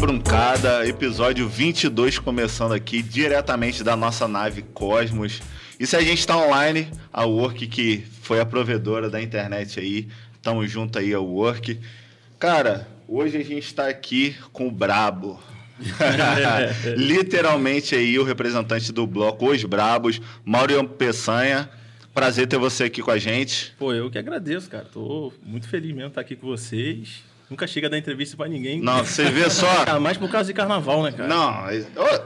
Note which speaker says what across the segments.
Speaker 1: Bruncada, episódio 22 começando aqui diretamente da nossa nave Cosmos. E se a gente está online, a Work que foi a provedora da internet aí, tamo junto aí a Work. Cara, hoje a gente está aqui com o Brabo. Literalmente aí o representante do bloco Os Brabos, Mauro Peçanha. Prazer ter você aqui com a gente.
Speaker 2: Pô, eu que agradeço, cara. Tô muito feliz mesmo de estar aqui com vocês. Nunca chega a dar entrevista pra ninguém.
Speaker 1: Não, você vê só.
Speaker 2: Cara, mais por causa de carnaval, né, cara?
Speaker 1: Não, ô,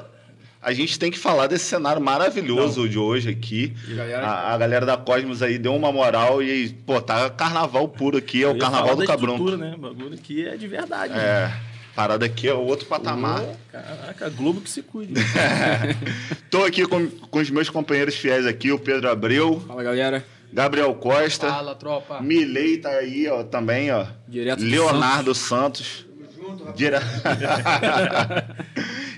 Speaker 1: a gente tem que falar desse cenário maravilhoso de hoje aqui.
Speaker 3: Galera,
Speaker 1: A, a galera da Cosmos aí deu uma moral e, pô, tá carnaval puro aqui, é
Speaker 2: Eu
Speaker 1: o
Speaker 2: ia
Speaker 1: carnaval
Speaker 2: falar
Speaker 1: do
Speaker 2: da
Speaker 1: Cabrunco.
Speaker 2: estrutura, né? O bagulho aqui é de verdade. né?
Speaker 1: É, parada aqui é outro patamar.
Speaker 2: Caraca, Globo que se cuide.
Speaker 1: É. Tô aqui com, com os meus companheiros fiéis aqui, o Pedro Abreu,
Speaker 3: Fala, galera.
Speaker 1: Gabriel Costa,
Speaker 4: Fala, tropa.
Speaker 1: Milei tá aí, ó, também, ó.
Speaker 3: Direto do
Speaker 1: Leonardo Santos. Dire...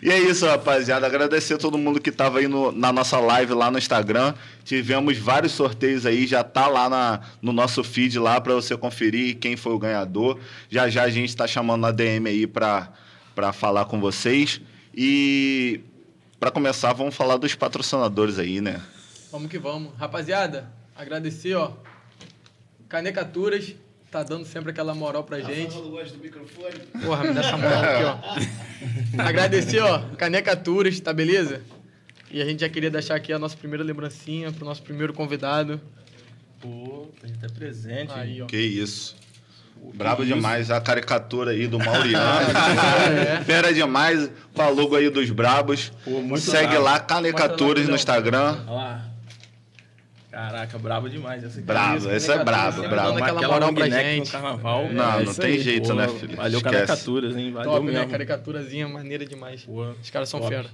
Speaker 1: e é isso, rapaziada. Agradecer a todo mundo que tava aí no- na nossa live lá no Instagram. Tivemos vários sorteios aí, já tá lá na- no nosso feed lá para você conferir quem foi o ganhador. Já já a gente tá chamando a DM aí pra, pra falar com vocês. E para começar, vamos falar dos patrocinadores aí, né?
Speaker 4: Vamos que vamos. Rapaziada, agradecer, ó. Canecaturas, tá dando sempre aquela moral pra gente. Porra, me dá essa moral aqui, ó. Agradecer, ó. Canecaturas, tá beleza? E a gente já queria deixar aqui a nossa primeira lembrancinha pro nosso primeiro convidado.
Speaker 2: Pô, tem até presente.
Speaker 4: Aí, ó.
Speaker 1: Que isso. Brabo
Speaker 2: é
Speaker 1: demais a caricatura aí do Mauriano.
Speaker 2: Ah,
Speaker 1: Fera demais com a logo aí dos brabos.
Speaker 2: é. Pô, muito
Speaker 1: Segue
Speaker 2: brabo.
Speaker 1: lá, Canecatures
Speaker 4: Mostra lá,
Speaker 1: no Instagram.
Speaker 2: Olha lá. Caraca, brabo demais. Essa aqui.
Speaker 1: Brabo,
Speaker 2: Isso,
Speaker 1: essa é
Speaker 2: Canecaturas
Speaker 1: brabo,
Speaker 2: sempre
Speaker 1: brabo.
Speaker 2: dando
Speaker 4: Aquela
Speaker 2: aquela
Speaker 4: moral
Speaker 2: long
Speaker 4: pra
Speaker 2: neck
Speaker 4: gente.
Speaker 2: No carnaval.
Speaker 1: Não,
Speaker 2: É
Speaker 1: não
Speaker 2: isso
Speaker 1: tem
Speaker 2: aí.
Speaker 1: jeito,
Speaker 2: Pô,
Speaker 1: né, filho?
Speaker 2: Valeu,
Speaker 1: Esquece.
Speaker 2: caricaturas, hein? Valeu
Speaker 4: Top, né?
Speaker 2: mesmo.
Speaker 4: Caricaturazinha maneira demais.
Speaker 2: Boa.
Speaker 4: Os caras são
Speaker 2: Top.
Speaker 4: fera.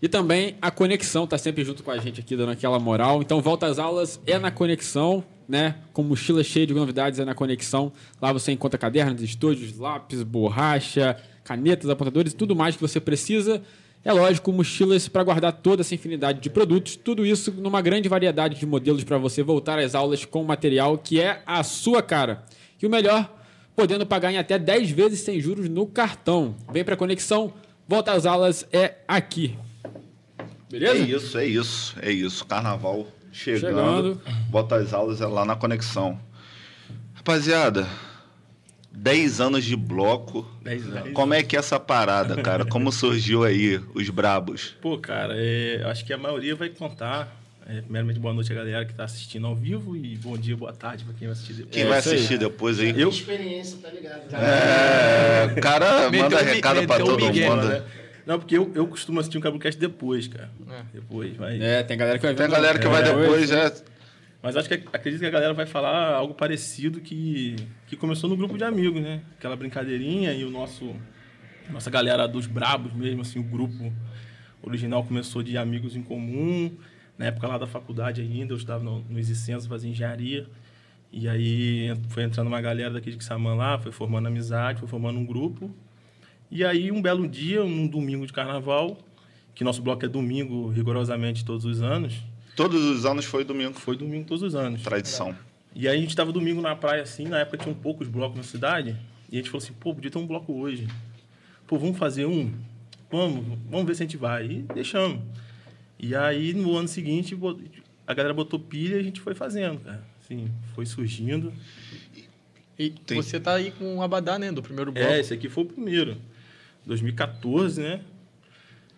Speaker 3: E também a Conexão tá sempre junto com a gente aqui, dando aquela moral. Então, volta às aulas é na Conexão, né? Com mochila cheia de novidades é na Conexão. Lá você encontra cadernos, estúdios, lápis, borracha, canetas, apontadores e tudo mais que você precisa. É lógico, mochilas para guardar toda essa infinidade de produtos. Tudo isso numa grande variedade de modelos para você voltar às aulas com material que é a sua cara. E o melhor podendo pagar em até 10 vezes sem juros no cartão. Vem pra conexão, volta às aulas, é aqui.
Speaker 1: É
Speaker 3: Beleza?
Speaker 1: isso, é isso, é isso. Carnaval chegando.
Speaker 3: Chegando.
Speaker 1: Bota as aulas é lá na conexão. Rapaziada, 10 anos de bloco.
Speaker 2: 10 anos.
Speaker 1: Como é que é essa parada, cara? Como surgiu aí os brabos?
Speaker 2: Pô, cara, é, eu acho que a maioria vai contar. É, primeiramente, boa noite a galera que tá assistindo ao vivo e bom dia, boa tarde pra quem vai assistir depois.
Speaker 1: Quem
Speaker 3: É
Speaker 1: vai
Speaker 3: isso aí.
Speaker 1: assistir depois aí?
Speaker 2: Eu?
Speaker 5: experiência, tá ligado?
Speaker 1: É, o cara
Speaker 4: Meteu
Speaker 1: manda
Speaker 4: o mi-
Speaker 1: recado pra
Speaker 4: meteu o
Speaker 1: todo
Speaker 4: Miguel,
Speaker 1: mundo.
Speaker 2: né? Não, porque eu, eu costumo assistir um Cabocast depois, cara.
Speaker 4: É.
Speaker 2: Depois, mas...
Speaker 3: É, tem galera que vai
Speaker 1: Tem a
Speaker 3: ver.
Speaker 1: galera que vai depois, é.
Speaker 2: Mas acho que acredito que a galera vai falar algo parecido que, que começou no grupo de amigos, né? Aquela brincadeirinha e o nosso nossa galera dos brabos mesmo, assim, o grupo original começou de amigos em comum. Na época lá da faculdade ainda, eu estudava no, no Isicenso, fazia engenharia. E aí ent- foi entrando uma galera daqui de Xamã lá, foi formando amizade, foi formando um grupo. E aí um belo dia, num domingo de carnaval, que nosso bloco é domingo rigorosamente todos os anos,
Speaker 1: Todos os anos foi domingo.
Speaker 2: foi domingo todos os anos.
Speaker 1: Tradição.
Speaker 2: E aí a gente tava domingo na praia, assim, na época tinham poucos blocos na cidade. E a gente falou assim, pô, podia ter um bloco hoje. Pô, vamos fazer um? Vamos, vamos ver se a gente vai. E deixamos. E aí, no ano seguinte, bo- a galera botou pilha e a gente foi fazendo, cara. Assim, foi surgindo.
Speaker 4: E
Speaker 1: Tem-
Speaker 4: você tá aí com o Abadá, né? Do primeiro bloco.
Speaker 2: É, esse aqui foi o primeiro. 2014, né?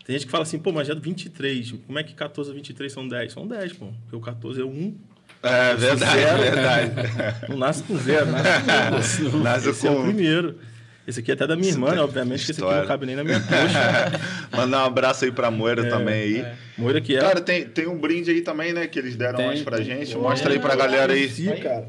Speaker 2: Tem gente que fala assim, pô, mas já é 23. Como é que 14 e 23 são 10? São 10, pô. Porque o 14 é 1.
Speaker 1: É verdade, é verdade.
Speaker 2: né? Não nasce com zero, nasce com
Speaker 1: Nasce
Speaker 2: Esse é o
Speaker 1: com... um.
Speaker 2: primeiro. Esse aqui é até da minha irmã, né? Obviamente, que esse aqui
Speaker 1: História.
Speaker 2: não cabe nem na minha coxa.
Speaker 1: Mandar um abraço aí pra Moira também aí.
Speaker 2: Moira que é.
Speaker 1: Cara, tem, tem um brinde aí também, né? Que eles deram
Speaker 3: Tem.
Speaker 1: antes pra gente. Mostra aí pra galera aí.
Speaker 2: Sim, cara.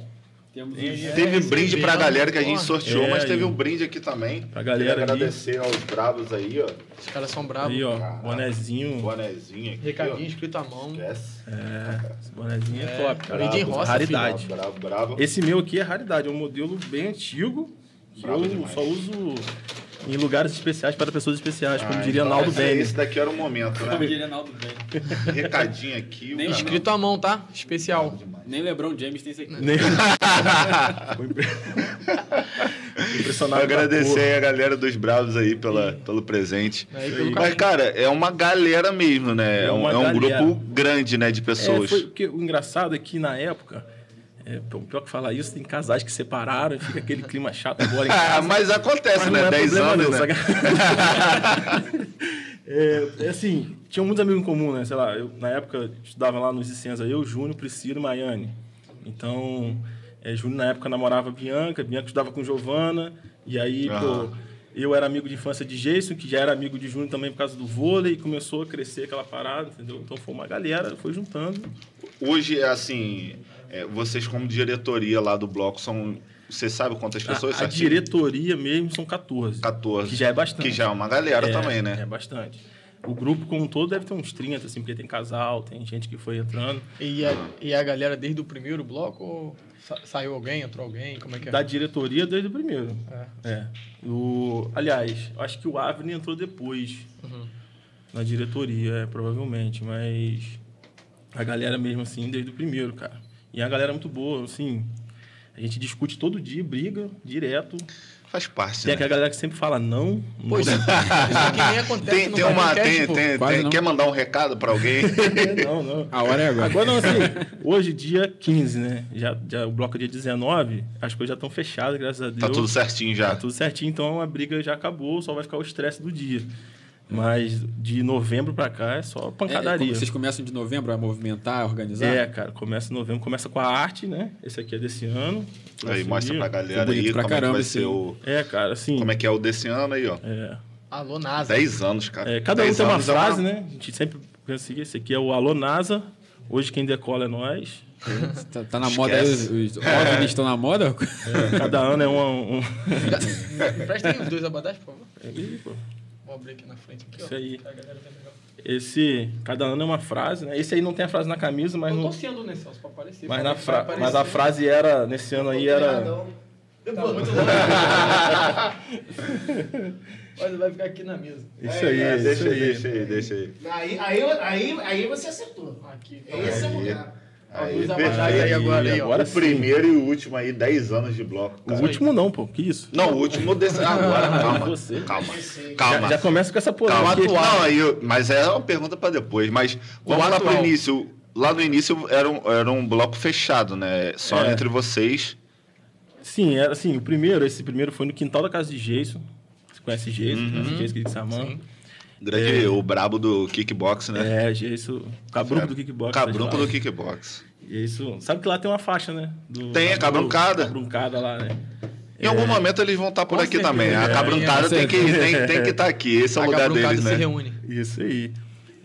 Speaker 3: Temos
Speaker 1: Teve
Speaker 4: esse
Speaker 1: brinde pra
Speaker 4: brinde,
Speaker 1: galera que a gente
Speaker 4: porra.
Speaker 1: sorteou,
Speaker 2: É,
Speaker 1: mas teve
Speaker 2: aí.
Speaker 1: um brinde aqui também.
Speaker 2: Pra galera
Speaker 1: Queria
Speaker 2: aí.
Speaker 1: agradecer aos bravos aí, ó. Um
Speaker 4: Os caras são bravos.
Speaker 2: Aí, ó, bonezinho.
Speaker 1: Bonezinho aqui.
Speaker 4: Recadinho
Speaker 1: ó.
Speaker 4: escrito à mão.
Speaker 1: Esquece.
Speaker 2: Esse bonezinho é, top, cara.
Speaker 4: Brinde em roça,
Speaker 2: Raridade.
Speaker 1: Bravo, bravo, bravo.
Speaker 2: Esse meu aqui é raridade, é um modelo bem antigo. que
Speaker 1: Brabo
Speaker 2: eu
Speaker 1: demais.
Speaker 2: só uso em lugares especiais para pessoas especiais, como
Speaker 1: Ah,
Speaker 2: diria
Speaker 1: então
Speaker 2: Naldo
Speaker 1: esse-
Speaker 2: Bene.
Speaker 1: Esse daqui era o momento, né? Recadinho aqui.
Speaker 3: Nem
Speaker 1: o canal.
Speaker 4: Escrito à mão, tá? Especial.
Speaker 3: Nem LeBron James tem isso aqui.
Speaker 2: Nem- Foi impre- Impressionado. da
Speaker 1: Agradecer
Speaker 2: porra.
Speaker 1: aí a galera dos Bravos aí pela, pelo presente.
Speaker 4: Aí, pelo
Speaker 1: Mas,
Speaker 4: caminho.
Speaker 1: cara, é uma galera mesmo, né?
Speaker 2: É
Speaker 1: É um,
Speaker 2: uma
Speaker 1: é um
Speaker 2: galera.
Speaker 1: grupo grande, né, de
Speaker 2: É,
Speaker 1: pessoas.
Speaker 2: foi, porque o engraçado é que na época, é, pô, pior que falar isso, tem casais que separaram e fica aquele clima chato agora em
Speaker 1: Ah,
Speaker 2: casa. é
Speaker 1: mas acontece, né? 10 anos, né?
Speaker 2: saca? é, é assim, tinha muitos amigos em comum, né? Sei lá, eu, na época eu estudava lá nos Vicenza, eu, Júnior, Priscila e Maiane. Então, é, Júnior na época namorava Bianca, Bianca estudava com Giovana, e aí,
Speaker 1: Aham.
Speaker 2: pô, eu era amigo de infância de Jason, que já era amigo de Júnior também por causa do vôlei, e começou a crescer aquela parada, entendeu? Então foi uma galera, foi juntando.
Speaker 1: Hoje, assim, é, vocês como diretoria lá do bloco são... Você sabe quantas pessoas?
Speaker 2: A, a
Speaker 1: certinho?
Speaker 2: diretoria mesmo são 14.
Speaker 1: 14.
Speaker 2: Que já é bastante.
Speaker 1: Que já é uma galera
Speaker 2: É,
Speaker 1: também, né?
Speaker 2: É bastante. O grupo como um todo deve ter uns 30, assim, porque tem casal, tem gente que foi entrando.
Speaker 4: E a, e a galera desde o primeiro bloco ou sa- saiu alguém, entrou alguém? Como é que é?
Speaker 2: Da diretoria desde o primeiro.
Speaker 4: É.
Speaker 2: É. O, aliás, eu acho que o Avni entrou depois
Speaker 4: Uhum.
Speaker 2: na diretoria, é, provavelmente, mas a galera mesmo assim desde o primeiro, cara. E a galera é muito boa, assim. A gente discute todo dia, briga direto.
Speaker 1: Faz parte,
Speaker 2: é. Tem
Speaker 1: né?
Speaker 2: aquela galera que sempre fala não. não
Speaker 4: Pois é. Isso aqui nem acontece
Speaker 1: Tem,
Speaker 4: no
Speaker 1: tem uma...
Speaker 4: podcast,
Speaker 1: Tem,
Speaker 4: pô.
Speaker 1: tem,
Speaker 3: Quase
Speaker 1: tem-
Speaker 3: não.
Speaker 1: quer mandar um recado pra alguém?
Speaker 2: não, não.
Speaker 3: A hora é agora.
Speaker 2: Agora não, assim, hoje dia 15, né? Já, já, o bloco é dia 19, as coisas já estão fechadas, graças a Deus.
Speaker 1: tá tudo certinho já.
Speaker 2: Tá tudo certinho, então a briga já acabou, só vai ficar o estresse do dia. Mas de novembro pra cá é só
Speaker 3: É,
Speaker 2: pancadaria.
Speaker 3: como vocês começam de novembro a movimentar, a organizar.
Speaker 2: É, cara, começa em novembro, começa com a arte, né? Esse aqui é desse ano.
Speaker 1: Aí mostra pra galera
Speaker 3: Ficou
Speaker 1: aí
Speaker 3: bonito pra
Speaker 1: como é que
Speaker 3: caramba
Speaker 1: vai
Speaker 3: esse
Speaker 1: ser
Speaker 3: aí.
Speaker 1: o...
Speaker 2: É, cara, assim.
Speaker 1: Como é que é o desse ano aí, ó.
Speaker 2: é,
Speaker 4: Alô, NASA.
Speaker 1: 10 anos, cara.
Speaker 2: É, cada um
Speaker 1: 10
Speaker 2: tem uma
Speaker 1: anos é
Speaker 2: frase, né? A gente sempre consegue. Esse aqui é o Alô NASA. Hoje quem decola é nós.
Speaker 3: Tá, tá na moda aí, os,
Speaker 1: Esquece.
Speaker 3: os OVNIs estão na moda?
Speaker 2: Cada ano é uma- um.
Speaker 4: Presta aí os dois abadás, por favor.
Speaker 2: Ih, pô.
Speaker 4: Vou abrir aqui na frente. Aqui, ó.
Speaker 2: Isso
Speaker 4: Tá,
Speaker 2: aí.
Speaker 4: A galera vai pegar.
Speaker 2: Esse, cada ano é uma frase, né? Esse aí não tem a frase na camisa, mas,
Speaker 4: Eu
Speaker 2: no,
Speaker 4: tô sendo, né, Celso, pra aparecer.
Speaker 2: mas,
Speaker 4: pra
Speaker 2: na
Speaker 4: ver se
Speaker 2: fra-
Speaker 4: vai
Speaker 2: mas a
Speaker 4: aparecer.
Speaker 2: frase era, nesse ano
Speaker 5: é
Speaker 2: aí era.
Speaker 4: Tá muito longe. Olha, vai ficar aqui na mesa.
Speaker 2: Isso
Speaker 1: É,
Speaker 2: aí,
Speaker 1: é,
Speaker 2: isso
Speaker 1: deixa aí,
Speaker 2: aí.
Speaker 1: deixa aí, deixa aí.
Speaker 5: Aí, aí, aí, aí você acertou.
Speaker 4: Aqui.
Speaker 5: Esse é o lugar.
Speaker 1: Aí,
Speaker 4: Luiz
Speaker 1: perfeito.
Speaker 4: Abadá aí agora, aí, ó.
Speaker 2: Agora
Speaker 1: o
Speaker 2: sim.
Speaker 1: primeiro e o último aí, 10 anos de bloco.
Speaker 2: O
Speaker 1: cara.
Speaker 2: último não, pô. Que isso?
Speaker 1: Não, o último desse. Ah, agora, calma.
Speaker 2: Você.
Speaker 1: Calma.
Speaker 2: Já,
Speaker 1: Calma.
Speaker 2: já começa com essa
Speaker 1: calma.
Speaker 2: polêmica.
Speaker 1: Não, aí, eu- mas é uma pergunta pra depois. Mas vamos lá pro
Speaker 4: atual.
Speaker 1: início. Lá no início era um, era um bloco fechado, né? Só
Speaker 2: É.
Speaker 1: entre vocês.
Speaker 2: Sim, era assim, o primeiro, esse primeiro foi no quintal da casa de Jason. Você conhece Jason,
Speaker 1: Uhum.
Speaker 2: conhece Jason que Saman.
Speaker 1: Grande, o brabo do kickbox, né?
Speaker 2: É, Jason. Cabrunco do kickbox.
Speaker 1: Cabrunco do
Speaker 2: kickbox.
Speaker 1: kickbox.
Speaker 2: Isso. Sabe que lá tem uma faixa, né? Do-
Speaker 1: Tem, é
Speaker 2: lá
Speaker 1: a
Speaker 2: do-
Speaker 1: cabruncada.
Speaker 2: Cabruncada lá, né?
Speaker 1: Em algum momento eles vão estar por
Speaker 4: Com
Speaker 1: aqui
Speaker 4: certeza.
Speaker 1: também. A
Speaker 4: É,
Speaker 1: cabruncada
Speaker 3: com
Speaker 1: tem que
Speaker 2: certeza.
Speaker 1: tem, tem que estar aqui. Esse é o
Speaker 4: A
Speaker 1: lugar
Speaker 4: cabruncada
Speaker 1: deles,
Speaker 4: se
Speaker 1: né?
Speaker 4: reúne.
Speaker 2: Isso aí.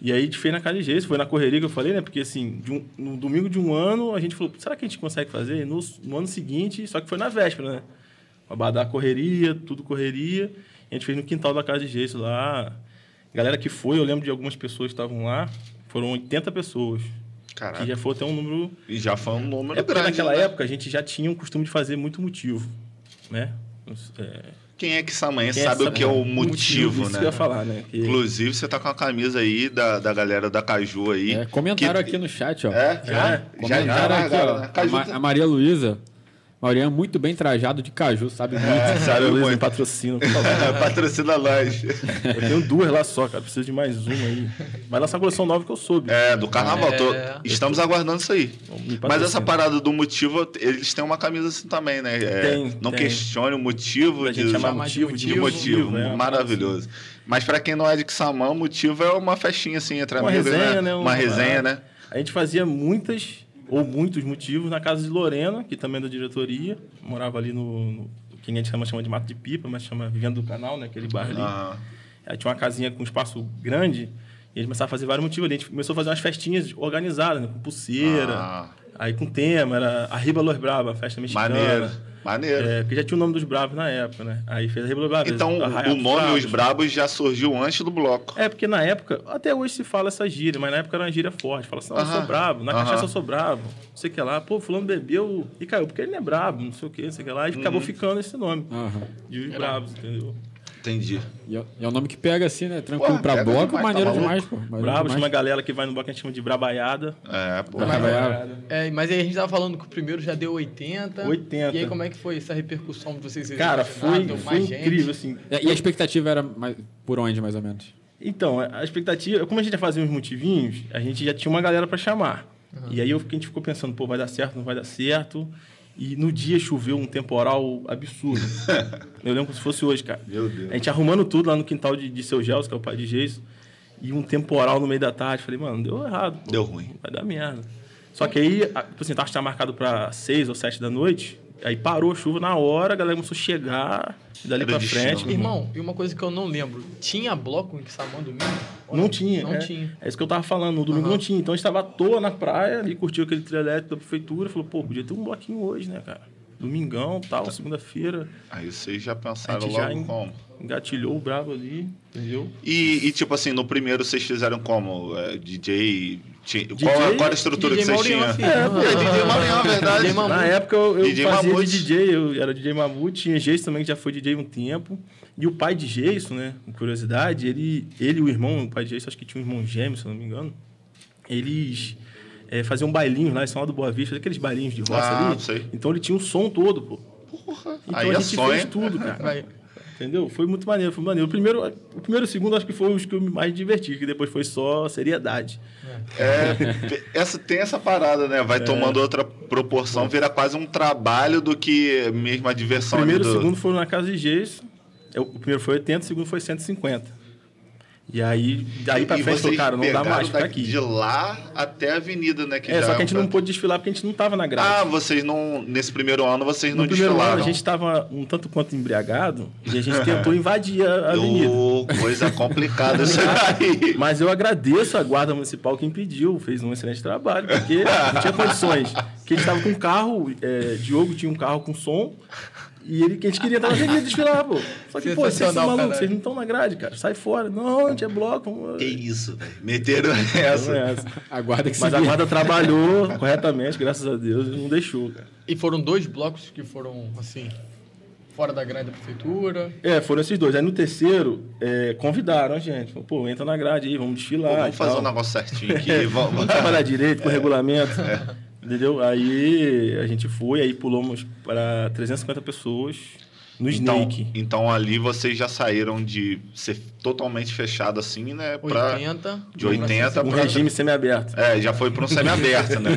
Speaker 2: E aí a gente fez na casa de gesso, foi na correria que eu falei, né? Porque assim, de um- no domingo de um ano, a gente falou, será que a gente consegue fazer? No, no ano seguinte, só que foi na véspera, né? Abadar correria, tudo correria. E a gente fez no quintal da casa de gesso lá. Galera que foi, eu lembro de algumas pessoas que estavam lá, foram 80 pessoas. Que
Speaker 1: Caraca.
Speaker 2: já foi até um número
Speaker 1: E já foi um número
Speaker 2: É porque
Speaker 1: grande.
Speaker 2: naquela
Speaker 1: né?
Speaker 2: época a gente já tinha o costume de fazer muito motivo, né? Os- é,
Speaker 1: Quem é que essa manhã
Speaker 2: quem
Speaker 1: sabe
Speaker 2: essa-
Speaker 1: o que é o motivo,
Speaker 2: Isso
Speaker 1: né?
Speaker 2: que eu ia falar, né? Que-
Speaker 1: Inclusive, você tá com a camisa aí da, da galera da Caju aí.
Speaker 3: É, comentaram
Speaker 1: que-
Speaker 3: aqui no chat, ó.
Speaker 1: É? Já? Já, já,
Speaker 3: Comentaram aqui,
Speaker 1: agora,
Speaker 3: ó.
Speaker 1: né?
Speaker 3: A,
Speaker 1: Caju
Speaker 3: Ma- a Maria Luísa. Maria é muito bem trajado de caju, sabe muito.
Speaker 1: É, sabe
Speaker 2: Luiz, me
Speaker 1: muito.
Speaker 2: patrocina, por favor.
Speaker 1: Patrocina nós.
Speaker 2: Eu tenho duas lá só, cara. Preciso de mais uma aí. Vai lançar a coleção nova que eu soube.
Speaker 1: É, do carnaval. tô-
Speaker 4: É.
Speaker 1: Estamos aguardando isso aí.
Speaker 2: Me patrocina.
Speaker 1: Mas essa parada do motivo, eles têm uma camisa assim também, né? É,
Speaker 2: Tem,
Speaker 1: não
Speaker 2: tem.
Speaker 1: questione o motivo
Speaker 2: A
Speaker 1: de,
Speaker 2: gente chama
Speaker 4: Chamar de
Speaker 2: motivo de,
Speaker 1: de motivo.
Speaker 2: motivo, né?
Speaker 1: Maravilhoso. Mas pra quem não é de Xamã, o motivo é uma festinha assim entre
Speaker 2: Uma
Speaker 1: amigos,
Speaker 2: resenha, né?
Speaker 1: Uma resenha, né?
Speaker 2: A gente fazia muitas ou muitos motivos na casa de Lorena, que também é da diretoria. Morava ali no, no que a gente chama, chama de Mato de Pipa, mas chama Vivendo do Canal, né? Aquele bairro ali.
Speaker 1: Ah,
Speaker 2: Aí tinha uma casinha com um espaço grande e a gente começava a fazer vários motivos ali. A gente começou a fazer umas festinhas organizadas, né? com pulseira,
Speaker 1: Ah.
Speaker 2: aí com tema, era Arriba Los Brava, festa mexicana.
Speaker 1: maneiro. Maneiro.
Speaker 2: É, porque já tinha o nome dos Bravos na época, né? Aí fez Arriba Los Bravos.
Speaker 1: Então,
Speaker 2: Arraial
Speaker 1: o
Speaker 2: dos
Speaker 1: nome
Speaker 2: Bravos.
Speaker 1: Os Brabos já surgiu antes do bloco.
Speaker 2: É, porque na época, até hoje se fala essa gíria, mas na época era uma gíria forte. Fala assim, não, eu sou
Speaker 1: Aham.
Speaker 2: brabo, na
Speaker 1: Aham.
Speaker 2: cachaça eu sou brabo, não sei o que lá. Pô, fulano bebeu e
Speaker 1: Uhum.
Speaker 2: caiu, porque ele não é brabo, não sei o que, não sei o que lá. E acabou ficando esse nome
Speaker 3: Aham.
Speaker 2: de Os Bravos, entendeu?
Speaker 1: Entendi.
Speaker 3: E é, e é um nome que pega assim, né? Tranquilo
Speaker 1: Porra,
Speaker 3: pra
Speaker 1: pega
Speaker 3: bloco,
Speaker 1: demais, tá
Speaker 3: maneiro
Speaker 1: maluco?
Speaker 3: demais, pô. Maneiro
Speaker 2: Brabo,
Speaker 3: demais.
Speaker 2: chama a galera que vai no bloco, a gente chama de brabaiada.
Speaker 1: É, pô.
Speaker 3: Vai, vai, vai.
Speaker 4: É, mas aí a gente tava falando que o primeiro já deu 80.
Speaker 2: 80.
Speaker 4: E aí como é que foi essa repercussão de vocês?
Speaker 2: Cara,
Speaker 4: Vocês
Speaker 2: foi,
Speaker 4: imaginaram?
Speaker 2: foi
Speaker 4: Mais gente?
Speaker 2: incrível, assim.
Speaker 3: É, E a expectativa era mais- por onde, mais ou menos?
Speaker 2: Então, a expectativa, como a gente ia fazer uns motivinhos, a gente já tinha uma galera pra chamar. E aí eu, fiquei- a gente ficou pensando, pô, vai dar certo, não vai dar certo. E no dia choveu um temporal absurdo. eu lembro como se fosse hoje, cara.
Speaker 1: Meu Deus.
Speaker 2: A gente arrumando tudo lá no quintal de, de seu Gelson, que é o pai de Geis, e um temporal no meio da tarde. Falei, mano, deu errado. pô.
Speaker 1: Deu ruim.
Speaker 2: Vai dar merda. Só que aí, a- tipo assim, tava tinha marcado pra seis ou sete da noite, aí parou a chuva na hora, a galera começou a chegar, e dali
Speaker 1: Era
Speaker 2: pra
Speaker 1: destino.
Speaker 2: frente. meu irmão,
Speaker 4: Irmão, e uma coisa que eu não lembro. Tinha bloco em Kissamã domingo? Ou
Speaker 2: Não tinha.
Speaker 4: Não
Speaker 2: é,
Speaker 4: tinha.
Speaker 2: É isso que eu tava falando, no domingo não tinha. Então a gente tava à toa na praia, ali curtiu aquele trio elétrico da prefeitura, falou, pô, podia ter um bloquinho hoje, né, cara? Domingão,
Speaker 4: Tá.
Speaker 2: tal, segunda-feira.
Speaker 1: Aí vocês já
Speaker 2: A
Speaker 1: pensaram
Speaker 2: gente
Speaker 1: logo
Speaker 2: já en-
Speaker 1: como.
Speaker 2: engatilhou o brabo ali, entendeu?
Speaker 1: E, e, tipo assim, no primeiro vocês fizeram como? É, DJ. ti-
Speaker 2: DJ?
Speaker 1: Qual, qual era a estrutura
Speaker 4: DJ
Speaker 1: que vocês
Speaker 4: Maurião,
Speaker 1: tinham?
Speaker 4: filho. É, pô.
Speaker 1: É, DJ Maurião, é verdade.
Speaker 4: DJ Mamute.
Speaker 2: Na época eu, eu
Speaker 1: DJ
Speaker 2: fazia
Speaker 1: Mamute.
Speaker 2: de DJ, eu era DJ Mamute, tinha Geis também que já foi DJ um tempo. E o pai de Geison, né, com curiosidade, ele, ele e o irmão, o pai de Geison, acho que tinha um irmão gêmeo, se eu não me engano, eles eh, faziam bailinhos lá em São Paulo do Boa Vista, aqueles bailinhos de roça
Speaker 1: Ah,
Speaker 2: ali.
Speaker 1: sei.
Speaker 2: Então ele tinha um som todo, pô. Então
Speaker 1: Aí
Speaker 2: a
Speaker 1: é
Speaker 2: gente
Speaker 1: sonho.
Speaker 2: fez tudo, cara.
Speaker 4: Vai.
Speaker 2: Entendeu? Foi muito maneiro, foi maneiro. O primeiro, o primeiro e o segundo acho que foi os que eu me mais diverti, que depois foi só seriedade.
Speaker 1: É, pe- essa, tem essa parada, né?
Speaker 2: É.
Speaker 1: Vai tomando outra proporção, vira quase um trabalho do que mesmo a
Speaker 2: O
Speaker 1: diversão ali
Speaker 2: primeiro e o
Speaker 1: do-
Speaker 2: segundo foram na casa de Geis. O primeiro foi 80, o segundo foi 150. E aí, daí pra
Speaker 1: e vocês
Speaker 2: frente, falou, cara, não dá
Speaker 1: pegaram
Speaker 2: mais pra
Speaker 1: daqui-
Speaker 2: aqui.
Speaker 1: De lá até a avenida, né? Que já
Speaker 2: É, só que a
Speaker 1: um
Speaker 2: gente não
Speaker 1: pra-
Speaker 2: pôde desfilar porque a gente não tava na grade.
Speaker 1: Ah, vocês não. Nesse primeiro ano vocês
Speaker 2: no
Speaker 1: não
Speaker 2: primeiro
Speaker 1: desfilaram.
Speaker 2: ano, a gente tava um tanto quanto embriagado e a gente tentou invadir a tá avenida.
Speaker 1: Ô, coisa complicada isso aí.
Speaker 2: Mas eu agradeço a guarda municipal que impediu, fez um excelente trabalho, porque não tinha condições. Que eles estavam com um carro, é, Diogo tinha um carro com som, e ele que a gente queria estar na avenida desfilar, pô. Só que, pô, vocês são
Speaker 4: Sensacional,
Speaker 2: malucos,
Speaker 4: caralho.
Speaker 2: vocês não estão na grade, cara. Sai fora. Não, a gente é bloco. Vamos...
Speaker 1: Que isso, velho. Meteram
Speaker 2: Não
Speaker 1: essa.
Speaker 2: é essa.
Speaker 3: Aguarda que se
Speaker 2: Mas a
Speaker 3: vire.
Speaker 2: guarda trabalhou corretamente, graças a Deus, e não deixou, cara.
Speaker 4: E foram dois blocos que foram, assim, fora da grade da prefeitura.
Speaker 2: É, foram esses dois. Aí no terceiro, é, convidaram a gente. Falou, pô, entra na grade aí, vamos desfilar.
Speaker 1: Pô,
Speaker 2: e
Speaker 1: vamos fazer
Speaker 2: tal.
Speaker 1: um negócio certinho aqui. Vamos.
Speaker 2: então. É,
Speaker 1: É.
Speaker 2: Vamos trabalhar direito com o regulamento. Entendeu? Aí a gente foi, aí pulamos para 350 pessoas no
Speaker 1: Então,
Speaker 2: Snake.
Speaker 1: então ali vocês já saíram de ser totalmente fechado assim, né? Pra,
Speaker 4: 80.
Speaker 1: de 80
Speaker 2: Um
Speaker 1: pra-
Speaker 2: regime semiaberto.
Speaker 1: É, já foi para um semiaberto, né?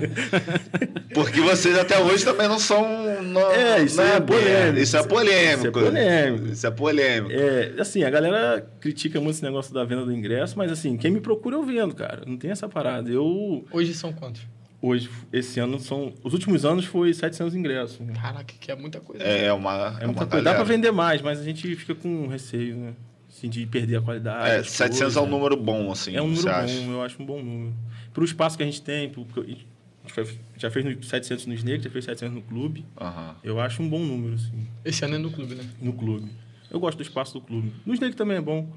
Speaker 1: Porque vocês até hoje também não são. Não,
Speaker 2: É, isso
Speaker 1: não
Speaker 2: é polêmico.
Speaker 1: Isso é polêmico.
Speaker 2: Isso é polêmico.
Speaker 1: Isso é polêmico.
Speaker 2: É, assim, a galera critica muito esse negócio da venda do ingresso, mas assim, quem me procura eu vendo, cara. Não tem essa parada. Eu,
Speaker 4: Hoje são quantos?
Speaker 2: hoje, esse ano são. Os últimos anos foi 700 ingressos. né?
Speaker 4: Caraca, que é muita coisa.
Speaker 1: É, é uma.
Speaker 2: É muita
Speaker 1: uma
Speaker 2: coisa. Dá pra
Speaker 1: galera.
Speaker 2: vender mais, mas a gente fica com receio, né? Assim, de perder a qualidade.
Speaker 1: É,
Speaker 2: as
Speaker 1: 700
Speaker 2: coisas,
Speaker 1: é um
Speaker 2: né?
Speaker 1: número bom, assim.
Speaker 2: É um número
Speaker 1: você
Speaker 2: bom,
Speaker 1: acha?
Speaker 2: eu acho um bom número. Pro espaço que a gente tem, pro- porque a gente foi- já fez no- 700 no Snake, já fez 700 no clube.
Speaker 1: Aham.
Speaker 2: Eu acho um bom número, assim,
Speaker 4: Esse ano é no clube, né?
Speaker 2: no clube. Eu gosto do espaço do clube. No Snake também é bom.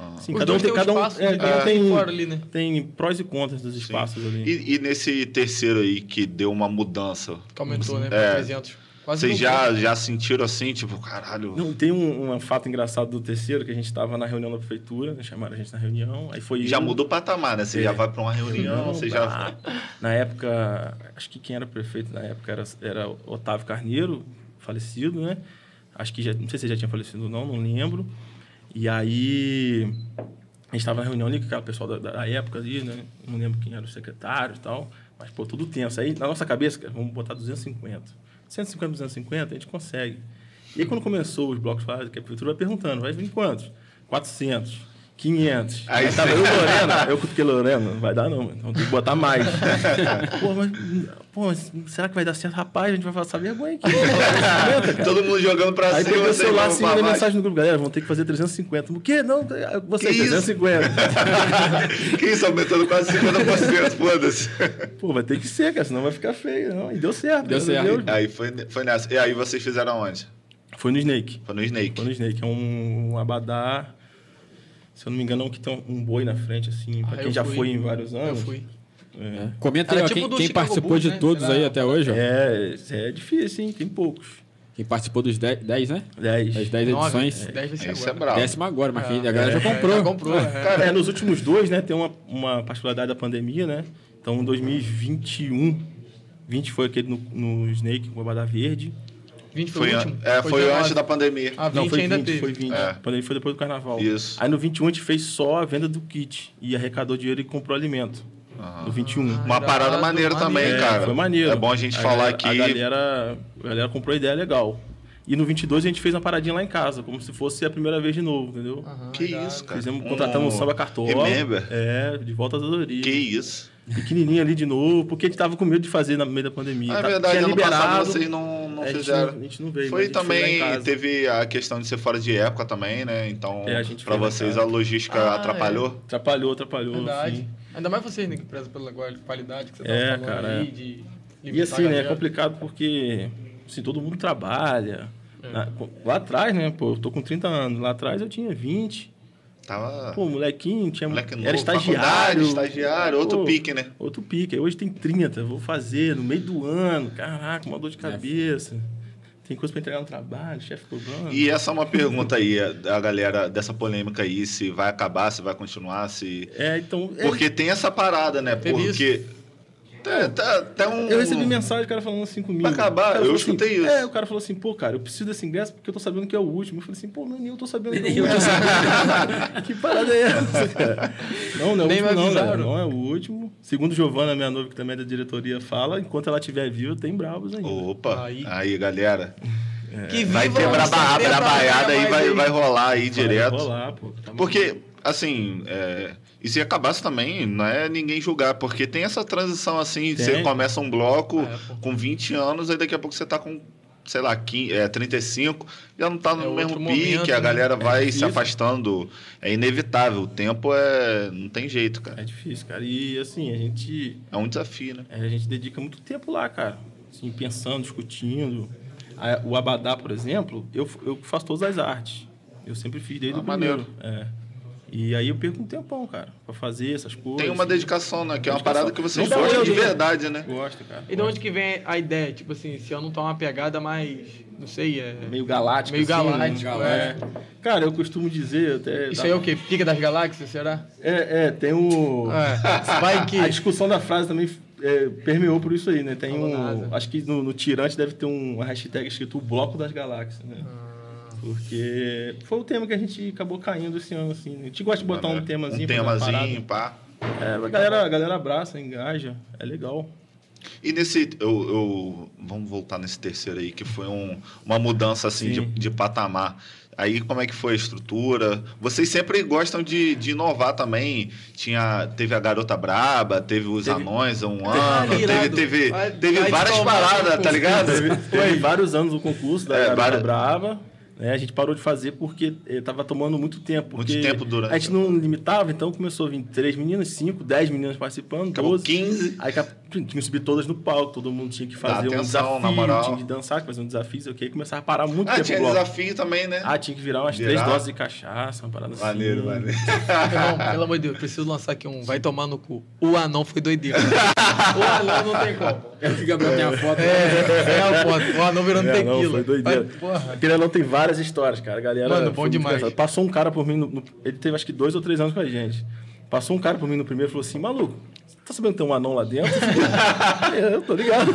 Speaker 1: Ah.
Speaker 2: Assim,
Speaker 4: Os
Speaker 2: cada um
Speaker 4: dois
Speaker 2: tem,
Speaker 4: têm um
Speaker 2: cada um,
Speaker 4: espaço
Speaker 2: é,
Speaker 4: de
Speaker 2: cada um
Speaker 4: dentro e
Speaker 2: tem,
Speaker 4: fora ali, né?
Speaker 2: tem prós e contras dos
Speaker 1: Sim.
Speaker 2: espaços ali.
Speaker 1: E, e nesse terceiro aí que deu uma mudança,
Speaker 4: Que aumentou, né?
Speaker 1: É.
Speaker 4: Pra 300. Quase
Speaker 1: vocês
Speaker 4: dobrou.
Speaker 1: já, já sentiram assim, tipo, caralho.
Speaker 2: um Não, tem um, um fato engraçado do terceiro, que a gente estava na reunião da prefeitura, né, chamaram a gente na reunião, aí foi
Speaker 1: Já
Speaker 2: eu-
Speaker 1: mudou o patamar, né? Você
Speaker 2: É.
Speaker 1: já vai pra uma reunião,
Speaker 2: Não,
Speaker 1: você
Speaker 2: pá.
Speaker 1: já.
Speaker 2: Na época, acho que quem era prefeito na época era, era Otávio Carneiro, falecido, né? Acho que já, não sei se ele já tinha falecido ou não, não lembro. E aí, a gente estava na reunião ali com aquela pessoal da, da época ali, né? Não lembro quem era o secretário e tal. Mas, pô, tudo tenso. Aí, na nossa cabeça, cara, vamos botar 250. 150, 250, a gente consegue. E aí, quando começou os blocos, falaram que é a prefeitura vai perguntando, vai vir quantos? 400, 500.
Speaker 1: Aí
Speaker 2: Aí,
Speaker 1: você-
Speaker 2: tava eu, Lorena, eu cutuquei Lorena, não vai dar não, mano. Vamos ter que botar mais. pô, mas, pô, mas será que vai dar certo? Rapaz, a gente vai passar vergonha aqui. 350, cara.
Speaker 1: tá Todo mundo jogando pra cima.
Speaker 2: Aí peguei o
Speaker 1: vocês
Speaker 2: celular
Speaker 1: vão
Speaker 2: assim,
Speaker 1: pra
Speaker 2: mandei
Speaker 1: baixo.
Speaker 2: mensagem no grupo, galera, vão ter que fazer 350. O quê? Não, você
Speaker 1: Que isso?
Speaker 2: 350.
Speaker 1: Que isso, aumentando quase 50%, foda-se.
Speaker 2: Pô, vai ter que ser, cara, senão vai ficar feio. Não. E deu certo.
Speaker 3: Deu
Speaker 2: graças
Speaker 3: certo.
Speaker 2: a Deus.
Speaker 1: Aí foi, foi nessa. E aí vocês fizeram onde?
Speaker 2: Foi no Snake.
Speaker 1: Foi no Snake.
Speaker 2: Foi no Snake. É um, um abadá, se eu não me engano, é um que tem um boi na frente, assim, pra
Speaker 4: Ah,
Speaker 2: quem
Speaker 4: eu
Speaker 2: já
Speaker 4: fui.
Speaker 2: foi em vários
Speaker 4: Eu
Speaker 2: anos.
Speaker 4: fui.
Speaker 2: É.
Speaker 3: né? Comenta
Speaker 4: Era
Speaker 3: aí, ó,
Speaker 4: tipo
Speaker 3: quem,
Speaker 4: do
Speaker 3: quem
Speaker 4: Chicago
Speaker 3: participou
Speaker 4: Bulls,
Speaker 3: de
Speaker 4: né?
Speaker 3: todos
Speaker 4: Será?
Speaker 3: aí até hoje. ó.
Speaker 2: É, é difícil, hein? Tem poucos.
Speaker 3: Quem participou dos 10, 10 né?
Speaker 2: 10.
Speaker 3: Das 10
Speaker 4: Nove.
Speaker 3: edições.
Speaker 4: É, Dez vai ser
Speaker 1: Isso é
Speaker 4: agora.
Speaker 1: brabo.
Speaker 3: Décima agora, mas quem- a galera já
Speaker 4: É,
Speaker 3: comprou.
Speaker 4: Já comprou, é.
Speaker 2: Cara, é, nos últimos dois, né, tem uma, uma particularidade da pandemia, né? Então, em 2021, 20 um, foi aquele no, no Snake, com o Abadá Verde.
Speaker 4: 20 foi,
Speaker 1: Foi,
Speaker 4: o
Speaker 1: an-
Speaker 4: último?
Speaker 1: é, foi antes
Speaker 4: 19.
Speaker 1: da pandemia.
Speaker 4: Ah, 20
Speaker 2: Não, foi
Speaker 4: ainda
Speaker 2: 20,
Speaker 4: teve.
Speaker 2: foi 20.
Speaker 1: É.
Speaker 2: A pandemia foi depois do carnaval.
Speaker 1: Isso.
Speaker 2: Aí no 21 a gente fez só a venda do kit e arrecadou dinheiro e comprou alimento. No 21.
Speaker 1: Uma
Speaker 4: Irado,
Speaker 1: parada maneira
Speaker 4: maneiro.
Speaker 1: também,
Speaker 2: É,
Speaker 1: cara.
Speaker 2: Foi maneiro.
Speaker 1: É bom a gente falar
Speaker 2: galera-
Speaker 1: aqui.
Speaker 2: A galera, a galera comprou ideia legal. E no 22 a gente fez uma paradinha lá em casa, como se fosse a primeira vez de novo, entendeu?
Speaker 1: que isso, cara.
Speaker 2: Fizemos, contratamos
Speaker 1: Um
Speaker 2: um samba cartola.
Speaker 1: Remember?
Speaker 2: É, de volta às Adorias.
Speaker 1: Que isso.
Speaker 2: Pequenininho ali de novo, porque a gente tava com medo de fazer na no meio da pandemia.
Speaker 1: Na
Speaker 2: Tá-
Speaker 1: É verdade,
Speaker 2: tinha
Speaker 1: ano passado
Speaker 2: liberado.
Speaker 1: vocês não, não
Speaker 2: É, a gente
Speaker 1: fizeram.
Speaker 2: não- a gente não veio, mas a
Speaker 1: Foi
Speaker 2: gente fez lá em
Speaker 1: também,
Speaker 2: casa.
Speaker 1: teve a questão de ser fora de época também, né? Então,
Speaker 2: É, a gente
Speaker 1: pra
Speaker 2: fez lá em
Speaker 1: vocês
Speaker 2: casa.
Speaker 1: a logística
Speaker 4: Ah,
Speaker 1: atrapalhou.
Speaker 2: Atrapalhou, atrapalhou.
Speaker 4: Verdade.
Speaker 2: enfim.
Speaker 4: Ainda mais vocês, né, que prezam pela qualidade que você tava
Speaker 2: É,
Speaker 4: falando
Speaker 2: cara,
Speaker 4: aí,
Speaker 2: é.
Speaker 4: de
Speaker 2: E
Speaker 4: limitar
Speaker 2: assim,
Speaker 4: a
Speaker 2: né? É
Speaker 4: Tá galera.
Speaker 2: complicado porque assim, todo mundo trabalha.
Speaker 4: É.
Speaker 2: Na- pô, lá atrás, né? Pô, eu tô com 30 anos. Lá atrás eu tinha 20.
Speaker 1: Tava.
Speaker 2: Pô, molequinho, tinha.
Speaker 1: moleque novo,
Speaker 2: era
Speaker 1: faculdade,
Speaker 2: estagiário.
Speaker 1: estagiário, outro
Speaker 2: Pô,
Speaker 1: pique, né?
Speaker 2: Outro pique. Aí hoje tem 30, vou fazer no meio do ano. Caraca, uma dor de cabeça. Tem coisa pra entregar no trabalho, chefe cobrando.
Speaker 1: E essa é uma pergunta aí, a a galera, dessa polêmica aí, se vai acabar, se vai continuar, se.
Speaker 2: É, então. é,
Speaker 1: Porque tem essa parada, né?
Speaker 4: Teve
Speaker 1: Porque. Tá, tá, tá um...
Speaker 2: Eu recebi mensagem, o cara falando assim comigo.
Speaker 1: Vai acabar?
Speaker 2: O cara
Speaker 1: Eu
Speaker 2: falou
Speaker 1: escutei
Speaker 2: assim,
Speaker 1: isso.
Speaker 2: É, o cara falou assim, pô, cara, eu preciso desse ingresso porque eu tô sabendo que é o último. Eu falei assim, pô, não, nem eu tô sabendo que é o último. que parada é essa, cara? Não, não é o
Speaker 4: Nem me
Speaker 2: último, não,
Speaker 4: avisaram.
Speaker 2: galera. Não é o último. Segundo Giovana, minha noiva, que também é da diretoria, fala, enquanto ela estiver viva, tem bravos ainda.
Speaker 1: Opa, aí,
Speaker 4: Aí.
Speaker 1: galera.
Speaker 4: Que
Speaker 1: É. Vai
Speaker 4: viva
Speaker 1: ter
Speaker 4: os
Speaker 1: braba,
Speaker 4: 70
Speaker 1: brabaiada aí,
Speaker 4: mais
Speaker 1: vai, vai rolar aí direto.
Speaker 2: Vai rolar, pô. Tá
Speaker 1: Porque, assim, é, e se acabasse também, não é ninguém julgar, porque tem essa transição assim,
Speaker 2: Tem.
Speaker 1: você começa um bloco
Speaker 4: Ah, é, pô.
Speaker 1: com 20 anos, aí daqui a pouco você tá com, sei lá, 15, é, 35, já não tá no
Speaker 4: É outro
Speaker 1: mesmo
Speaker 4: momento,
Speaker 1: pique, a
Speaker 4: né?
Speaker 1: galera vai se
Speaker 2: difícil.
Speaker 1: afastando. É inevitável, o tempo é. não tem jeito,
Speaker 2: É
Speaker 1: cara.
Speaker 2: difícil, cara. E assim, a gente
Speaker 1: É um desafio, né?
Speaker 2: É, a gente dedica muito tempo lá, cara. Assim, pensando, discutindo. A- o Abadá, por exemplo, eu, eu faço todas as artes. Eu sempre fiz desde
Speaker 1: Ah,
Speaker 2: o
Speaker 1: maneiro.
Speaker 2: primeiro. É. E aí eu perco um tempão, cara, pra fazer essas coisas.
Speaker 1: Tem uma dedicação, né? Que é uma
Speaker 2: Dedicação.
Speaker 1: parada que vocês
Speaker 2: Não dá
Speaker 1: gostam de
Speaker 2: olho, né?
Speaker 1: verdade, né?
Speaker 2: Gosto, cara.
Speaker 4: E de Então, onde que vem a ideia? Tipo assim, se eu não tomar uma pegada mais, não sei, é...
Speaker 2: Meio galáctico.
Speaker 4: Meio
Speaker 2: assim,
Speaker 4: galáctico,
Speaker 2: né? Cara, eu costumo dizer até...
Speaker 4: Isso aí é o quê? Pica das Galáxias, será?
Speaker 2: É, é, tem o...
Speaker 4: É. Vai que...
Speaker 2: A discussão da frase também é, permeou por isso aí, né? Tem
Speaker 4: Falou
Speaker 2: um.
Speaker 4: nada.
Speaker 2: Acho que no, no Tirante deve ter um- uma hashtag escrito o Bloco das Galáxias, né?
Speaker 1: Ah.
Speaker 2: Porque foi o tema que a gente acabou caindo esse ano, assim. né? A gente gosta de botar um temazinho.
Speaker 1: Um
Speaker 2: fazer uma
Speaker 1: temazinho, pá.
Speaker 2: parada. É, a galera, a galera abraça, engaja. É legal.
Speaker 1: E nesse. Eu, eu- vamos voltar nesse terceiro aí, que foi um- uma mudança assim de,
Speaker 2: Sim.
Speaker 1: de patamar. Aí como é que foi a estrutura? Vocês sempre gostam de, de inovar também. Tinha, teve a Garota Braba, teve os Anões há um ano, teve,
Speaker 4: irado.
Speaker 1: teve,
Speaker 4: Vai-
Speaker 1: teve
Speaker 4: vai
Speaker 1: várias
Speaker 4: tomar
Speaker 1: paradas,
Speaker 4: no
Speaker 1: tá
Speaker 4: cu.
Speaker 1: ligado?
Speaker 2: Teve, teve vários anos o concurso da
Speaker 1: É,
Speaker 2: Garota
Speaker 1: vários-
Speaker 2: Brava. né? A gente parou de fazer porque eh, tava tomando muito tempo.
Speaker 1: Muito
Speaker 2: porque
Speaker 1: tempo durante. né?
Speaker 2: A gente não limitava, então começou a vir três meninas, cinco, dez meninas participando,
Speaker 1: Acabou
Speaker 2: 12.
Speaker 1: 15.
Speaker 2: Aí cap- tinha que subir todas no palco, todo mundo tinha que fazer
Speaker 1: Dá
Speaker 2: um
Speaker 1: atenção,
Speaker 2: desafio,
Speaker 1: na moral.
Speaker 2: tinha que dançar, que fazer um desafio, sei o quê, e começava a parar muito
Speaker 1: Ah,
Speaker 2: tempo
Speaker 1: tinha
Speaker 2: o bloco.
Speaker 1: desafio também, né?
Speaker 2: Ah, tinha que virar umas
Speaker 1: Virar.
Speaker 2: três doses de cachaça, uma parada
Speaker 1: Maneiro,
Speaker 2: assim.
Speaker 1: maneiro.
Speaker 4: Não, pelo amor de Deus, preciso lançar aqui um. Vai tomar no cu. O anão foi doideira. o anão não tem como.
Speaker 3: É o que o Gabriel tem a foto. né?
Speaker 4: É, é pô, o anão virando
Speaker 2: É, não,
Speaker 4: tequila.
Speaker 2: foi doideira.
Speaker 4: Vai, porra.
Speaker 2: Aquele anão tem várias histórias, cara. A galera
Speaker 4: Mano,
Speaker 2: foi
Speaker 4: bom
Speaker 2: muito
Speaker 4: demais.
Speaker 2: engraçado. Passou um cara por mim, no- no- ele teve acho que dois ou três anos com a gente. Passou um cara por mim no primeiro e falou assim, maluco, você tá sabendo que tem um anão lá dentro? eu tô ligado.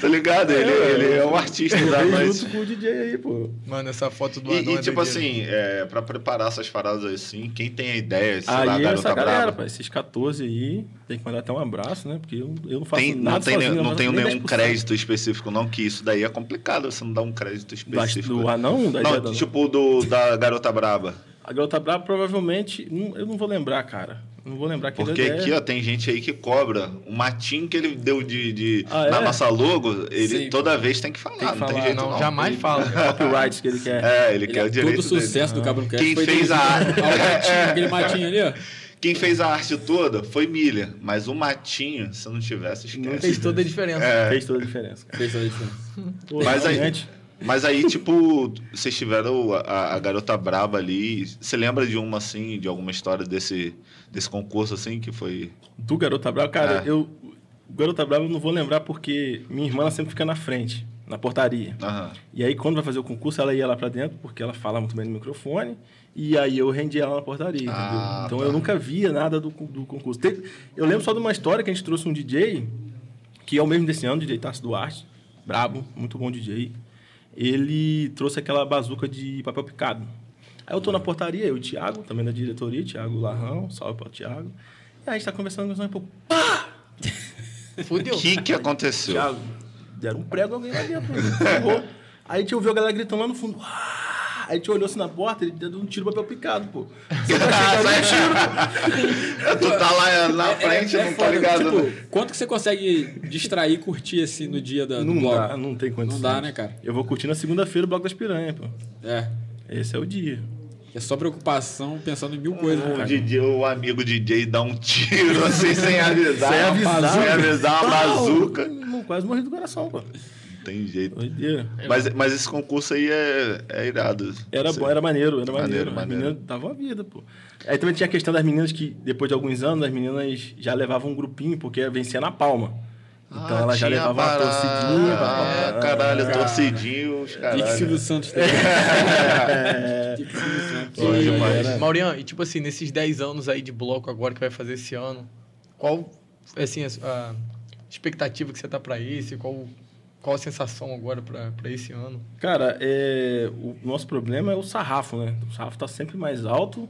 Speaker 1: tá ligado? Ele,
Speaker 2: É,
Speaker 1: ele é um artista da
Speaker 2: Eu
Speaker 1: noite.
Speaker 2: junto com o DJ aí, pô.
Speaker 4: Mano, essa foto do
Speaker 1: E, e,
Speaker 4: anão. é
Speaker 1: tipo
Speaker 4: doideira.
Speaker 1: assim, é, pra preparar essas paradas assim, quem tem a ideia, sei
Speaker 2: Aí é
Speaker 1: lá,
Speaker 2: essa
Speaker 1: Garota
Speaker 2: galera,
Speaker 1: Braba.
Speaker 2: pá, esses 14 aí, tem que mandar até um abraço, né? Porque eu, eu não faço
Speaker 1: Tem-
Speaker 2: nada
Speaker 1: não, tem,
Speaker 2: sozinho,
Speaker 1: nenhum-
Speaker 2: eu
Speaker 1: não
Speaker 2: faço
Speaker 1: tenho
Speaker 2: nem
Speaker 1: nenhum
Speaker 2: 10%.
Speaker 1: crédito específico, não, que isso daí é complicado, você não dá um crédito
Speaker 2: Da-
Speaker 1: específico.
Speaker 2: Do anão? Da ideia do
Speaker 1: não,
Speaker 2: anão.
Speaker 1: tipo do da Garota Braba.
Speaker 2: A Garota Brava provavelmente... não- eu não vou lembrar, cara. Eu Não vou lembrar que é
Speaker 1: Porque
Speaker 2: ideia.
Speaker 1: aqui, ó, tem gente aí que é cobra. O matinho que ele deu de, de-
Speaker 2: Ah,
Speaker 1: na
Speaker 2: é?
Speaker 1: nossa logo, ele
Speaker 3: Sim.
Speaker 1: toda vez tem que falar,
Speaker 2: Tem que
Speaker 1: não tem
Speaker 2: falar,
Speaker 1: jeito não.
Speaker 4: Não, jamais fala.
Speaker 2: Copyrights que ele quer.
Speaker 1: É, ele,
Speaker 3: Ele
Speaker 1: quer
Speaker 3: é
Speaker 1: o direito
Speaker 3: todo o sucesso do Cabrão Cast
Speaker 1: Quem
Speaker 3: foi
Speaker 1: fez
Speaker 3: dele.
Speaker 1: a-
Speaker 3: Olha o matinho, né? Aquele matinho ali, ó.
Speaker 1: dele. Quem fez a arte toda foi Milha, mas o matinho, se não tivesse, esquece.
Speaker 4: Fez toda a diferença.
Speaker 2: Fez toda a diferença, cara.
Speaker 3: Fez a diferença.
Speaker 2: Pô,
Speaker 1: É. Mas aí-
Speaker 2: realmente,
Speaker 1: Mas aí, tipo, vocês tiveram a, a garota braba ali. Você lembra de uma, assim, de alguma história desse, desse concurso, assim, que foi.
Speaker 2: Do Garota Brava, cara,
Speaker 1: É.
Speaker 2: eu... o Garota Brava eu não vou lembrar porque minha irmã ela sempre fica na frente. na portaria.
Speaker 1: Aham.
Speaker 2: E aí, quando vai fazer o concurso, ela ia lá pra dentro, porque ela fala muito bem no microfone, e aí eu rendi ela na portaria,
Speaker 1: Ah,
Speaker 2: entendeu? Então
Speaker 1: tá.
Speaker 2: eu nunca via nada do, con- do concurso. Teve- eu lembro só de uma história que a gente trouxe um DJ, que é o mesmo desse ano, DJ Tarso Duarte, brabo, muito bom DJ. Ele trouxe aquela bazuca de papel picado. Aí eu tô na portaria, eu e o Thiago, também da diretoria, Thiago Larrão, salve para o Thiago. E aí a gente tá conversando, conversando, e pouco.
Speaker 4: Fudeu.
Speaker 1: O que, que aconteceu?
Speaker 2: Thiago, deram um prego em alguém lá dentro. Ferrou. Aí a gente ouviu a galera gritando lá no fundo. "Ah!" Aí a gente olhou assim na porta, ele deu um tiro no papel picado, pô. Só pra chegar no tiro.
Speaker 1: tá tu tá lá na frente, não tá
Speaker 3: É, foda,
Speaker 1: ligado?
Speaker 3: tipo,
Speaker 1: né?
Speaker 3: quanto que você consegue distrair e curtir assim no dia da, do
Speaker 2: Não
Speaker 3: bloco?
Speaker 2: dá, não tem condição.
Speaker 3: Não dá, né, cara?
Speaker 2: Eu vou curtir na segunda-feira o Bloco das Piranhas, pô.
Speaker 3: É.
Speaker 2: Esse é o dia.
Speaker 3: É só preocupação pensando em mil coisas,
Speaker 1: O,
Speaker 3: cara.
Speaker 1: DJ, o um amigo DJ dá um tiro assim sem avisar.
Speaker 2: Sem avisar.
Speaker 1: Sem avisar, uma bazuca.
Speaker 2: Não, quase morri do coração, pô.
Speaker 1: Não tem jeito.
Speaker 2: Doideira.
Speaker 1: Mas, mas esse concurso aí é, é irado.
Speaker 2: Era
Speaker 1: Você-
Speaker 2: bom, era maneiro, era
Speaker 1: Maneiro,
Speaker 2: maneiro.
Speaker 1: maneiro.
Speaker 2: As meninas davam a vida, pô. Aí também tinha a questão das meninas que, depois de alguns anos, as meninas já levavam um grupinho, porque vencia na palma. Então
Speaker 1: Ah,
Speaker 2: ela já
Speaker 1: tinha
Speaker 2: levava uma
Speaker 1: parada.
Speaker 2: torcidinha. pá, pá,
Speaker 1: Ah,
Speaker 2: pá.
Speaker 1: caralho, torcidinho, os
Speaker 3: E que Silvio
Speaker 1: caralho.
Speaker 3: Santos tem.
Speaker 2: É,
Speaker 3: Que Silvio Santos.
Speaker 1: Pô, demais.
Speaker 4: Maurian, e tipo assim, nesses 10 anos aí de bloco agora que vai fazer esse ano, qual assim, a, a expectativa que você tá pra esse? Qual, qual a sensação agora pra, pra esse ano?
Speaker 2: Cara, é, o nosso problema é o sarrafo, né? O sarrafo tá sempre mais alto,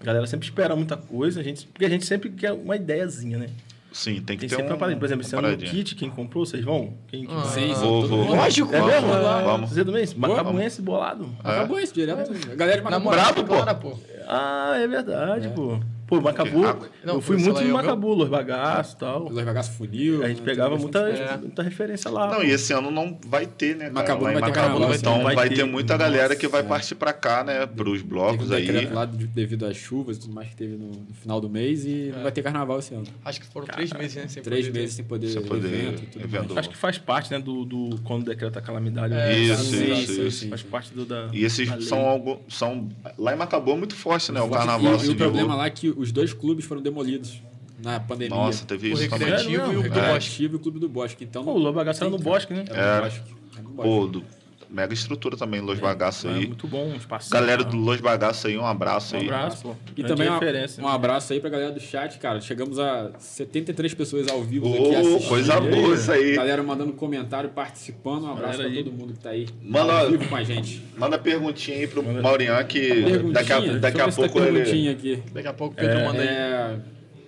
Speaker 2: a galera sempre espera muita coisa, a gente, porque a gente sempre quer uma ideiazinha, né?
Speaker 1: Sim, tem que ter
Speaker 2: Tem sempre
Speaker 1: um,
Speaker 2: uma paradinha. Por exemplo, esse
Speaker 1: uma
Speaker 2: ano no
Speaker 1: paradinha.
Speaker 2: kit, quem comprou, vocês vão? Quem, quem...
Speaker 4: Ah,
Speaker 3: Sim, sim,
Speaker 1: Vou,
Speaker 3: todo
Speaker 1: vou,
Speaker 3: mundo.
Speaker 1: vou.
Speaker 4: Lógico,
Speaker 2: É mesmo?
Speaker 4: vamos lá.
Speaker 1: Vamos.
Speaker 2: Zé do mês?
Speaker 3: Vamos.
Speaker 2: Macabuense bolado.
Speaker 3: Acabou isso direto. A galera de
Speaker 4: Na
Speaker 3: Macabu-
Speaker 4: moral,
Speaker 1: Brabo, pô.
Speaker 4: agora, pô.
Speaker 2: Ah, é verdade, pô. Pô, Macabu.
Speaker 1: Água.
Speaker 4: Não,
Speaker 2: eu fui
Speaker 4: sei
Speaker 2: muito
Speaker 4: lá, é
Speaker 2: no
Speaker 4: eu-
Speaker 2: Macabu, Los Bagaços e tal.
Speaker 3: Os Vagaço funil.
Speaker 2: A gente pegava muita,
Speaker 4: É.
Speaker 2: muita referência lá.
Speaker 1: Não,
Speaker 2: pô.
Speaker 1: e esse ano não vai ter, né? cara?
Speaker 3: Macabu
Speaker 1: Lá
Speaker 3: não
Speaker 1: em
Speaker 3: vai ter
Speaker 1: Macabu,
Speaker 3: carnaval,
Speaker 1: Então
Speaker 2: assim,
Speaker 1: vai,
Speaker 2: né? Vai
Speaker 1: ter
Speaker 2: ter-
Speaker 1: muita galera que vai
Speaker 3: Nossa.
Speaker 1: partir pra cá, né? Pros blocos
Speaker 3: Teve um
Speaker 1: aí.
Speaker 3: decreto lá de- devido às chuvas e tudo mais que teve no, no final do mês e não vai ter carnaval esse ano.
Speaker 4: Acho que foram três meses, né? Sem
Speaker 3: Três
Speaker 4: poder ter.
Speaker 3: meses sem poder,
Speaker 1: Sem poder
Speaker 3: evento e tudo
Speaker 1: evento.
Speaker 2: Acho que faz parte, né, do, do quando decreta a calamidade.
Speaker 4: É,
Speaker 1: Isso,
Speaker 2: Sim,
Speaker 1: isso,
Speaker 3: isso.
Speaker 2: Faz parte do da.
Speaker 1: E esses
Speaker 2: da lei.
Speaker 1: são algo. São, lá em Macabu é muito forte, né? O
Speaker 3: mais.
Speaker 1: carnaval.
Speaker 3: E, e
Speaker 1: civil.
Speaker 3: o problema lá é que os dois clubes foram demolidos na pandemia.
Speaker 1: Nossa, É. teve
Speaker 4: O
Speaker 1: isso também.
Speaker 2: recreativo
Speaker 4: recreativo
Speaker 2: e
Speaker 4: e o
Speaker 3: o
Speaker 4: do
Speaker 3: Clube Ativo e o Clube do Bosque. Então,
Speaker 2: Pô, o Los Bagaços era no bosque, né?
Speaker 1: Era.
Speaker 3: Era no Bosque. Era no Bosque.
Speaker 1: É. Pô, do- mega estrutura também, Los Bagaços
Speaker 2: É
Speaker 1: aí.
Speaker 2: muito bom, um espaço.
Speaker 1: Galera do Los Bagaços aí, um abraço
Speaker 2: Um
Speaker 1: aí.
Speaker 2: abraço, pô.
Speaker 3: E
Speaker 2: Grande
Speaker 3: também uma-
Speaker 2: referência. né?
Speaker 3: um abraço aí pra galera do chat, cara. Chegamos a 73 pessoas ao vivo aqui
Speaker 1: Ô,
Speaker 3: assistindo.
Speaker 1: coisa boa isso aí.
Speaker 3: Galera mandando comentário, participando. Um abraço
Speaker 2: Galera
Speaker 3: pra
Speaker 2: aí.
Speaker 3: todo mundo que tá aí
Speaker 1: Manda-
Speaker 3: ao vivo com a gente.
Speaker 1: Manda perguntinha aí pro Maurian que
Speaker 3: Perguntinha.
Speaker 1: daqui a,
Speaker 3: Deixa eu
Speaker 1: daqui
Speaker 3: ver
Speaker 1: a
Speaker 3: se tá
Speaker 1: pouco ele.
Speaker 3: perguntinha aqui.
Speaker 4: Daqui a pouco o Pedro manda aí.
Speaker 3: É,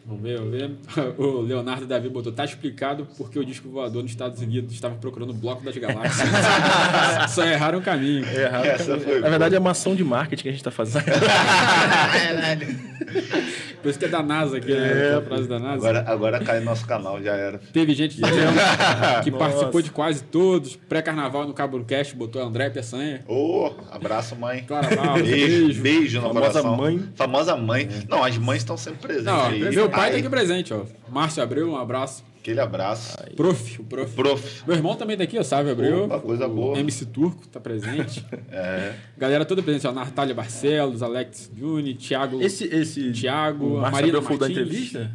Speaker 3: vamos ver, vamos ver. O Leonardo Davi botou, tá explicado porque o disco voador nos Estados Unidos estava procurando o bloco das galáxias. Só erraram o caminho.
Speaker 2: É errado.
Speaker 1: Essa foi
Speaker 2: Na verdade, é uma ação de marketing que a gente tá fazendo.
Speaker 3: Por isso que é da NASA aqui, né? A frase da NASA.
Speaker 1: Agora, agora cai nosso canal, já era.
Speaker 3: Teve gente dizendo que
Speaker 2: Nossa.
Speaker 3: participou de quase todos. Pré-carnaval no Cabo Cast botou André Peçanha.
Speaker 1: Ô, abraço, mãe.
Speaker 3: Clara Barros,
Speaker 1: Beijo,
Speaker 3: beijo. É.
Speaker 1: beijo no
Speaker 2: Famosa
Speaker 1: coração.
Speaker 2: mãe.
Speaker 1: Famosa mãe. Não, as mães estão sempre presentes
Speaker 3: Não, ó,
Speaker 1: É aí.
Speaker 3: meu pai tá
Speaker 1: Ai,
Speaker 3: aqui presente, ó. Márcio Abreu, um abraço.
Speaker 1: Aquele abraço.
Speaker 3: Prof, o prof.
Speaker 1: Prof.
Speaker 3: Meu irmão também tá aqui, ó, Sávio Abreu.
Speaker 1: Opa, coisa
Speaker 3: o
Speaker 1: boa.
Speaker 3: MC Turco tá presente.
Speaker 1: É.
Speaker 3: Galera toda presente, ó. Natália Barcelos, Alex Juni, Thiago.
Speaker 2: Esse. esse
Speaker 3: Thiago,
Speaker 2: o
Speaker 3: a
Speaker 2: Márcio
Speaker 3: Marina
Speaker 2: Abreu foi o da
Speaker 3: Martins.
Speaker 2: entrevista?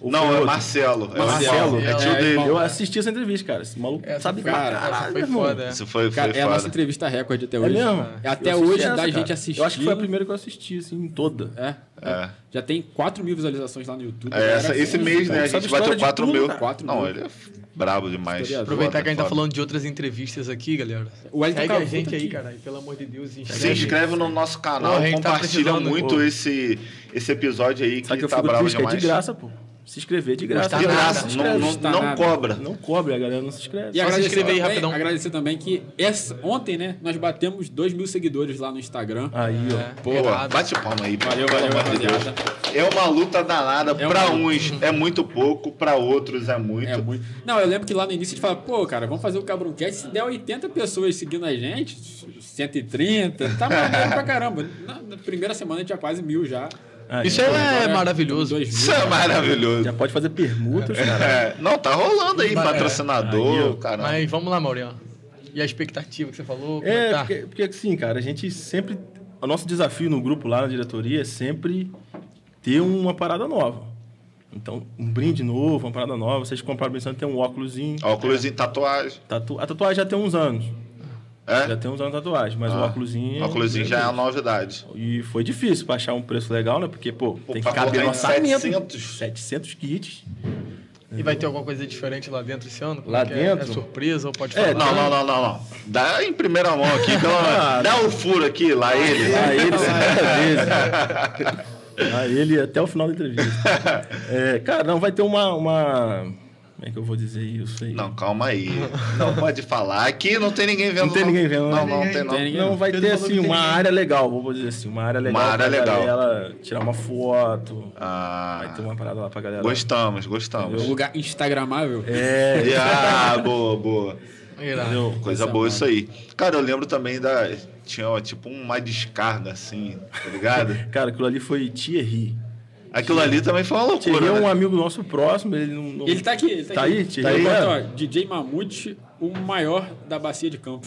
Speaker 2: Ou
Speaker 1: Não,
Speaker 2: foi
Speaker 1: é
Speaker 2: outro?
Speaker 1: Marcelo. É
Speaker 2: Marcelo.
Speaker 1: É tio
Speaker 4: É,
Speaker 1: dele.
Speaker 4: irmão.
Speaker 2: Eu assisti essa entrevista, cara. Esse maluco
Speaker 4: Essa
Speaker 2: sabe
Speaker 4: foi,
Speaker 2: pra
Speaker 4: essa
Speaker 2: caralho,
Speaker 4: foi
Speaker 2: irmão.
Speaker 4: foda. é.
Speaker 1: Isso foi, foi
Speaker 3: Cara, é a
Speaker 1: foda.
Speaker 3: nossa entrevista recorde até
Speaker 2: É
Speaker 3: hoje.
Speaker 2: mesmo?
Speaker 3: É, Até
Speaker 2: Eu assisti
Speaker 3: hoje
Speaker 2: essa,
Speaker 3: dá a
Speaker 2: cara.
Speaker 3: gente assistir.
Speaker 2: Eu acho que foi a primeira que eu assisti, assim, toda.
Speaker 3: É.
Speaker 1: É.
Speaker 3: Já tem 4 mil visualizações lá no YouTube.
Speaker 1: É, essa-
Speaker 3: Galera,
Speaker 1: esse
Speaker 3: assim,
Speaker 1: mês,
Speaker 3: cara.
Speaker 1: né? A gente
Speaker 2: Sabe a história
Speaker 1: bateu
Speaker 2: de
Speaker 1: 4
Speaker 2: tudo,
Speaker 1: mil.
Speaker 2: cara.
Speaker 3: né? Quatro
Speaker 1: Não,
Speaker 3: mil.
Speaker 1: ele é f- brabo demais.
Speaker 3: Historiador.
Speaker 4: Aproveitar que a gente tá
Speaker 1: Foda.
Speaker 4: falando de outras entrevistas aqui, galera.
Speaker 3: O Elton
Speaker 4: Segue a
Speaker 3: Cavu
Speaker 4: gente
Speaker 3: tá
Speaker 4: aí,
Speaker 3: aqui.
Speaker 4: cara. E, pelo amor de Deus,
Speaker 1: Se inscreve no nosso canal,
Speaker 4: Pô, Tá a gente tá
Speaker 1: compartilha
Speaker 4: precisando,
Speaker 1: muito
Speaker 4: pô.
Speaker 1: esse, esse episódio aí que,
Speaker 2: Só que eu
Speaker 1: tá
Speaker 2: fico
Speaker 1: bravo
Speaker 2: triste, que é
Speaker 1: demais.
Speaker 2: de graça, pô. Se inscrever é de graça.
Speaker 1: De
Speaker 4: Tá nada,
Speaker 1: graça,
Speaker 4: não
Speaker 1: não, não,
Speaker 3: custa
Speaker 1: não
Speaker 3: nada.
Speaker 1: cobra.
Speaker 2: Não cobre, a galera não se inscreve.
Speaker 3: E
Speaker 4: Só se
Speaker 3: agradecer,
Speaker 4: inscrever aí
Speaker 3: também,
Speaker 4: rapidão.
Speaker 3: agradecer também que essa, ontem, né, nós batemos 2 mil seguidores lá no Instagram.
Speaker 2: Aí, ó.
Speaker 1: Pô, bate palma aí.
Speaker 3: Valeu,
Speaker 1: pelo
Speaker 3: valeu,
Speaker 1: amor de Deus.
Speaker 3: rapaziada.
Speaker 1: É uma luta danada.
Speaker 3: É uma
Speaker 1: pra
Speaker 3: luta.
Speaker 1: uns é muito pouco, pra outros é muito.
Speaker 3: É muito. Não, eu lembro que lá no início a gente fala, pô, cara, vamos fazer o Cabroncast. Se der 80 pessoas seguindo a gente, 130, tá maneiro pra caramba. Na, na primeira semana a gente já quase mil já.
Speaker 2: Aí,
Speaker 4: Isso
Speaker 2: ó.
Speaker 4: é
Speaker 3: Agora,
Speaker 4: maravilhoso.
Speaker 3: dois
Speaker 1: Isso
Speaker 3: mil.
Speaker 1: é maravilhoso.
Speaker 2: Já pode fazer permutas, cara.
Speaker 1: É, não, tá rolando aí,
Speaker 4: Ba- é.
Speaker 1: patrocinador, caramba.
Speaker 4: Mas
Speaker 2: Tá.
Speaker 4: vamos lá, Maurião. E a expectativa que você falou? Como
Speaker 2: É,
Speaker 4: é, que tá?
Speaker 2: porque, porque assim, cara, a gente sempre. O nosso desafio no grupo lá na diretoria é sempre ter uma parada nova. Então, um brinde novo, uma parada nova. Vocês compraram pensando em ter um óculosinho.
Speaker 1: Óculos e tatuagem.
Speaker 2: Tatu... A tatuagem já tem uns anos. Já
Speaker 1: É?
Speaker 2: tem uns anos de tatuagem, mas o
Speaker 1: Ah,
Speaker 2: óculosinho.
Speaker 1: Óculosinho já é uma novidade.
Speaker 2: E foi difícil pra achar um preço legal, né? Porque, pô, tem que
Speaker 1: pra
Speaker 2: caber
Speaker 1: botar em
Speaker 2: lançamento.
Speaker 1: 700.
Speaker 2: 700 kits.
Speaker 4: E vai ter alguma coisa diferente lá dentro esse ano? Como
Speaker 2: Lá
Speaker 4: é que é?
Speaker 2: dentro?
Speaker 4: É surpresa ou pode
Speaker 2: É,
Speaker 4: falar?
Speaker 1: Não, não, não, não, não. Dá em primeira mão aqui, pelo amor. Dá o furo aqui, lá ele.
Speaker 2: A ele 50 vezes. A ele até o final da entrevista. É, cara, não, vai ter uma, uma. Como é que eu vou dizer isso aí?
Speaker 1: Não, calma aí. Não pode falar. Aqui não tem ninguém vendo.
Speaker 2: Não tem ninguém vendo,
Speaker 1: Não,
Speaker 2: né?
Speaker 1: não, tem não.
Speaker 3: Tem ninguém.
Speaker 2: Não, vai
Speaker 4: Pedro
Speaker 2: ter
Speaker 4: falou
Speaker 2: assim
Speaker 4: que tem
Speaker 2: uma
Speaker 4: ninguém.
Speaker 2: área legal, vou dizer assim, uma área legal.
Speaker 1: Uma área
Speaker 2: pra
Speaker 1: legal.
Speaker 2: Galera tirar uma foto. Vai ter
Speaker 1: Ah,
Speaker 2: uma parada lá pra galera.
Speaker 1: gostamos, gostamos.
Speaker 3: Um lugar instagramável.
Speaker 2: É,
Speaker 1: Ah, boa, boa.
Speaker 4: Irado.
Speaker 2: entendeu?
Speaker 1: Coisa boa isso aí. Cara, eu lembro também da. Tinha ó, tipo uma descarga assim, tá ligado?
Speaker 2: Cara, aquilo ali foi Thierry.
Speaker 1: Aquilo ali também foi uma
Speaker 2: Thierry
Speaker 1: loucura.
Speaker 2: é um
Speaker 1: né?
Speaker 2: amigo nosso próximo, ele não. não-
Speaker 3: Ele tá aqui, ele tá,
Speaker 2: Tá
Speaker 3: aqui.
Speaker 2: aí, Thierry?
Speaker 3: Ele
Speaker 2: Tá aí,
Speaker 3: botou, ó, DJ Mamute, o maior da bacia de campo.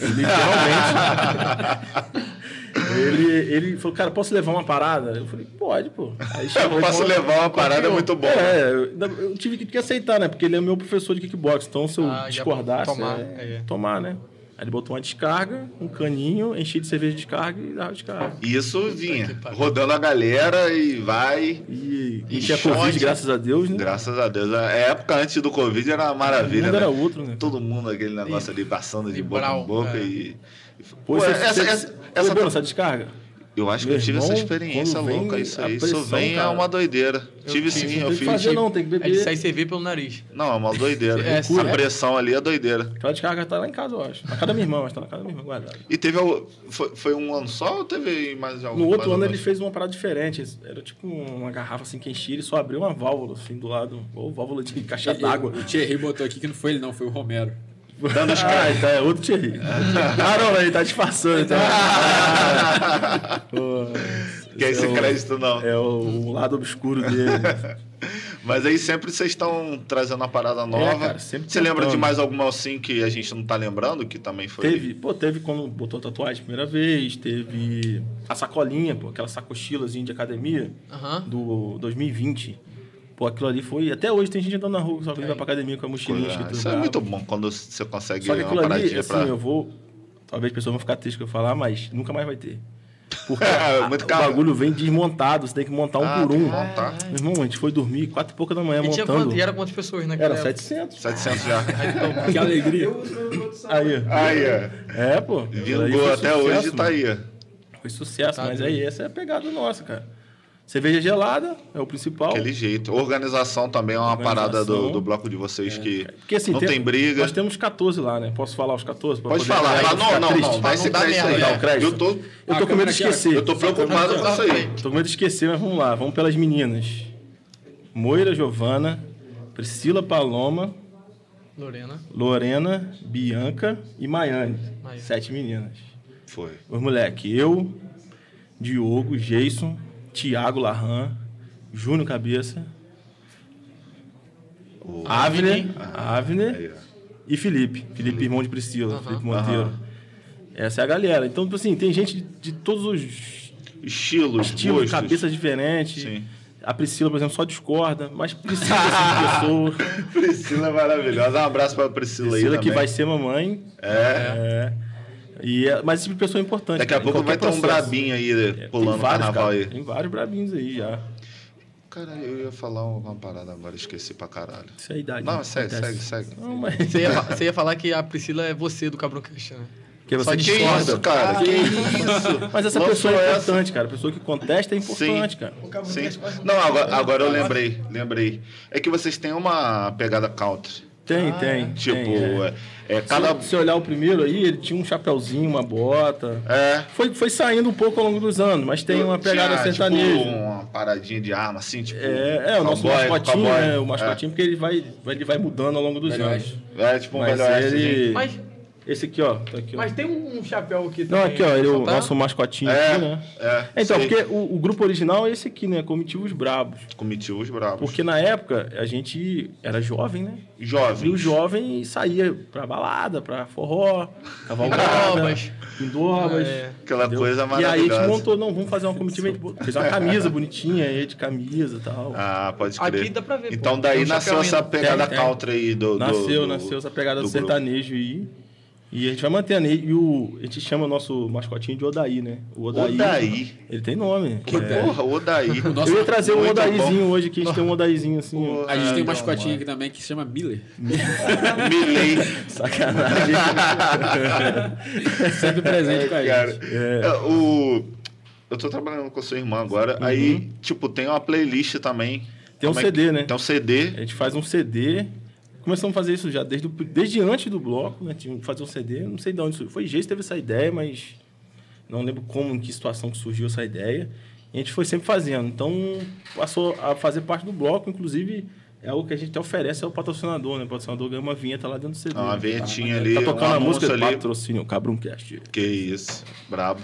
Speaker 2: Ele, ele falou, cara, posso levar uma parada? Eu falei, pode, pô. Aí
Speaker 1: Eu
Speaker 2: ele
Speaker 1: posso
Speaker 2: falou,
Speaker 1: levar uma parada muito boa. né?
Speaker 2: É, eu, ainda- eu tive que, que aceitar, né? Porque ele é meu professor de kickbox. Então, se eu
Speaker 4: Ah, já
Speaker 2: discordasse,
Speaker 4: tomar,
Speaker 2: é,
Speaker 4: é.
Speaker 2: tomar, né? Aí ele botou uma descarga, um caninho, enchi de cerveja de descarga e dava descarga.
Speaker 1: E Isso vinha, rodando a galera e vai.
Speaker 2: E não
Speaker 1: E
Speaker 2: tinha
Speaker 1: shot.
Speaker 2: Covid, graças a Deus, né?
Speaker 1: Graças a Deus. A época antes do Covid era uma
Speaker 2: o
Speaker 1: maravilha.
Speaker 2: mundo
Speaker 1: né?
Speaker 2: era outro, né?
Speaker 1: Todo mundo aquele negócio ali passando de
Speaker 4: e
Speaker 1: boca
Speaker 4: brau,
Speaker 1: em boca
Speaker 4: é.
Speaker 1: e. e-
Speaker 2: Pô,
Speaker 1: Pô,
Speaker 2: você-
Speaker 1: essa,
Speaker 2: você-
Speaker 1: essa-
Speaker 2: você
Speaker 1: essa-
Speaker 2: lembrou dessa descarga?
Speaker 1: eu acho que
Speaker 2: Meu
Speaker 1: eu tive
Speaker 2: irmão,
Speaker 1: essa experiência
Speaker 2: quando vem
Speaker 1: louca, isso aí.
Speaker 2: a
Speaker 1: Isso
Speaker 2: pressão,
Speaker 1: vem é
Speaker 2: cara.
Speaker 1: uma doideira. tive sim,
Speaker 2: não
Speaker 1: eu
Speaker 2: tem que
Speaker 1: fiz.
Speaker 2: fazer, não, tem que
Speaker 4: É de
Speaker 2: beber.
Speaker 4: sair cerveja pelo nariz.
Speaker 1: Não, é uma doideira.
Speaker 4: É,
Speaker 1: a
Speaker 4: loucura.
Speaker 1: pressão ali é doideira.
Speaker 2: Aquela descarga tá lá em casa, eu acho. Na casa da minha irmã, mas tá na casa da minha irmã guardada.
Speaker 1: E teve. al- Foi, foi um ano só ou teve mais algum?
Speaker 2: No outro
Speaker 1: mais
Speaker 2: ano ele
Speaker 1: alguns?
Speaker 2: fez uma parada diferente. Era tipo uma garrafa assim que enchia, ele só abriu uma válvula assim do lado. Ou válvula de caixa
Speaker 3: Ele-
Speaker 2: d'água.
Speaker 3: O Thierry botou aqui que não foi ele, não, foi o Romero.
Speaker 2: Dando os ah, então é outro Thierry. ah, não, ele tá disfarçando. Então. Pô,
Speaker 1: Que é esse
Speaker 2: é o-
Speaker 1: crédito, não.
Speaker 2: É o, o lado obscuro dele.
Speaker 1: Mas aí sempre vocês estão trazendo uma parada nova.
Speaker 2: É, cara, sempre
Speaker 1: Você lembra
Speaker 2: tentando.
Speaker 1: de mais alguma assim que a gente não tá lembrando, que também foi.
Speaker 2: Teve, pô, teve quando botou tatuagem a primeira vez, teve a sacolinha, pô, aquela sacochilazinha de academia
Speaker 4: Aham.
Speaker 2: Tá do 2020. Pô, aquilo ali foi. Até hoje tem gente andando na rua, só que vai pra academia com a mochilinha
Speaker 1: Ah,
Speaker 2: escrito
Speaker 1: Isso é
Speaker 2: brabo.
Speaker 1: muito bom quando você consegue
Speaker 2: Só que
Speaker 1: uma
Speaker 2: aquilo ali,
Speaker 1: paradinha
Speaker 2: assim,
Speaker 1: pra.
Speaker 2: eu vou. Talvez as pessoas vão ficar tristes que eu falar, mas nunca mais vai ter. Porque
Speaker 1: É, muito
Speaker 2: o
Speaker 1: caro.
Speaker 2: bagulho vem desmontado, você tem que montar um
Speaker 1: Ah,
Speaker 2: por
Speaker 1: tem que
Speaker 2: um.
Speaker 1: montar.
Speaker 2: Meu irmão, a gente foi dormir quatro e pouca da manhã
Speaker 4: E, tinha
Speaker 2: montando.
Speaker 4: quanto, e era quantas pessoas naquela
Speaker 2: Era 700.
Speaker 1: 700 já.
Speaker 3: Que alegria.
Speaker 2: Aí.
Speaker 1: Aí, ó.
Speaker 2: É, pô. Aí
Speaker 1: Vingou
Speaker 2: foi
Speaker 1: até
Speaker 2: sucesso,
Speaker 1: hoje e tá aí. ó.
Speaker 2: mano. Foi sucesso,
Speaker 4: Tá
Speaker 2: mas
Speaker 4: doido.
Speaker 2: aí essa é a pegada nossa, cara. Cerveja gelada é o principal.
Speaker 1: Aquele jeito. Organização também é uma
Speaker 2: Organização.
Speaker 1: parada do, do bloco de vocês que
Speaker 2: Porque assim,
Speaker 1: não tem, briga.
Speaker 2: Nós temos 14 lá, né? Posso falar os 14? pra
Speaker 1: Pode
Speaker 2: poder-
Speaker 1: falar,
Speaker 2: Aí
Speaker 1: fala,
Speaker 2: fica
Speaker 1: não, não,
Speaker 2: triste.
Speaker 1: não, vai se
Speaker 4: não dá
Speaker 1: crédito aí.
Speaker 4: merda,
Speaker 2: não, crédito.
Speaker 1: Eu tô,
Speaker 2: Eu
Speaker 3: A
Speaker 2: tô com medo
Speaker 3: câmera
Speaker 2: de
Speaker 3: aqui, ó.
Speaker 2: esquecer.
Speaker 1: eu tô preocupado com isso aí.
Speaker 2: Tô com medo de esquecer, mas vamos lá. Vamos pelas meninas. Moira Giovana, Priscila Paloma,
Speaker 4: Lorena.
Speaker 2: Lorena, Bianca e Maiane.
Speaker 4: Maiane.
Speaker 2: Sete meninas.
Speaker 1: Foi.
Speaker 2: Os moleque, eu, Diogo, Jason, Thiago Larran, Júnior Cabeça, Avner,
Speaker 1: Ah, Aí,
Speaker 2: Avner
Speaker 1: ó.
Speaker 2: e Felipe. Felipe, irmão de Priscila,
Speaker 4: Aham.
Speaker 2: Felipe Monteiro. Essa é a galera. Então, tipo assim, tem gente de, de todos os
Speaker 1: Estilos,
Speaker 2: estilos,
Speaker 1: gostos.
Speaker 2: cabeças diferentes.
Speaker 1: Sim.
Speaker 2: A Priscila, por exemplo, só discorda, mas precisa assim, de pessoa.
Speaker 1: Priscila é maravilhosa. Um abraço pra Priscila,
Speaker 2: Priscila
Speaker 1: aí.
Speaker 2: que
Speaker 1: também.
Speaker 2: vai ser mamãe. É. E é- mas esse tipo de pessoa é importante.
Speaker 1: Daqui a
Speaker 2: cara, em
Speaker 1: pouco vai
Speaker 2: qualquer
Speaker 1: ter um
Speaker 2: processo.
Speaker 1: brabinho aí
Speaker 2: É,
Speaker 1: pulando
Speaker 2: tem
Speaker 1: o
Speaker 2: vários,
Speaker 1: carnaval
Speaker 2: cara.
Speaker 1: aí.
Speaker 2: Tem vários brabinhos aí já.
Speaker 1: Cara, eu ia falar uma parada agora, esqueci pra caralho.
Speaker 2: Isso é a idade.
Speaker 1: Não,
Speaker 2: né?
Speaker 1: segue,
Speaker 2: Acontece.
Speaker 1: segue, segue.
Speaker 2: Não, mas...
Speaker 4: Você ia, fa- você ia falar que a Priscila é você do Cabrão Cast, né?
Speaker 2: Porque
Speaker 1: Só
Speaker 2: você
Speaker 1: que
Speaker 2: discorda.
Speaker 1: isso, cara? Que isso?
Speaker 2: Mas essa
Speaker 1: Lançou
Speaker 2: pessoa é
Speaker 1: essa.
Speaker 2: importante, cara. A pessoa que contesta é importante,
Speaker 1: Sim.
Speaker 2: cara.
Speaker 1: Sim. Não, agora, agora eu lembrei, lembrei. É que vocês têm uma pegada country.
Speaker 2: Tem, tem.
Speaker 1: Tipo,
Speaker 2: tem, é.
Speaker 1: é, é cada.
Speaker 2: Se, se olhar o primeiro aí, ele tinha um chapéuzinho, uma bota.
Speaker 1: É.
Speaker 2: Foi, foi saindo um pouco ao longo dos anos, mas tem uma pegada
Speaker 1: Tinha,
Speaker 2: sertaneja.
Speaker 1: Tipo, uma paradinha de arma, assim, tipo.
Speaker 2: É, é, o nosso
Speaker 1: cowboy,
Speaker 2: mascotinho,
Speaker 1: cowboy.
Speaker 2: né? O mascotinho, porque ele vai, vai- ele vai mudando ao longo dos
Speaker 3: Melhor.
Speaker 2: anos.
Speaker 1: É, tipo um
Speaker 2: Mas
Speaker 1: velho oeste,
Speaker 2: ele...
Speaker 4: Mas
Speaker 2: Esse aqui, ó. Tá aqui, ó.
Speaker 4: Mas tem um um chapéu aqui
Speaker 2: Não,
Speaker 4: também.
Speaker 2: aqui, ó, ele, é o
Speaker 4: Só tá-
Speaker 2: nosso mascotinho
Speaker 1: É,
Speaker 2: aqui, né?
Speaker 1: é,
Speaker 2: então,
Speaker 1: sei.
Speaker 2: porque o, o grupo original é esse aqui, né? Comitivos Brabos.
Speaker 1: Comitivos bravos.
Speaker 2: Porque na época a gente era jovem, né? E o
Speaker 1: Jovens.
Speaker 2: jovem saía pra balada, pra forró, cavalgada,
Speaker 4: Pindobas.
Speaker 2: pindobas.
Speaker 4: É.
Speaker 1: Aquela
Speaker 2: entendeu?
Speaker 1: coisa
Speaker 2: E aí a gente
Speaker 1: maravilhosa.
Speaker 2: montou, não, vamos fazer uma comitiva, a gente bo- fez uma camisa bonitinha aí de camisa e tal.
Speaker 1: Ah, pode
Speaker 4: Aqui
Speaker 1: crer.
Speaker 4: dá pra ver, pô.
Speaker 1: Então
Speaker 4: Tem
Speaker 1: daí
Speaker 4: um
Speaker 1: nasceu
Speaker 4: chapéu
Speaker 1: essa
Speaker 4: ainda.
Speaker 1: pegada
Speaker 2: Tem, tem.
Speaker 1: country aí do, do-
Speaker 2: nasceu,
Speaker 1: do-
Speaker 2: nasceu essa pegada do,
Speaker 1: do grupo.
Speaker 2: sertanejo aí. E a gente vai mantendo. E, e o, a gente chama o nosso mascotinho de Odaí, né? O Odaí.
Speaker 1: Odaí.
Speaker 2: Ele tem nome.
Speaker 1: Que
Speaker 2: É.
Speaker 1: porra, o Daí.
Speaker 3: nosso-
Speaker 2: Eu ia trazer um
Speaker 1: Muito
Speaker 2: Odaizinho hoje, que a gente tem um Odaizinho assim. ó.
Speaker 3: A gente tem uma mascotinha aqui também que se chama Miller.
Speaker 2: né?
Speaker 1: Milei.
Speaker 2: Sacanagem. É,
Speaker 3: Sempre presente com a
Speaker 1: Cara,
Speaker 3: gente.
Speaker 1: é, o... Eu tô trabalhando com a sua irmã
Speaker 2: Uhum.
Speaker 1: agora. Aí, tipo, tem uma playlist também.
Speaker 2: Tem um
Speaker 1: Como é que-
Speaker 2: CD, né?
Speaker 1: Tem um CD.
Speaker 2: A gente faz um CD. Começamos a fazer isso já desde, o- desde antes do bloco, né? Tinha que fazer um CD. Não sei de onde surgiu. Foi Geis que teve essa ideia, mas não lembro como, em que situação que surgiu essa ideia. E a gente foi sempre fazendo. Então, passou a fazer parte do bloco. Inclusive, é algo que a gente até oferece ao patrocinador, né? O patrocinador ganha uma vinheta lá dentro do CD.
Speaker 1: Ah, uma vinhetinha ali,
Speaker 2: Tá
Speaker 1: um
Speaker 2: tocando a música
Speaker 1: anúncio ali. É.
Speaker 2: Patrocínio Cabruncast.
Speaker 1: Que isso, brabo.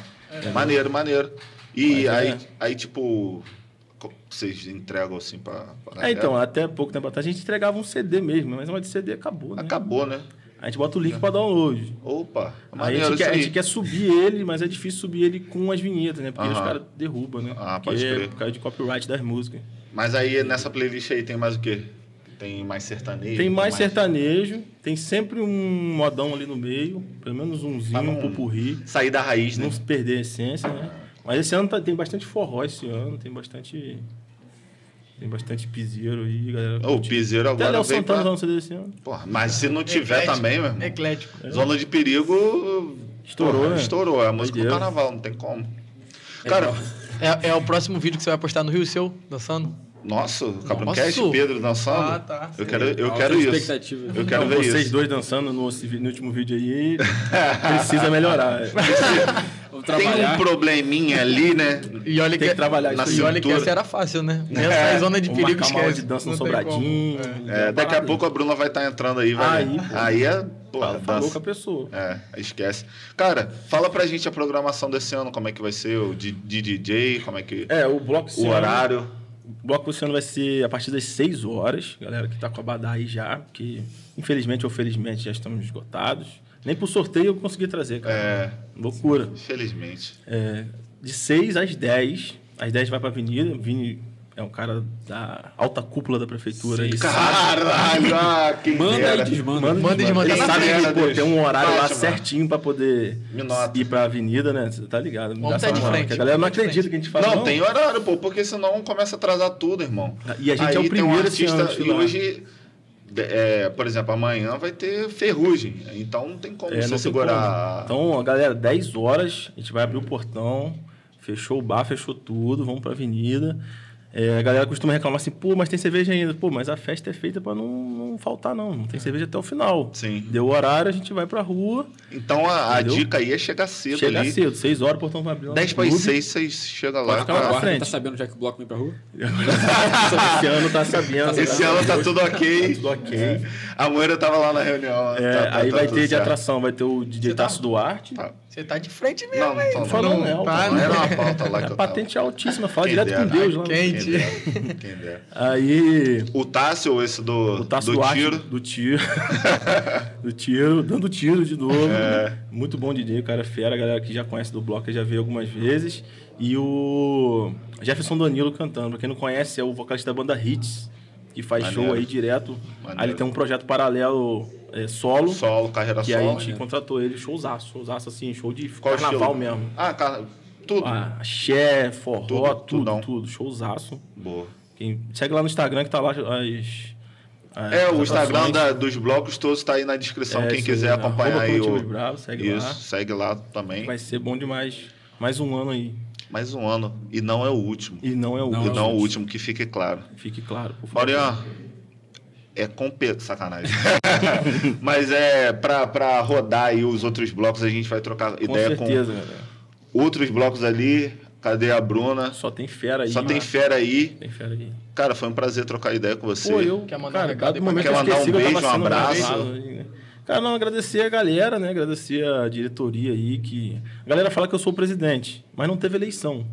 Speaker 1: Maneiro, maneiro. E
Speaker 2: É. Mas
Speaker 1: aí,
Speaker 2: é.
Speaker 1: aí, tipo, co- vocês entregam assim pra. pra
Speaker 2: É, então, até pouco tempo atrás a gente entregava um CD mesmo, mas uma de CD acabou, né?
Speaker 1: Acabou, né?
Speaker 2: A gente bota o link pra download.
Speaker 1: Opa,
Speaker 2: Aí
Speaker 1: maneiro
Speaker 2: a gente, quer, a gente
Speaker 1: isso aí.
Speaker 2: quer subir ele, mas é difícil subir ele com as vinhetas, né? Porque os
Speaker 1: Aham.
Speaker 2: caras derrubam, né?
Speaker 1: Ah,
Speaker 2: Porque
Speaker 1: pode crer.
Speaker 2: É por causa de copyright das músicas.
Speaker 1: Mas aí nessa playlist aí tem mais o quê? Tem mais sertanejo?
Speaker 2: Tem mais sertanejo, tem sempre um modão ali no meio, pelo menos umzinho,
Speaker 1: Pra não-
Speaker 2: um pupurri,
Speaker 1: Sair da raiz, né?
Speaker 2: não se perder a essência, né? Mas esse ano tá- tem bastante forró esse ano, tem bastante. Tem bastante piseiro aí, galera.
Speaker 1: Ô, O
Speaker 2: curte.
Speaker 1: piseiro
Speaker 2: Até
Speaker 1: agora
Speaker 2: Léo
Speaker 1: veio
Speaker 2: Santana
Speaker 1: pra...
Speaker 2: tá no CD esse ano.
Speaker 1: Porra, mas se não tiver
Speaker 5: Eclético.
Speaker 1: também, meu irmão.
Speaker 4: Eclético.
Speaker 1: Zona de Perigo...
Speaker 2: Estourou,
Speaker 1: porra,
Speaker 2: né?
Speaker 1: Estourou, é a música do
Speaker 2: Doideira.
Speaker 1: carnaval, não tem como. Cara,
Speaker 4: É, é o próximo vídeo que você vai postar no Rio seu, dançando?
Speaker 1: nossa, o Cabroncast,
Speaker 4: Nossa.
Speaker 1: Pedro dançando.
Speaker 4: Ah, tá.
Speaker 1: Eu quero, eu
Speaker 3: Altas
Speaker 1: quero isso.
Speaker 3: expectativas.
Speaker 1: Eu quero
Speaker 2: Não,
Speaker 1: ver
Speaker 2: Então vocês
Speaker 1: isso.
Speaker 2: dois dançando no, no último vídeo aí, precisa melhorar.
Speaker 3: Vamos
Speaker 1: Tem um
Speaker 3: trabalhar.
Speaker 1: probleminha ali, né?
Speaker 4: E olha
Speaker 2: Tem que trabalhar
Speaker 1: na
Speaker 2: isso aí.
Speaker 4: E olha que
Speaker 1: cintura.
Speaker 4: essa era fácil, né? Essa zona de
Speaker 2: Ou
Speaker 4: perigo
Speaker 2: marcar uma aula
Speaker 4: esquece.
Speaker 2: de dança no
Speaker 4: Não tem
Speaker 2: Sobradinho.
Speaker 1: É, daqui a pouco a Bruna vai estar entrando aí, vai.
Speaker 2: Aí,
Speaker 1: ver.
Speaker 2: pô.
Speaker 1: aí é. Pô,
Speaker 4: Tá
Speaker 2: Ela falou com
Speaker 1: dança.
Speaker 2: a pessoa.
Speaker 1: É, esquece. Cara, fala pra gente a programação desse ano, como é que vai ser o de, de DJ, como é que.
Speaker 2: É, o bloco
Speaker 1: o
Speaker 2: esse ano-
Speaker 1: horário.
Speaker 2: O bloco esse ano vai ser a partir das 6 horas. Galera que tá com a Badá aí já, que infelizmente ou felizmente já estamos esgotados. Nem pro sorteio eu consegui trazer, cara.
Speaker 1: É,
Speaker 2: Loucura.
Speaker 1: infelizmente.
Speaker 2: É, de 6 às 10. Às 10 vai pra avenida. Vini é um cara da alta cúpula da prefeitura. aí.
Speaker 1: Caralho, ah, quem
Speaker 3: Manda
Speaker 1: dera.
Speaker 3: e desmanda.
Speaker 2: um- Manda,
Speaker 4: Manda de mandar
Speaker 2: Ele
Speaker 4: na
Speaker 2: sabe
Speaker 1: frente,
Speaker 2: que pô,
Speaker 1: Deus.
Speaker 2: tem um horário lá
Speaker 1: Ótimo.
Speaker 2: certinho pra poder
Speaker 1: Me nota.
Speaker 2: ir pra avenida, né? Você tá ligado? Me
Speaker 4: Vamos
Speaker 2: dá
Speaker 4: tá
Speaker 2: essa
Speaker 4: de
Speaker 2: moral,
Speaker 4: frente,
Speaker 2: que A galera não
Speaker 4: vamos tá de
Speaker 2: acredita que a gente fala.
Speaker 1: Não, tem horário, pô, porque senão começa a atrasar tudo, irmão.
Speaker 2: E a gente é o
Speaker 1: Aí tem um
Speaker 2: primeiro esse
Speaker 1: artista,
Speaker 2: ano né? a
Speaker 1: E
Speaker 2: desfilar.
Speaker 1: hoje, de- é, por exemplo, amanhã vai ter ferrugem. Então não tem como
Speaker 2: É, não
Speaker 1: você
Speaker 2: tem
Speaker 1: segurar.
Speaker 2: como. Então, ó, galera, 10 horas, a gente vai abrir o portão, fechou o bar, fechou tudo, vamos pra avenida. É, a galera costuma reclamar assim, pô, mas tem cerveja ainda. Pô, mas a festa é feita pra não, não faltar, não. Não tem cerveja até o final.
Speaker 1: É. Então, Sim.
Speaker 2: Deu o horário, a gente vai pra rua.
Speaker 1: Então a, a
Speaker 2: Entendeu?
Speaker 1: dica aí é chegar cedo
Speaker 2: Chega
Speaker 1: ali.
Speaker 2: cedo, 6 horas, o portão vai abrir. lá no
Speaker 1: 10 para as
Speaker 2: clube.
Speaker 1: 6, vocês chegam lá.
Speaker 2: Pode ficar
Speaker 1: cara.
Speaker 2: na
Speaker 3: Agora
Speaker 2: frente.
Speaker 3: tá sabendo já que o bloco vem pra rua?
Speaker 2: Esse ano tá sabendo.
Speaker 1: Esse ano tá tudo ok.
Speaker 2: tudo ok.
Speaker 1: É. A Moira tava lá na reunião.
Speaker 2: É,
Speaker 1: tá- tá-
Speaker 2: aí
Speaker 1: tá
Speaker 2: vai
Speaker 1: tudo
Speaker 2: ter de
Speaker 1: certo.
Speaker 2: atração, vai ter o DJ Tasso Duarte.
Speaker 1: Tá.
Speaker 4: Você tá de frente mesmo,
Speaker 1: Não, não,
Speaker 4: hein?
Speaker 1: tô, não,
Speaker 2: Fala
Speaker 1: não,
Speaker 2: não, é,
Speaker 4: tá,
Speaker 1: não
Speaker 4: né?
Speaker 1: um era uma pauta lá que
Speaker 2: A
Speaker 1: eu
Speaker 2: patente é altíssima, fala
Speaker 1: Quem
Speaker 2: direto com
Speaker 1: dera.
Speaker 2: Deus lá. né?
Speaker 1: tava.
Speaker 4: Quem?
Speaker 1: Quem
Speaker 4: Gente.
Speaker 1: dera, quem dera.
Speaker 2: Aí,
Speaker 1: O Tássio, esse do,
Speaker 2: o Tasso
Speaker 1: do
Speaker 2: Duarte
Speaker 1: tiro.
Speaker 2: do tiro. do tiro, dando tiro de novo.
Speaker 1: É.
Speaker 2: né? Muito bom DJ, o cara é fera, a galera que já conhece do bloco já veio algumas vezes. E o Jefferson Danilo cantando. Pra quem não conhece, é o vocalista da banda Hits, que faz
Speaker 1: Maneiro.
Speaker 2: show aí direto.
Speaker 1: Maneiro.
Speaker 2: Aí ele tem um projeto paralelo é, solo.
Speaker 1: Solo, carreira
Speaker 2: Que a
Speaker 1: solo.
Speaker 2: gente contratou ele, showzaço, showzaço assim, show de
Speaker 1: Tá né? Qual
Speaker 2: carnaval
Speaker 1: estilo?
Speaker 2: mesmo.
Speaker 1: Ah, cara, tudo.
Speaker 2: Ah, axé, forró,
Speaker 1: Tudo,
Speaker 2: tudo,
Speaker 1: tudão.
Speaker 2: tudo, showzaço.
Speaker 1: Boa.
Speaker 2: Quem segue lá no Instagram que tá lá as. as
Speaker 1: É, o
Speaker 2: atrações.
Speaker 1: Instagram da- dos blocos todos tá aí na descrição.
Speaker 2: tá É,
Speaker 1: Quem
Speaker 2: isso
Speaker 1: quiser
Speaker 2: aí,
Speaker 1: acompanhar
Speaker 2: arroba
Speaker 1: aí o.
Speaker 2: Comitivos Bravos, segue
Speaker 1: Isso,
Speaker 2: lá.
Speaker 1: segue lá também.
Speaker 2: Vai ser bom demais. Mais um ano aí.
Speaker 1: Mais um ano. E não é o último.
Speaker 2: E não é o
Speaker 1: E
Speaker 2: último.
Speaker 1: não é o último, que fique claro.
Speaker 2: Fique claro, por favor.
Speaker 1: Maurian, é completo, sacanagem. Mas é pra, pra rodar aí os outros blocos, a gente vai trocar
Speaker 2: Com
Speaker 1: ideia
Speaker 2: certeza, galera.
Speaker 1: com outros blocos ali. Cadê a Bruna?
Speaker 2: Só tem fera aí.
Speaker 1: Só tem
Speaker 2: mano.
Speaker 1: fera aí.
Speaker 2: Tem fera aí.
Speaker 1: Cara, foi um prazer trocar ideia com você.
Speaker 2: Pô, eu.
Speaker 4: Quer mandar um
Speaker 2: cara,
Speaker 4: recado
Speaker 2: dado
Speaker 4: aí
Speaker 2: o
Speaker 4: pra
Speaker 2: momento
Speaker 1: quem?
Speaker 2: eu
Speaker 1: Quer mandar um
Speaker 2: esqueci que eu tava
Speaker 1: beijo, um
Speaker 2: sendo
Speaker 1: abraço?
Speaker 2: gravado aí, né? Cara, não, agradecer a galera, né? Agradecer a diretoria aí que. A galera fala que eu sou o presidente, mas não teve eleição.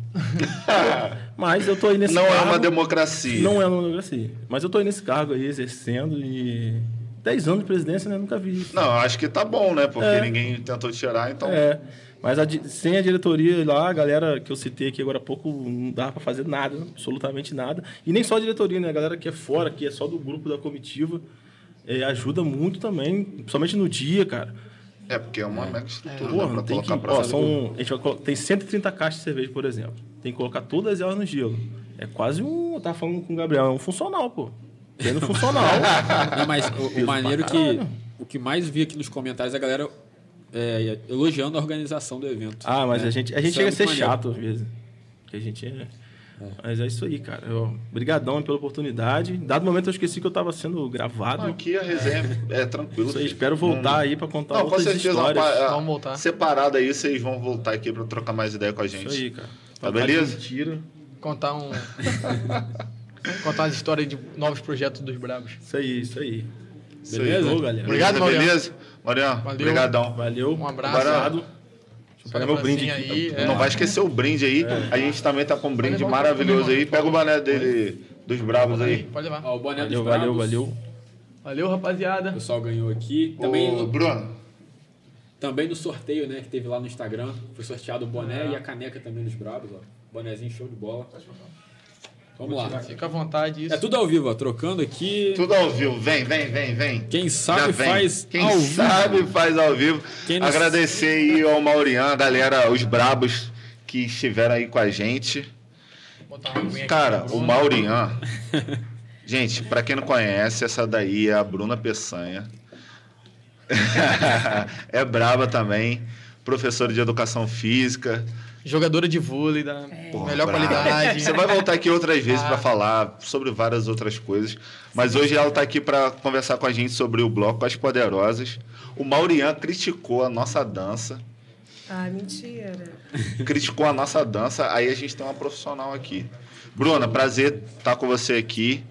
Speaker 2: mas eu tô aí nesse
Speaker 1: Não é
Speaker 2: cargo.
Speaker 1: uma democracia.
Speaker 2: Não é uma democracia. Mas eu tô aí nesse cargo aí, exercendo e. 10 anos de presidência, né? Nunca vi isso.
Speaker 1: Não, eu acho que tá bom, né? Porque
Speaker 2: É.
Speaker 1: ninguém tentou tirar, então.
Speaker 2: É. Mas a di- sem a diretoria lá, a galera que eu citei aqui agora há pouco, não dava pra fazer nada, absolutamente nada. E nem só a diretoria, né? A galera que é fora, que é só do grupo da comitiva, eh, ajuda muito também, principalmente no dia, cara.
Speaker 1: É, porque é uma mega estrutura,
Speaker 2: Porra,
Speaker 1: né?
Speaker 2: não
Speaker 1: Pra
Speaker 2: tem que.
Speaker 1: colocar pra
Speaker 2: Ó, um
Speaker 1: fazer
Speaker 2: são, a gente vai colo- tem 130 caixas de cerveja, por exemplo. Tem que colocar todas elas no gelo. É quase um. Eu tava falando com o Gabriel, é um funcional, pô. Tendo funcional.
Speaker 3: Não, mas o, o maneiro que. O que mais vi aqui nos comentários é a galera é, elogiando a organização do evento.
Speaker 2: Ah, mas a gente, a gente
Speaker 3: Isso
Speaker 2: chega
Speaker 3: é
Speaker 2: a ser
Speaker 3: muito maneiro.
Speaker 2: chato às vezes. Porque a gente é... Mas é isso aí, cara. Eu, obrigadão pela oportunidade. Dado momento eu esqueci que eu tava sendo gravado.
Speaker 1: tudo. Aqui a resenha é tranquila.
Speaker 2: Isso aí, espero voltar aí pra contar
Speaker 1: Não, com
Speaker 2: outras
Speaker 1: certeza.
Speaker 2: histórias.
Speaker 1: pa-
Speaker 4: Vamos voltar.
Speaker 1: Separado aí, vocês vão voltar aqui pra trocar mais ideia com a gente.
Speaker 2: Isso aí, cara.
Speaker 1: Tá beleza?
Speaker 2: Mentira.
Speaker 4: Contar um. contar umas histórias de novos projetos dos Brabos.
Speaker 2: Isso aí, isso aí.
Speaker 1: Isso
Speaker 3: Beleza?
Speaker 1: aí. né?
Speaker 2: Ô, galera.
Speaker 1: Obrigado,
Speaker 4: Mariano.
Speaker 1: beleza? Mariano,
Speaker 4: Valeu.
Speaker 1: obrigadão.
Speaker 2: Valeu.
Speaker 4: Um abraço.
Speaker 1: Bora.
Speaker 2: Obrigado. Deixa eu pegar meu
Speaker 4: Lembrancinha
Speaker 2: brinde aqui.
Speaker 4: aí, é.
Speaker 1: tá Não vai esquecer o brinde aí.
Speaker 2: É.
Speaker 1: A gente também tá com um brinde
Speaker 4: Valeu,
Speaker 1: maravilhoso
Speaker 4: valeu.
Speaker 1: aí. Pega o boné dele, dos bravos aí.
Speaker 4: Pode levar.
Speaker 3: Ó, o boné
Speaker 2: Valeu,
Speaker 3: dos
Speaker 2: valeu,
Speaker 3: Bravos,
Speaker 2: valeu.
Speaker 4: Valeu,
Speaker 3: O
Speaker 4: rapaziada.
Speaker 3: pessoal ganhou aqui. Também,
Speaker 1: Ô, Bruno,
Speaker 3: também no sorteio, né, que teve lá no Instagram, foi sorteado o boné e a caneca também dos Brabos, ó. Bonézinho show de bola. Vamos lá.
Speaker 4: Fica à vontade, isso.
Speaker 3: É tudo ao vivo, ó. Trocando aqui.
Speaker 1: tudo ao vivo. Vem, vem, vem, vem.
Speaker 3: Quem
Speaker 1: Já
Speaker 3: sabe
Speaker 1: vem.
Speaker 3: faz
Speaker 1: Quem
Speaker 3: ao
Speaker 1: sabe
Speaker 3: vivo.
Speaker 1: faz ao vivo.
Speaker 3: Quem não-
Speaker 1: Agradecer aí ao Maurian, a galera, os brabos que estiveram aí com a gente.
Speaker 4: Botar uma aguinha aqui
Speaker 1: Cara,
Speaker 4: pra
Speaker 1: o
Speaker 4: Bruna.
Speaker 1: Maurian. Gente, pra quem não conhece, essa daí é a Bruna Peçanha. é braba também, professora de educação física.
Speaker 4: Jogadora de vôlei da
Speaker 6: É.
Speaker 1: Porra,
Speaker 4: melhor
Speaker 1: braba.
Speaker 4: qualidade. né?
Speaker 1: Você vai voltar aqui outras vezes
Speaker 4: Ah.
Speaker 1: pra falar sobre várias outras coisas. Mas hoje ela tá aqui pra conversar com a gente sobre o bloco As Poderosas. O Maurian criticou a nossa dança.
Speaker 6: Ah, mentira.
Speaker 1: criticou a nossa dança, aí a gente tem uma profissional aqui. Bruna, prazer estar com você aqui.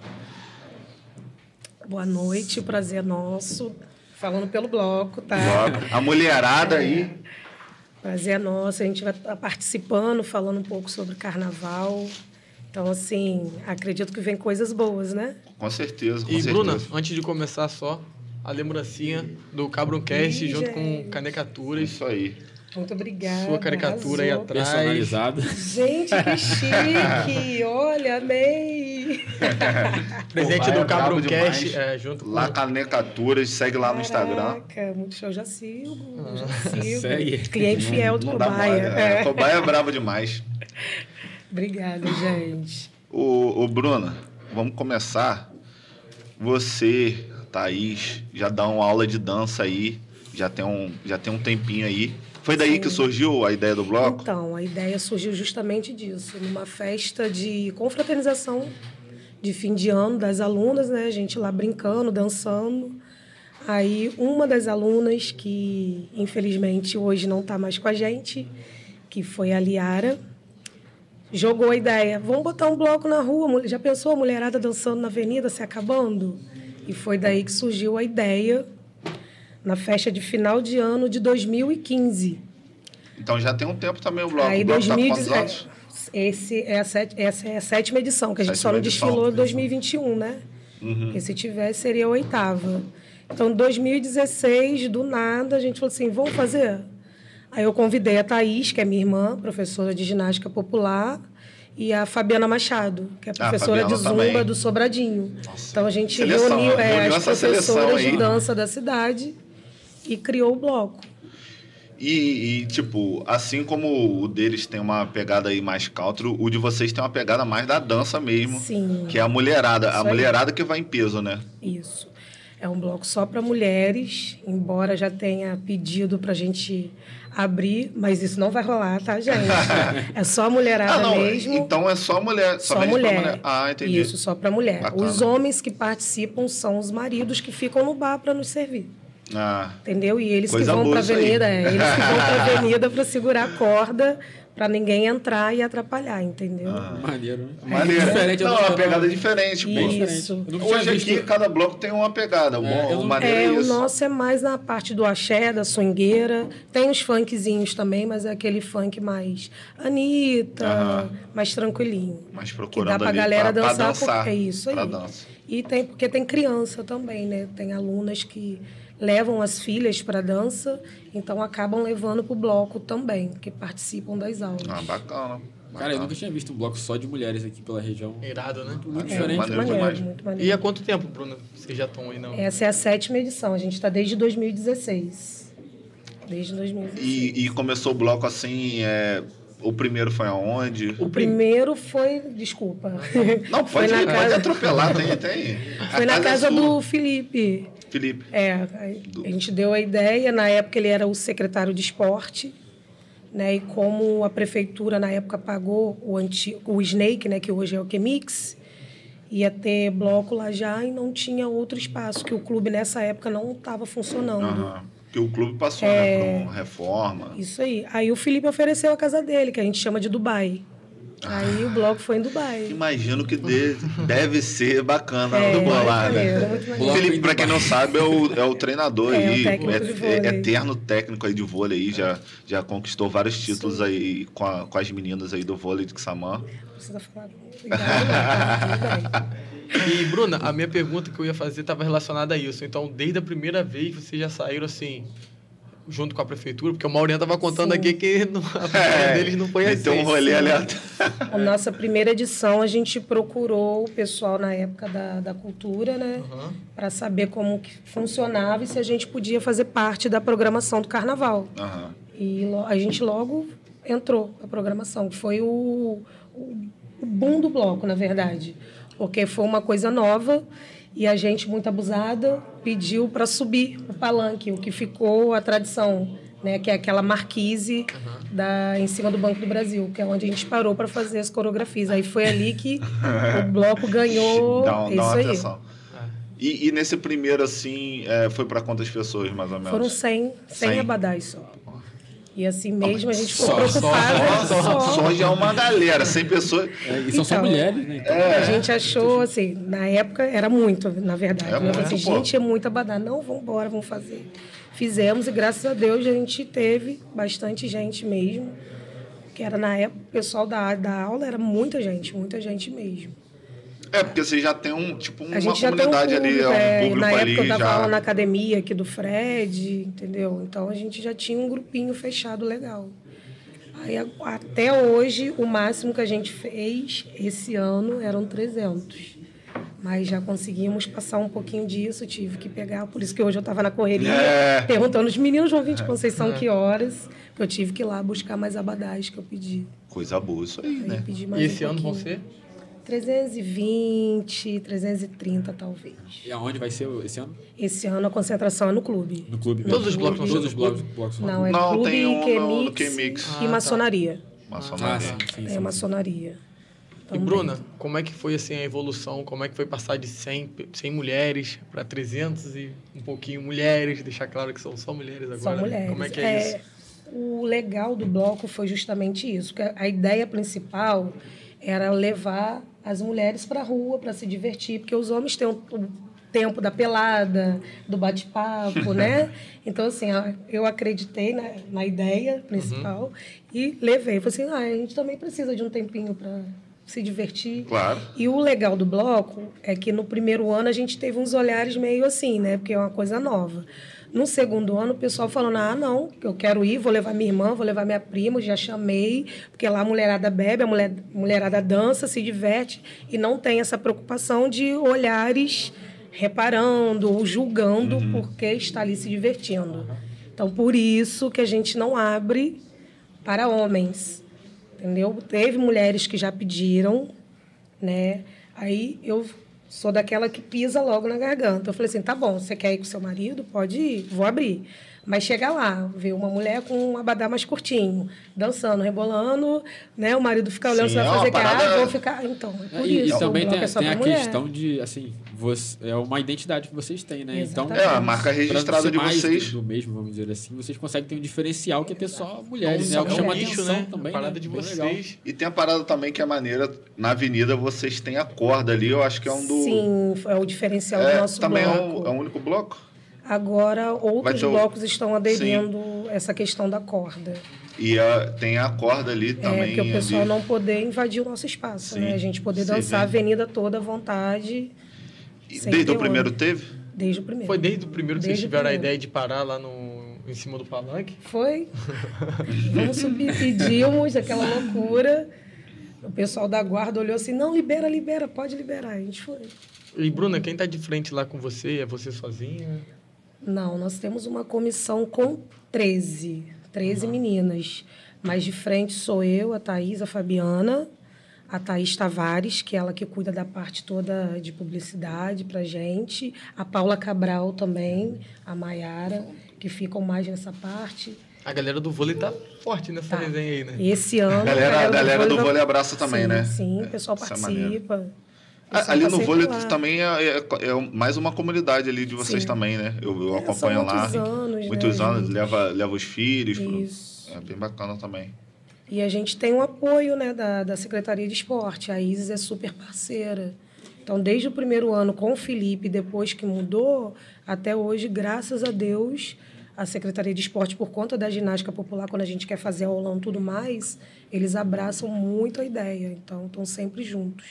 Speaker 6: Boa noite, o prazer é nosso. Falando pelo bloco, tá?
Speaker 1: Ó, A mulherada aí.
Speaker 6: Prazer é nosso. A gente vai estar participando, falando um pouco sobre carnaval. Então, assim, acredito que vem coisas boas, né?
Speaker 1: Com certeza, com
Speaker 4: E
Speaker 1: certeza.
Speaker 4: Bruna, antes de começar só, a lembrancinha do Cabroncast
Speaker 6: Ih,
Speaker 4: junto com
Speaker 6: gente.
Speaker 4: Canecaturas.
Speaker 1: É Isso aí.
Speaker 6: Muito obrigada.
Speaker 4: Sua caricatura aí
Speaker 6: arrasou.
Speaker 4: atrás.
Speaker 3: Personalizado.
Speaker 6: Gente, que chique! Olha, amei!
Speaker 4: Presente
Speaker 1: Pô, lá é brabo
Speaker 4: do Cabroncast
Speaker 1: demais.
Speaker 4: é, junto com
Speaker 1: Lá tá. Canecaturas, segue lá no Instagram.
Speaker 6: Caraca, muito show. Já sigo,
Speaker 4: Ah,
Speaker 6: já sigo.
Speaker 3: Segue.
Speaker 6: Cliente fiel do
Speaker 1: Não dá
Speaker 6: Cobaia.
Speaker 1: mole, né?
Speaker 6: É.
Speaker 1: Cobaia é brava demais.
Speaker 6: Obrigada, gente.
Speaker 1: Ô, ô, Bruna, vamos começar. Você, Thaís, já dá uma aula de dança aí, já tem um, já tem um tempinho aí. Foi daí que surgiu a ideia do bloco?
Speaker 6: Então, a ideia surgiu justamente disso, numa festa de confraternização de fim de ano das alunas, né? A gente lá brincando, dançando. Aí uma das alunas que infelizmente hoje não está mais com a gente, que foi a Liara, jogou a ideia. Vamos botar um bloco na rua. mul- Já pensou a mulherada dançando na avenida, se acabando? E foi daí que surgiu a ideia na festa de final de ano de 2015.
Speaker 1: Então já tem um tempo também o bloco.
Speaker 6: Aí,
Speaker 1: o bloco tá com
Speaker 6: 2000,
Speaker 1: quantos anos?
Speaker 6: Esse é a sete- essa é a sétima edição, que a gente
Speaker 1: Sétima
Speaker 6: só não
Speaker 1: edição. Uhum.
Speaker 6: desfilou em 2021, né? Porque se tivesse, seria a oitava. Então, em 2016, do nada, a gente falou assim, vamos fazer? Aí eu convidei a Thaís, que é minha irmã, professora de ginástica popular, e a Fabiana Machado, que é professora de
Speaker 1: Ah, Fabiana
Speaker 6: Zumba
Speaker 1: também.
Speaker 6: do Sobradinho. então, a gente
Speaker 1: Seleção,
Speaker 6: reuniu, é,
Speaker 1: reuniu
Speaker 6: as
Speaker 1: essa seleção
Speaker 6: professoras de
Speaker 1: aí.
Speaker 6: dança da cidade e criou o bloco.
Speaker 1: E, e, tipo, assim como o deles tem uma pegada aí mais country, o de vocês tem uma pegada mais da dança mesmo.
Speaker 6: Sim.
Speaker 1: Que é a mulherada.
Speaker 6: Isso
Speaker 1: a
Speaker 6: aí.
Speaker 1: mulherada que vai em peso, né?
Speaker 6: Isso. É um bloco só para mulheres, embora já tenha pedido para a gente abrir, mas isso não vai rolar, tá, gente? é só a mulherada mesmo.
Speaker 1: Então é só mulher.
Speaker 6: só
Speaker 1: somente pra
Speaker 6: mulher.
Speaker 1: Ah, entendi. Ah, tá.
Speaker 6: Isso, só para mulher.
Speaker 1: Bacana.
Speaker 6: Os homens que participam são os maridos que ficam no bar para nos servir.
Speaker 1: Ah,
Speaker 6: Entendeu? E eles
Speaker 1: Coisa
Speaker 6: que vão
Speaker 1: boa
Speaker 6: para
Speaker 1: isso aí.
Speaker 6: avenida, é, eles que vão para avenida para segurar a corda para ninguém entrar e atrapalhar,
Speaker 1: Ah,
Speaker 6: entendeu?
Speaker 3: Maneiro, né?
Speaker 1: Maneiro.
Speaker 3: Diferente, eu
Speaker 1: não,
Speaker 3: não-
Speaker 1: é uma pegada diferente, pô.
Speaker 6: Isso.
Speaker 3: Eu nunca tinha
Speaker 1: Hoje
Speaker 3: visto-
Speaker 1: aqui, cada bloco tem uma pegada. O
Speaker 3: eu
Speaker 1: bom,
Speaker 3: não-
Speaker 1: o maneiro é,
Speaker 6: É, o
Speaker 1: isso.
Speaker 6: nosso é mais na parte do axé, da swingueira. Tem os funkzinhos também, mas é aquele funk mais Anitta,
Speaker 1: Aham.
Speaker 6: mais tranquilinho.
Speaker 1: Mas
Speaker 6: Que
Speaker 1: procurando
Speaker 6: dá pra
Speaker 1: ali
Speaker 6: galera
Speaker 1: pra- pra
Speaker 6: dançar,
Speaker 1: dançar.
Speaker 6: porque é isso aí.
Speaker 1: Pra dança.
Speaker 6: E tem, porque tem criança também, né? Tem alunas que levam as filhas para dança, então acabam levando pro bloco também, que participam das aulas.
Speaker 1: Ah, bacana.
Speaker 3: Cara, eu
Speaker 1: bacana.
Speaker 3: nunca tinha visto um bloco só de mulheres aqui pela região.
Speaker 4: Irado, né?
Speaker 3: Muito
Speaker 1: É,
Speaker 3: diferente.
Speaker 1: maneiro
Speaker 6: maneiro,
Speaker 1: demais.
Speaker 6: muito
Speaker 4: E
Speaker 6: maneiro.
Speaker 4: há quanto tempo, Bruno, vocês já estão aí, não?
Speaker 6: Essa é a sétima edição, a gente está desde 2016. Desde 2016.
Speaker 1: E, e começou o bloco assim, é, o primeiro foi aonde?
Speaker 6: O primeiro foi, desculpa.
Speaker 1: Não,
Speaker 6: foi
Speaker 1: pode,
Speaker 6: na
Speaker 1: ir, pode
Speaker 6: casa-
Speaker 1: atropelar, tem, tem. A
Speaker 6: Foi na
Speaker 1: é
Speaker 6: casa
Speaker 1: sua,
Speaker 6: do Felipe.
Speaker 1: Felipe.
Speaker 6: É, a- a gente deu a ideia, na época ele era o secretário de esporte, né? E como a prefeitura na época pagou o antigo o Snake, né, que hoje é o Chemix, ia ter bloco lá já e não tinha outro espaço que o clube nessa época não estava funcionando.
Speaker 1: Aham. Que o clube passou, né? Por uma reforma.
Speaker 6: Uhum. É. Isso aí. Aí o Felipe ofereceu a casa dele, que a gente chama de Dubai. Aí o bloco foi em Dubai.
Speaker 1: Imagino Ah. que de- deve ser bacana
Speaker 6: É,
Speaker 1: do
Speaker 6: muito
Speaker 1: bolar,
Speaker 6: maneiro,
Speaker 1: né?
Speaker 6: muito
Speaker 1: O
Speaker 6: maneiro.
Speaker 1: Felipe, pra quem não sabe, é o, é o treinador
Speaker 6: É,
Speaker 1: aí,
Speaker 6: o técnico de vôlei.
Speaker 1: eterno técnico aí de vôlei aí, já, já conquistou vários títulos aí com, a- com as meninas aí do vôlei de Xamã.
Speaker 6: Precisa falar. Obrigada, não, tá? Tudo bem.
Speaker 4: E, Bruna, a minha pergunta que eu ia fazer estava relacionada a isso. Então, desde a primeira vez, vocês já saíram assim, junto com a prefeitura? Porque o Maurinho estava contando aqui que não- a prefeitura deles não foi assim.
Speaker 1: É, Meteu um rolê aleatório.
Speaker 6: A nossa primeira edição, a gente procurou o pessoal na época da, da cultura, né?
Speaker 4: Aham.
Speaker 6: Para saber como que funcionava e se a gente podia fazer parte da programação do carnaval.
Speaker 1: Aham.
Speaker 6: E lo- a gente logo entrou a programação, que foi o, o, o boom do bloco, na verdade. Porque foi uma coisa nova e a gente, muito abusada, pediu para subir o palanque, o que ficou a tradição, né? que é aquela marquise da, em cima do Banco do Brasil, que é onde a gente parou para fazer as coreografias. Aí foi ali que o bloco ganhou. é
Speaker 1: Dá, um-
Speaker 6: isso
Speaker 1: dá uma
Speaker 6: aí.
Speaker 1: atenção. E, e nesse primeiro, assim, é, foi pra quantas pessoas, mais ou menos?
Speaker 6: Foram 100, 100
Speaker 1: Cem.
Speaker 6: abadás só. E assim mesmo a gente ficou
Speaker 3: Só,
Speaker 6: preocupada.
Speaker 1: Só, só,
Speaker 6: só.
Speaker 1: já é uma galera, 100 pessoas.
Speaker 3: É, e são só
Speaker 6: Então.
Speaker 3: mulheres, né? Então,
Speaker 1: É.
Speaker 6: A gente achou, assim, na época era muito, na verdade.
Speaker 1: É
Speaker 6: Eu falei
Speaker 1: muito,
Speaker 6: assim,
Speaker 1: pô.
Speaker 6: gente, é muito abadá. Não, vamos embora, vamos fazer. Fizemos e graças a Deus a gente teve bastante gente mesmo. Que era na época, o pessoal da, da aula era muita gente, muita gente mesmo.
Speaker 1: É, porque você já tem um, tipo,
Speaker 6: A
Speaker 1: uma
Speaker 6: gente já tem um
Speaker 1: comunidade
Speaker 6: público,
Speaker 1: ali, é
Speaker 6: é,
Speaker 1: um
Speaker 6: e
Speaker 1: público
Speaker 6: na
Speaker 1: ali
Speaker 6: época eu dava
Speaker 1: já.
Speaker 6: aula na academia aqui do Fred, entendeu? Então a gente já tinha um grupinho fechado legal. Aí, a- até hoje, o máximo que a gente fez esse ano eram 300. Mas já conseguimos passar um pouquinho disso, tive que pegar, por isso que hoje eu estava na correria,
Speaker 1: É.
Speaker 6: perguntando os meninos vão vir de Conceição que horas, porque eu tive que ir lá buscar mais abadás que eu pedi.
Speaker 1: Coisa boa isso aí,
Speaker 6: Aí
Speaker 1: né?
Speaker 6: pedi
Speaker 4: E
Speaker 6: mais
Speaker 4: esse
Speaker 6: um
Speaker 4: ano vão
Speaker 6: pouquinho.
Speaker 4: ser?
Speaker 6: 320, 330 talvez.
Speaker 3: E aonde vai ser esse ano?
Speaker 6: Esse ano a concentração é no clube.
Speaker 3: No clube. né?
Speaker 4: Todos os blocos vão ser
Speaker 3: Todos os
Speaker 4: no
Speaker 3: blocos.
Speaker 4: clube?
Speaker 3: blocos são
Speaker 6: Não, é
Speaker 1: Não,
Speaker 6: clube,
Speaker 1: tem um no- no
Speaker 6: QMix,
Speaker 1: QMix.
Speaker 6: e
Speaker 4: Ah,
Speaker 6: maçonaria.
Speaker 3: Ah,
Speaker 1: Maçonaria.
Speaker 3: sim, sim,
Speaker 6: Tem a
Speaker 3: sim.
Speaker 6: maçonaria.
Speaker 4: E,
Speaker 6: também.
Speaker 4: Bruna, como é que foi assim a evolução? Como é que foi passar de 100, pe- 100 mulheres para 300 e um pouquinho mulheres? Deixar claro que são só mulheres agora.
Speaker 6: São
Speaker 4: né?
Speaker 6: mulheres.
Speaker 4: Como é que é, isso?
Speaker 6: O legal do bloco foi justamente isso, que a- a ideia principal era levar as mulheres para a rua para se divertir, porque os homens têm o, o tempo da pelada, do bate-papo, né? Então, assim, a- eu acreditei na, na
Speaker 4: Uhum.
Speaker 6: ideia principal e levei. Falei assim, ah, a gente também precisa de um tempinho para se divertir.
Speaker 1: Claro.
Speaker 6: E o legal do bloco é que no primeiro ano a gente teve uns olhares meio assim, né? Porque é uma coisa nova. No segundo ano, o pessoal falando: ah, não, eu quero ir, vou levar minha irmã, vou levar minha prima, já chamei, porque lá a mulherada bebe, a mulher, mulherada dança, se diverte e não tem essa preocupação de olhares reparando ou julgando porque está ali se divertindo. Então, por isso que a gente não abre para homens, entendeu? Teve mulheres que já pediram, né? Aí eu sou daquela que pisa logo na garganta. Eu falei assim, tá bom, você quer ir com seu marido? Pode ir, vou abrir. Mas chega lá, vê uma mulher com um abadá mais curtinho, dançando, rebolando, né? O marido fica olhando,
Speaker 1: Sim,
Speaker 6: você vai
Speaker 1: é uma
Speaker 6: fazer que,
Speaker 1: parada-
Speaker 6: ah, vou ficar... Então, é por
Speaker 3: e, e
Speaker 6: isso.
Speaker 3: também
Speaker 6: não
Speaker 3: tem,
Speaker 6: é só
Speaker 3: tem a
Speaker 6: pra mulher.
Speaker 3: questão de, assim, você, é uma identidade que vocês têm, né? Então,
Speaker 1: É, a marca
Speaker 3: pra ser
Speaker 1: registrada de
Speaker 3: mais
Speaker 1: vocês.
Speaker 3: Do mesmo, vamos dizer assim, vocês conseguem ter um diferencial que é ter só mulheres,
Speaker 4: é
Speaker 1: um
Speaker 3: né? O que chama
Speaker 4: nicho,
Speaker 3: atenção
Speaker 4: né?
Speaker 3: também.
Speaker 4: a parada
Speaker 3: né?
Speaker 4: de
Speaker 3: Bem legal.
Speaker 4: vocês.
Speaker 1: E tem a parada também que é maneira, na avenida vocês têm a corda ali, eu acho que é um do.
Speaker 6: Sim, é o diferencial
Speaker 1: É,
Speaker 6: do nosso
Speaker 1: também é
Speaker 6: bloco.
Speaker 1: um, é um único bloco?
Speaker 6: Agora,
Speaker 1: Vai
Speaker 6: outros
Speaker 1: ter o-
Speaker 6: blocos estão aderindo essa questão da corda.
Speaker 1: E ah, tem a corda ali
Speaker 6: É,
Speaker 1: também.
Speaker 6: porque o pessoal
Speaker 1: ali.
Speaker 6: não poder invadir o nosso espaço,
Speaker 1: Sim.
Speaker 6: né? A gente poder
Speaker 1: Sim,
Speaker 6: dançar a
Speaker 1: sim.
Speaker 6: avenida toda à vontade,
Speaker 1: E
Speaker 6: sem
Speaker 1: Desde
Speaker 6: ter
Speaker 1: o primeiro
Speaker 6: olho.
Speaker 1: teve?
Speaker 6: desde o primeiro.
Speaker 4: Foi desde o primeiro que
Speaker 6: Desde
Speaker 4: vocês
Speaker 6: o
Speaker 4: tiveram a
Speaker 6: primeiro.
Speaker 4: ideia de parar lá no, em cima do palanque?
Speaker 6: Foi. Vamos subir, pedimos, aquela loucura. O pessoal da guarda olhou assim, não, libera, libera, pode liberar. A gente foi.
Speaker 4: E, Bruna, quem tá de frente lá com você? É você sozinha?
Speaker 6: Não, nós temos uma comissão com 13, 13 meninas. Mas de frente sou eu, a Thaís, a Fabiana, a Thaís Tavares, que é ela que cuida da parte toda de publicidade pra gente, a Paula Cabral também, a Maiara, que ficam mais nessa parte.
Speaker 4: A galera do vôlei tá forte nessa
Speaker 6: Tá.
Speaker 4: resenha aí, né?
Speaker 6: E esse ano.
Speaker 1: A galera, a galera do
Speaker 6: vai-
Speaker 1: vôlei abraça também,
Speaker 6: sim,
Speaker 1: né?
Speaker 6: Sim, o pessoal
Speaker 1: Essa é maneira.
Speaker 6: participa. O
Speaker 1: A-
Speaker 6: pessoal
Speaker 1: ali
Speaker 6: tá
Speaker 1: no
Speaker 6: sempre
Speaker 1: vôlei
Speaker 6: lá.
Speaker 1: também é, é- é um- mais uma comunidade ali de vocês
Speaker 6: Sim.
Speaker 1: também, né? Eu, eu
Speaker 6: É, são
Speaker 1: acompanho lá.
Speaker 6: muitos anos, né,
Speaker 1: Muitos anos,
Speaker 6: gente?
Speaker 1: leva, leva os filhos. pro-
Speaker 6: Isso.
Speaker 1: É bem bacana também.
Speaker 6: E a gente tem um apoio né, da, da Secretaria de Esporte. A Isis é super parceira. Então, desde o primeiro ano com o Felipe, depois que mudou, até hoje, graças a Deus, a Secretaria de Esporte, por conta da ginástica popular, quando a gente quer fazer aulão e tudo mais, eles abraçam muito a ideia. Então, estão sempre juntos.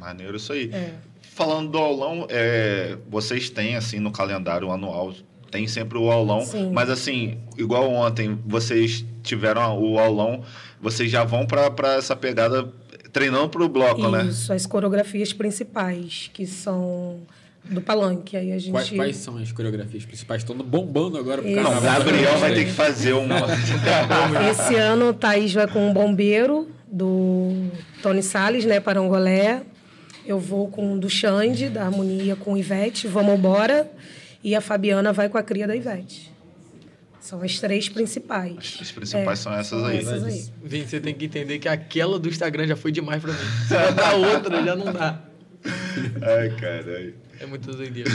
Speaker 1: Maneiro isso aí.
Speaker 6: É.
Speaker 1: Falando do aulão, é, vocês têm, assim, no calendário anual, tem sempre o aulão,
Speaker 6: Sim.
Speaker 1: mas assim, igual ontem, vocês tiveram o aulão, vocês já vão pra, pra essa pegada treinando pro bloco, né?
Speaker 6: Isso, as coreografias principais, que são do palanque. Aí a gente...
Speaker 3: Quais, quais são as coreografias principais? Estão bombando agora pro
Speaker 6: Esse-
Speaker 1: Não,
Speaker 3: carnaval.
Speaker 1: o Gabriel vai ter que fazer um- uma.
Speaker 6: Ah, Esse ano o Thaís vai com o bombeiro do Tony Salles, né, para Angolé. Eu vou com o do Xande, da harmonia com o Ivete, vamos embora. E a Fabiana vai com a cria da Ivete. São as três principais.
Speaker 1: As principais são essas aí.
Speaker 6: É. Essas aí.
Speaker 4: Gente, você tem que entender que aquela do Instagram já foi demais pra mim. Se botar outra, já não dá.
Speaker 1: Ai, caralho.
Speaker 4: É muito doideira.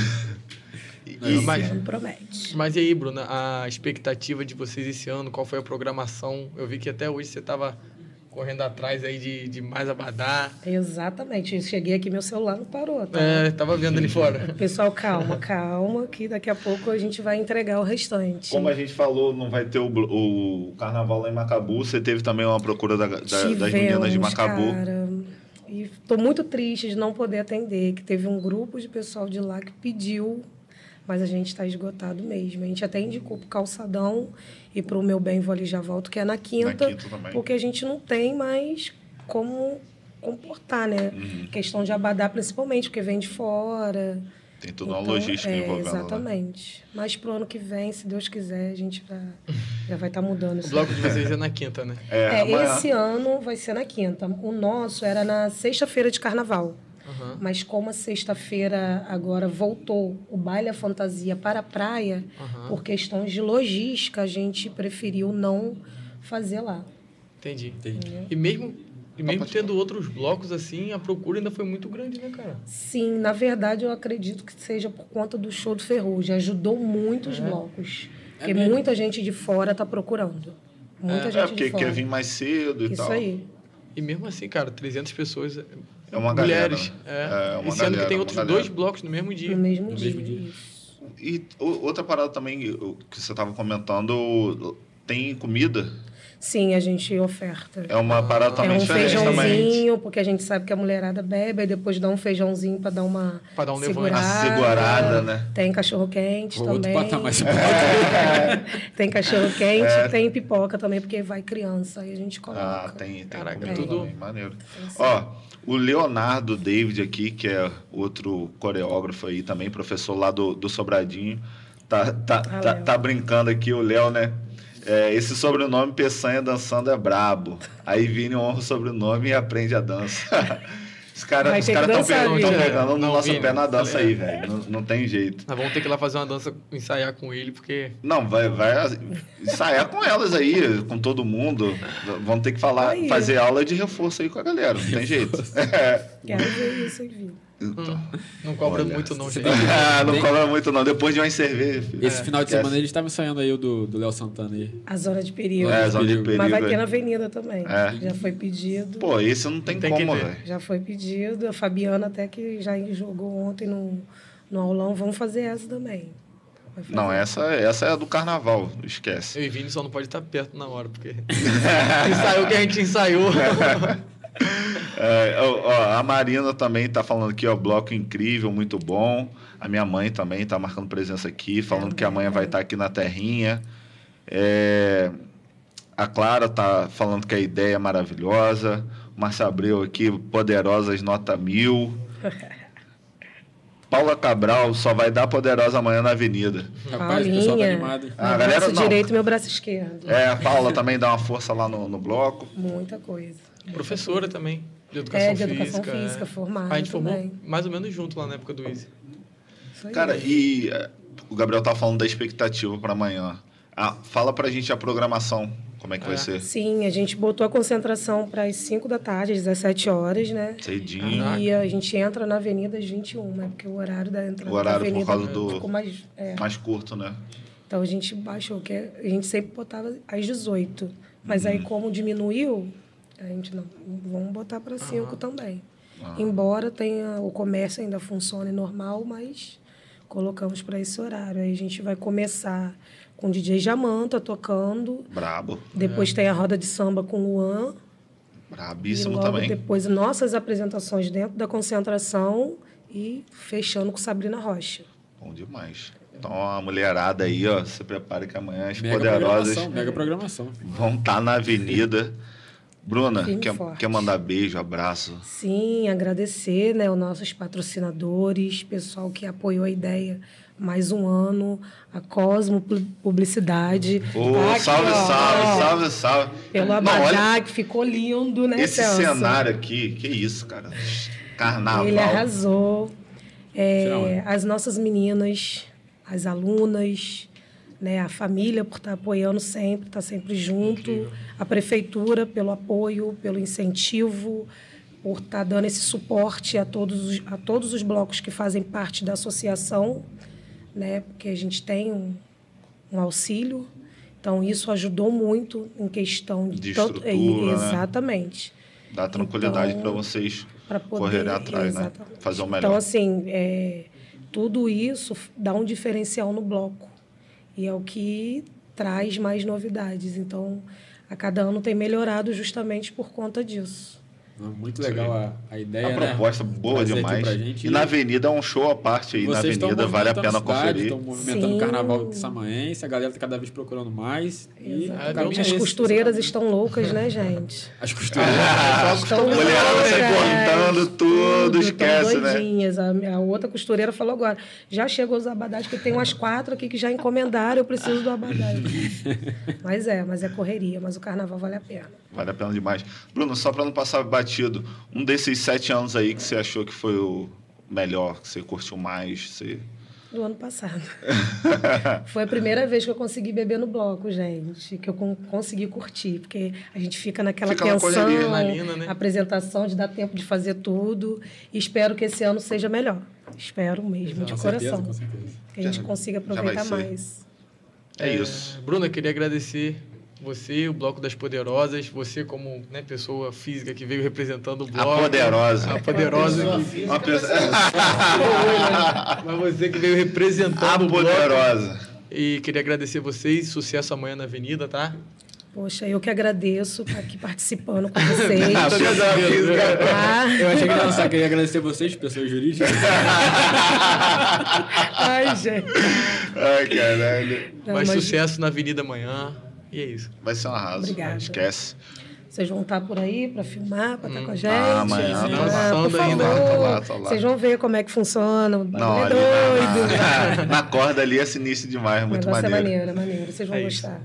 Speaker 1: E-
Speaker 4: Mas,
Speaker 6: Não promete.
Speaker 4: mas e aí, Bruna, a expectativa de vocês esse ano? Qual foi a programação? Eu vi que até hoje você tava correndo atrás aí de, de mais abadá.
Speaker 6: Exatamente. Eu cheguei aqui, meu celular não parou, tá?
Speaker 4: É, tava vendo ali fora.
Speaker 6: Pessoal, calma, calma, que daqui a pouco a gente vai entregar o restante.
Speaker 1: Como é a gente falou, não vai ter o, blo- o carnaval lá em Macabu. Você teve também uma procura da- da- das meninas de
Speaker 6: Tivemos,
Speaker 1: Macabu.
Speaker 6: Cara. E tô muito triste de não poder atender, que teve um grupo de pessoal de lá que pediu, mas a gente está esgotado mesmo. A gente até indicou pro Calçadão e pro Meu Bem Vole Já Volto, que é na quinta,
Speaker 1: Na quinta também.
Speaker 6: porque a gente não tem mais como comportar, né?
Speaker 1: Uhum.
Speaker 6: Questão de abadá principalmente, porque vem de fora.
Speaker 1: Tem toda uma
Speaker 6: Então,
Speaker 1: logística
Speaker 6: é,
Speaker 1: envolvendo. né?
Speaker 6: Exatamente. Mas pro ano que vem, se Deus quiser, a gente já, já vai estar mudando
Speaker 4: O
Speaker 6: isso.
Speaker 4: bloco de vocês é na quinta, né?
Speaker 1: É,
Speaker 6: É,
Speaker 1: amanhã.
Speaker 6: esse ano vai ser na quinta. O nosso era na sexta-feira de carnaval.
Speaker 4: Aham.
Speaker 6: Mas como a sexta-feira agora voltou o baile à fantasia para a praia,
Speaker 4: Aham.
Speaker 6: por questões de logística, a gente preferiu não fazer lá.
Speaker 4: Entendi.
Speaker 3: Entendi.
Speaker 4: E mesmo, e mesmo tendo outros blocos assim, a procura ainda foi muito grande, né, cara?
Speaker 6: Sim, na verdade, eu acredito que seja por conta do show do Ferrugem. Ajudou muito
Speaker 1: É.
Speaker 6: os blocos. Porque
Speaker 3: mesmo?
Speaker 6: muita gente de fora está procurando. Muita gente
Speaker 1: É, porque
Speaker 6: de fora.
Speaker 1: quer vir mais cedo e
Speaker 6: Isso
Speaker 1: tal.
Speaker 6: aí.
Speaker 4: E mesmo assim, cara, 300 pessoas.
Speaker 1: É uma
Speaker 4: mulheres.
Speaker 1: galera.
Speaker 4: É.
Speaker 1: É uma
Speaker 4: Esse ano
Speaker 1: galera,
Speaker 4: que tem
Speaker 1: uma
Speaker 4: outros
Speaker 1: galera.
Speaker 4: dois blocos no mesmo dia.
Speaker 6: No mesmo dia.
Speaker 3: mesmo dia.
Speaker 6: Isso.
Speaker 1: E o- outra parada também o que você estava comentando, tem comida?
Speaker 6: Sim, a gente oferta.
Speaker 1: É uma parada
Speaker 6: É
Speaker 1: também
Speaker 6: um
Speaker 1: diferente também.
Speaker 6: feijãozinho, porque a gente sabe que a mulherada bebe, aí depois dá um feijãozinho para dar uma
Speaker 4: Pra dar um levante.
Speaker 6: segurada.
Speaker 1: Uma segurada, né?
Speaker 6: Tem cachorro-quente
Speaker 3: Outro
Speaker 6: também.
Speaker 3: patamar. esse
Speaker 6: tem cachorro-quente, tem pipoca também, porque vai criança, aí a gente coloca.
Speaker 1: É. Ah, tem, tem
Speaker 4: Caraca,
Speaker 1: comida
Speaker 4: tudo-
Speaker 1: também, maneiro. Ó, o Leonardo David aqui, que é outro coreógrafo aí também, professor lá do, do Sobradinho, tá, tá,
Speaker 6: Ah,
Speaker 1: tá,
Speaker 6: Léo.
Speaker 1: tá brincando aqui, o Léo, né? É, esse sobrenome Peçanha Dançando é brabo. Aí Vini honra o sobrenome e aprende a dança. Os caras
Speaker 6: Vai
Speaker 1: estão
Speaker 6: ter que
Speaker 1: cara tão
Speaker 6: dançar,
Speaker 1: pegando, tão
Speaker 6: Vini.
Speaker 1: pegando no
Speaker 4: Não,
Speaker 1: nosso
Speaker 4: Vini,
Speaker 1: pé na dança
Speaker 4: falei.
Speaker 1: aí, velho. Não, não tem jeito.
Speaker 4: Nós vamos ter que ir lá fazer uma dança, ensaiar com ele, porque.
Speaker 1: Não, vai, vai ensaiar com elas aí, com todo mundo. Vão ter que falar,
Speaker 6: Aí.
Speaker 1: fazer aula de reforço aí com a galera. Não tem jeito. É,
Speaker 6: Quero ver isso, enfim.
Speaker 3: Hum,
Speaker 4: Não cobra
Speaker 1: Olha,
Speaker 4: muito, não,
Speaker 3: você
Speaker 4: gente.
Speaker 3: tá-
Speaker 1: Ah, não
Speaker 3: Tem-
Speaker 1: cobra muito, não. Depois de uma cerveja, filho.
Speaker 6: É.
Speaker 3: Esse final de
Speaker 1: esquece.
Speaker 3: semana eles estavam ensaiando aí o do do Léo Santana aí.
Speaker 6: A zona de perigo.
Speaker 1: É, zona de perigo.
Speaker 6: Mas vai
Speaker 1: é.
Speaker 6: ter na avenida também.
Speaker 1: É.
Speaker 6: Já foi pedido.
Speaker 1: Pô, esse não tem,
Speaker 4: Tem que
Speaker 1: como,
Speaker 4: ter.
Speaker 1: velho.
Speaker 6: Já foi pedido. A Fabiana até que já jogou ontem no, no aulão. Vamos fazer essa também. Vai fazer.
Speaker 1: Não, essa, essa é a do carnaval, esquece.
Speaker 4: Eu e Vini só não pode estar perto na hora, porque. ensaiou o que a gente ensaiou.
Speaker 1: É, ó, ó, a Marina também tá falando aqui, ó, bloco incrível, muito bom. A minha mãe também tá marcando presença aqui, falando que amanhã vai estar aqui na terrinha. É, a Clara tá falando que a ideia é maravilhosa. O Márcio Abreu aqui, poderosas, nota mil. Paula Cabral só vai dar poderosa amanhã na avenida.
Speaker 3: Rapaz, o pessoal tá
Speaker 6: Paulinha.
Speaker 3: animado.
Speaker 1: Ah,
Speaker 6: meu
Speaker 1: a galera
Speaker 6: braço
Speaker 1: não.
Speaker 6: direito e meu braço esquerdo.
Speaker 1: É, a Paula também dá uma força lá no, no bloco.
Speaker 6: Muita coisa.
Speaker 4: Professora também. De educação
Speaker 6: É, de educação
Speaker 4: física.
Speaker 6: física,
Speaker 4: é.
Speaker 6: formada.
Speaker 4: A gente formou
Speaker 6: também.
Speaker 4: mais ou menos junto lá na época do Easy.
Speaker 6: Isso aí.
Speaker 1: Cara, e eh, o Gabriel tá falando da expectativa para amanhã. Ah, fala pra gente a programação, como é que vai
Speaker 4: É.
Speaker 1: ser?
Speaker 6: Sim, a gente botou a concentração para as 5 da tarde, às 17 horas, né?
Speaker 1: Cedinho.
Speaker 6: E a gente entra na avenida às 21, é porque o horário da entrada
Speaker 1: O horário
Speaker 6: da avenida
Speaker 1: por causa do-
Speaker 6: ficou mais. é.
Speaker 1: Mais curto, né?
Speaker 6: Então a gente baixou, que é, a gente sempre botava às 18. Mas aí, como diminuiu, a gente não. Vamos botar para 5 também. Embora tenha o comércio ainda funcione normal, mas colocamos para esse horário. Aí a gente vai começar com o DJ Jamanta tocando.
Speaker 1: Brabo.
Speaker 6: Depois tem a roda de samba com o Luan.
Speaker 1: Brabíssimo
Speaker 6: e logo
Speaker 1: também.
Speaker 6: depois nossas apresentações dentro da concentração e fechando com Sabrina Rocha.
Speaker 1: Bom demais. Então a mulherada aí, ó, se prepare que amanhã as
Speaker 3: Mega
Speaker 1: poderosas
Speaker 3: programação, mega programação.
Speaker 1: vão estar na avenida. Bruna,
Speaker 6: Firme e
Speaker 1: quer,
Speaker 6: forte.
Speaker 1: quer mandar beijo, abraço?
Speaker 6: Sim, agradecer né, os nossos patrocinadores, pessoal que apoiou a ideia mais um ano, a Cosmo Pu- Publicidade.
Speaker 1: Ô,
Speaker 6: Tá aqui,
Speaker 1: salve,
Speaker 6: ó,
Speaker 1: salve,
Speaker 6: ó,
Speaker 1: salve, salve.
Speaker 6: Pelo
Speaker 1: Não, olha
Speaker 6: Abadá, que ficou lindo, né,
Speaker 1: esse
Speaker 6: Celso?
Speaker 1: cenário aqui, que isso, cara. Carnaval.
Speaker 6: Ele arrasou. É,
Speaker 3: Será, olha?
Speaker 6: as nossas meninas, as alunas, né, a família por estar apoiando sempre, estar sempre junto, a prefeitura pelo apoio, pelo incentivo, por estar dando esse suporte a todos os, a todos os blocos que fazem parte da associação, né, porque a gente tem um, um auxílio. Então isso ajudou muito em questão
Speaker 1: De
Speaker 6: tanto- é,
Speaker 1: estrutura, né?
Speaker 6: exatamente
Speaker 1: Dá tranquilidade
Speaker 6: Então,
Speaker 1: pra vocês
Speaker 6: para poder
Speaker 1: correrem atrás, né?
Speaker 6: Exatamente.
Speaker 1: Fazer o melhor.
Speaker 6: Então assim, é, tudo isso f- dá um diferencial no bloco e é o que traz mais novidades. Então, a cada ano tem melhorado justamente por conta disso.
Speaker 3: Muito legal a, a ideia,
Speaker 1: a
Speaker 3: né?
Speaker 1: proposta é boa
Speaker 3: Trazer aqui
Speaker 1: demais.
Speaker 3: pra gente. né?
Speaker 1: E na avenida é um show à parte aí. na
Speaker 3: Vocês tão
Speaker 1: avenida vale a
Speaker 3: movimentando
Speaker 1: pena
Speaker 3: cidade,
Speaker 1: conferir.
Speaker 3: Estão movimentando o
Speaker 6: Sim.
Speaker 3: carnaval de Samaense, a galera tá cada vez procurando mais. E
Speaker 6: Exato.
Speaker 3: o caminho é
Speaker 6: As
Speaker 3: esse,
Speaker 6: costureiras
Speaker 3: esse
Speaker 6: estão loucas, né, gente?
Speaker 3: caminho. As costureiras.
Speaker 6: Estão
Speaker 1: Mulherada sai
Speaker 6: loucas, é.
Speaker 1: cortando tudo,
Speaker 6: tão
Speaker 1: esquece, né?
Speaker 6: doidinhas. A, a outra costureira falou agora, já chegou os abadás, que tem umas quatro aqui que já encomendaram, eu preciso do abadá. mas é, mas é correria, mas o carnaval vale a pena.
Speaker 1: Vale a pena demais. Bruno, só pra não passar batido, um desses sete anos aí que você achou que foi o melhor, que você curtiu mais, você...
Speaker 6: Do ano passado. Foi a primeira vez que eu consegui beber no bloco, gente. Que eu con- consegui curtir. Porque a gente fica naquela
Speaker 1: Fica na
Speaker 6: tensão,
Speaker 1: correria,
Speaker 4: adrenalina, né?
Speaker 6: apresentação, de dar tempo de fazer tudo. E espero que esse ano seja melhor. Espero mesmo, de
Speaker 3: Com certeza,
Speaker 6: coração.
Speaker 3: com certeza.
Speaker 6: que a gente
Speaker 1: Já-
Speaker 6: consiga
Speaker 1: já vai
Speaker 6: aproveitar
Speaker 1: ser.
Speaker 6: mais.
Speaker 1: É isso.
Speaker 4: Bruna, queria agradecer você, o Bloco das Poderosas, você como né, pessoa física que veio representando o bloco.
Speaker 1: poderosa.
Speaker 4: A poderosa.
Speaker 5: Pessoa
Speaker 4: que- né?
Speaker 5: física,
Speaker 1: Uma pessoa...
Speaker 4: Mas você que veio representando
Speaker 1: A
Speaker 4: o bloco.
Speaker 1: poderosa.
Speaker 4: E queria agradecer vocês. Sucesso amanhã na Avenida, tá?
Speaker 6: Poxa, eu que agradeço estar aqui participando com vocês.
Speaker 1: A pessoa Ah, física.
Speaker 6: tá?
Speaker 3: Eu achei que não, só queria agradecer vocês, pessoas jurídicas.
Speaker 6: Ai, gente.
Speaker 1: Ai, caralho.
Speaker 6: Não,
Speaker 4: Mas
Speaker 6: mas
Speaker 4: sucesso na Avenida amanhã. E é isso.
Speaker 1: Vai ser um arraso.
Speaker 6: Obrigada.
Speaker 1: Esquece.
Speaker 6: Vocês vão estar por aí para filmar, para estar com a gente.
Speaker 1: Ah, amanhã
Speaker 6: Ah,
Speaker 1: tá
Speaker 6: por
Speaker 1: lá.
Speaker 4: Passando ainda.
Speaker 6: favor.
Speaker 1: Tá lá, tá lá.
Speaker 6: Vocês vão ver como é que funciona. O
Speaker 1: Não,
Speaker 6: bagulho é
Speaker 1: ali
Speaker 6: doido.
Speaker 1: na, na- na corda ali é sinistro demais,
Speaker 6: O
Speaker 1: muito
Speaker 6: negócio é
Speaker 1: maneiro.
Speaker 6: maneiro, é maneiro. Vocês vão
Speaker 4: É isso.
Speaker 6: gostar.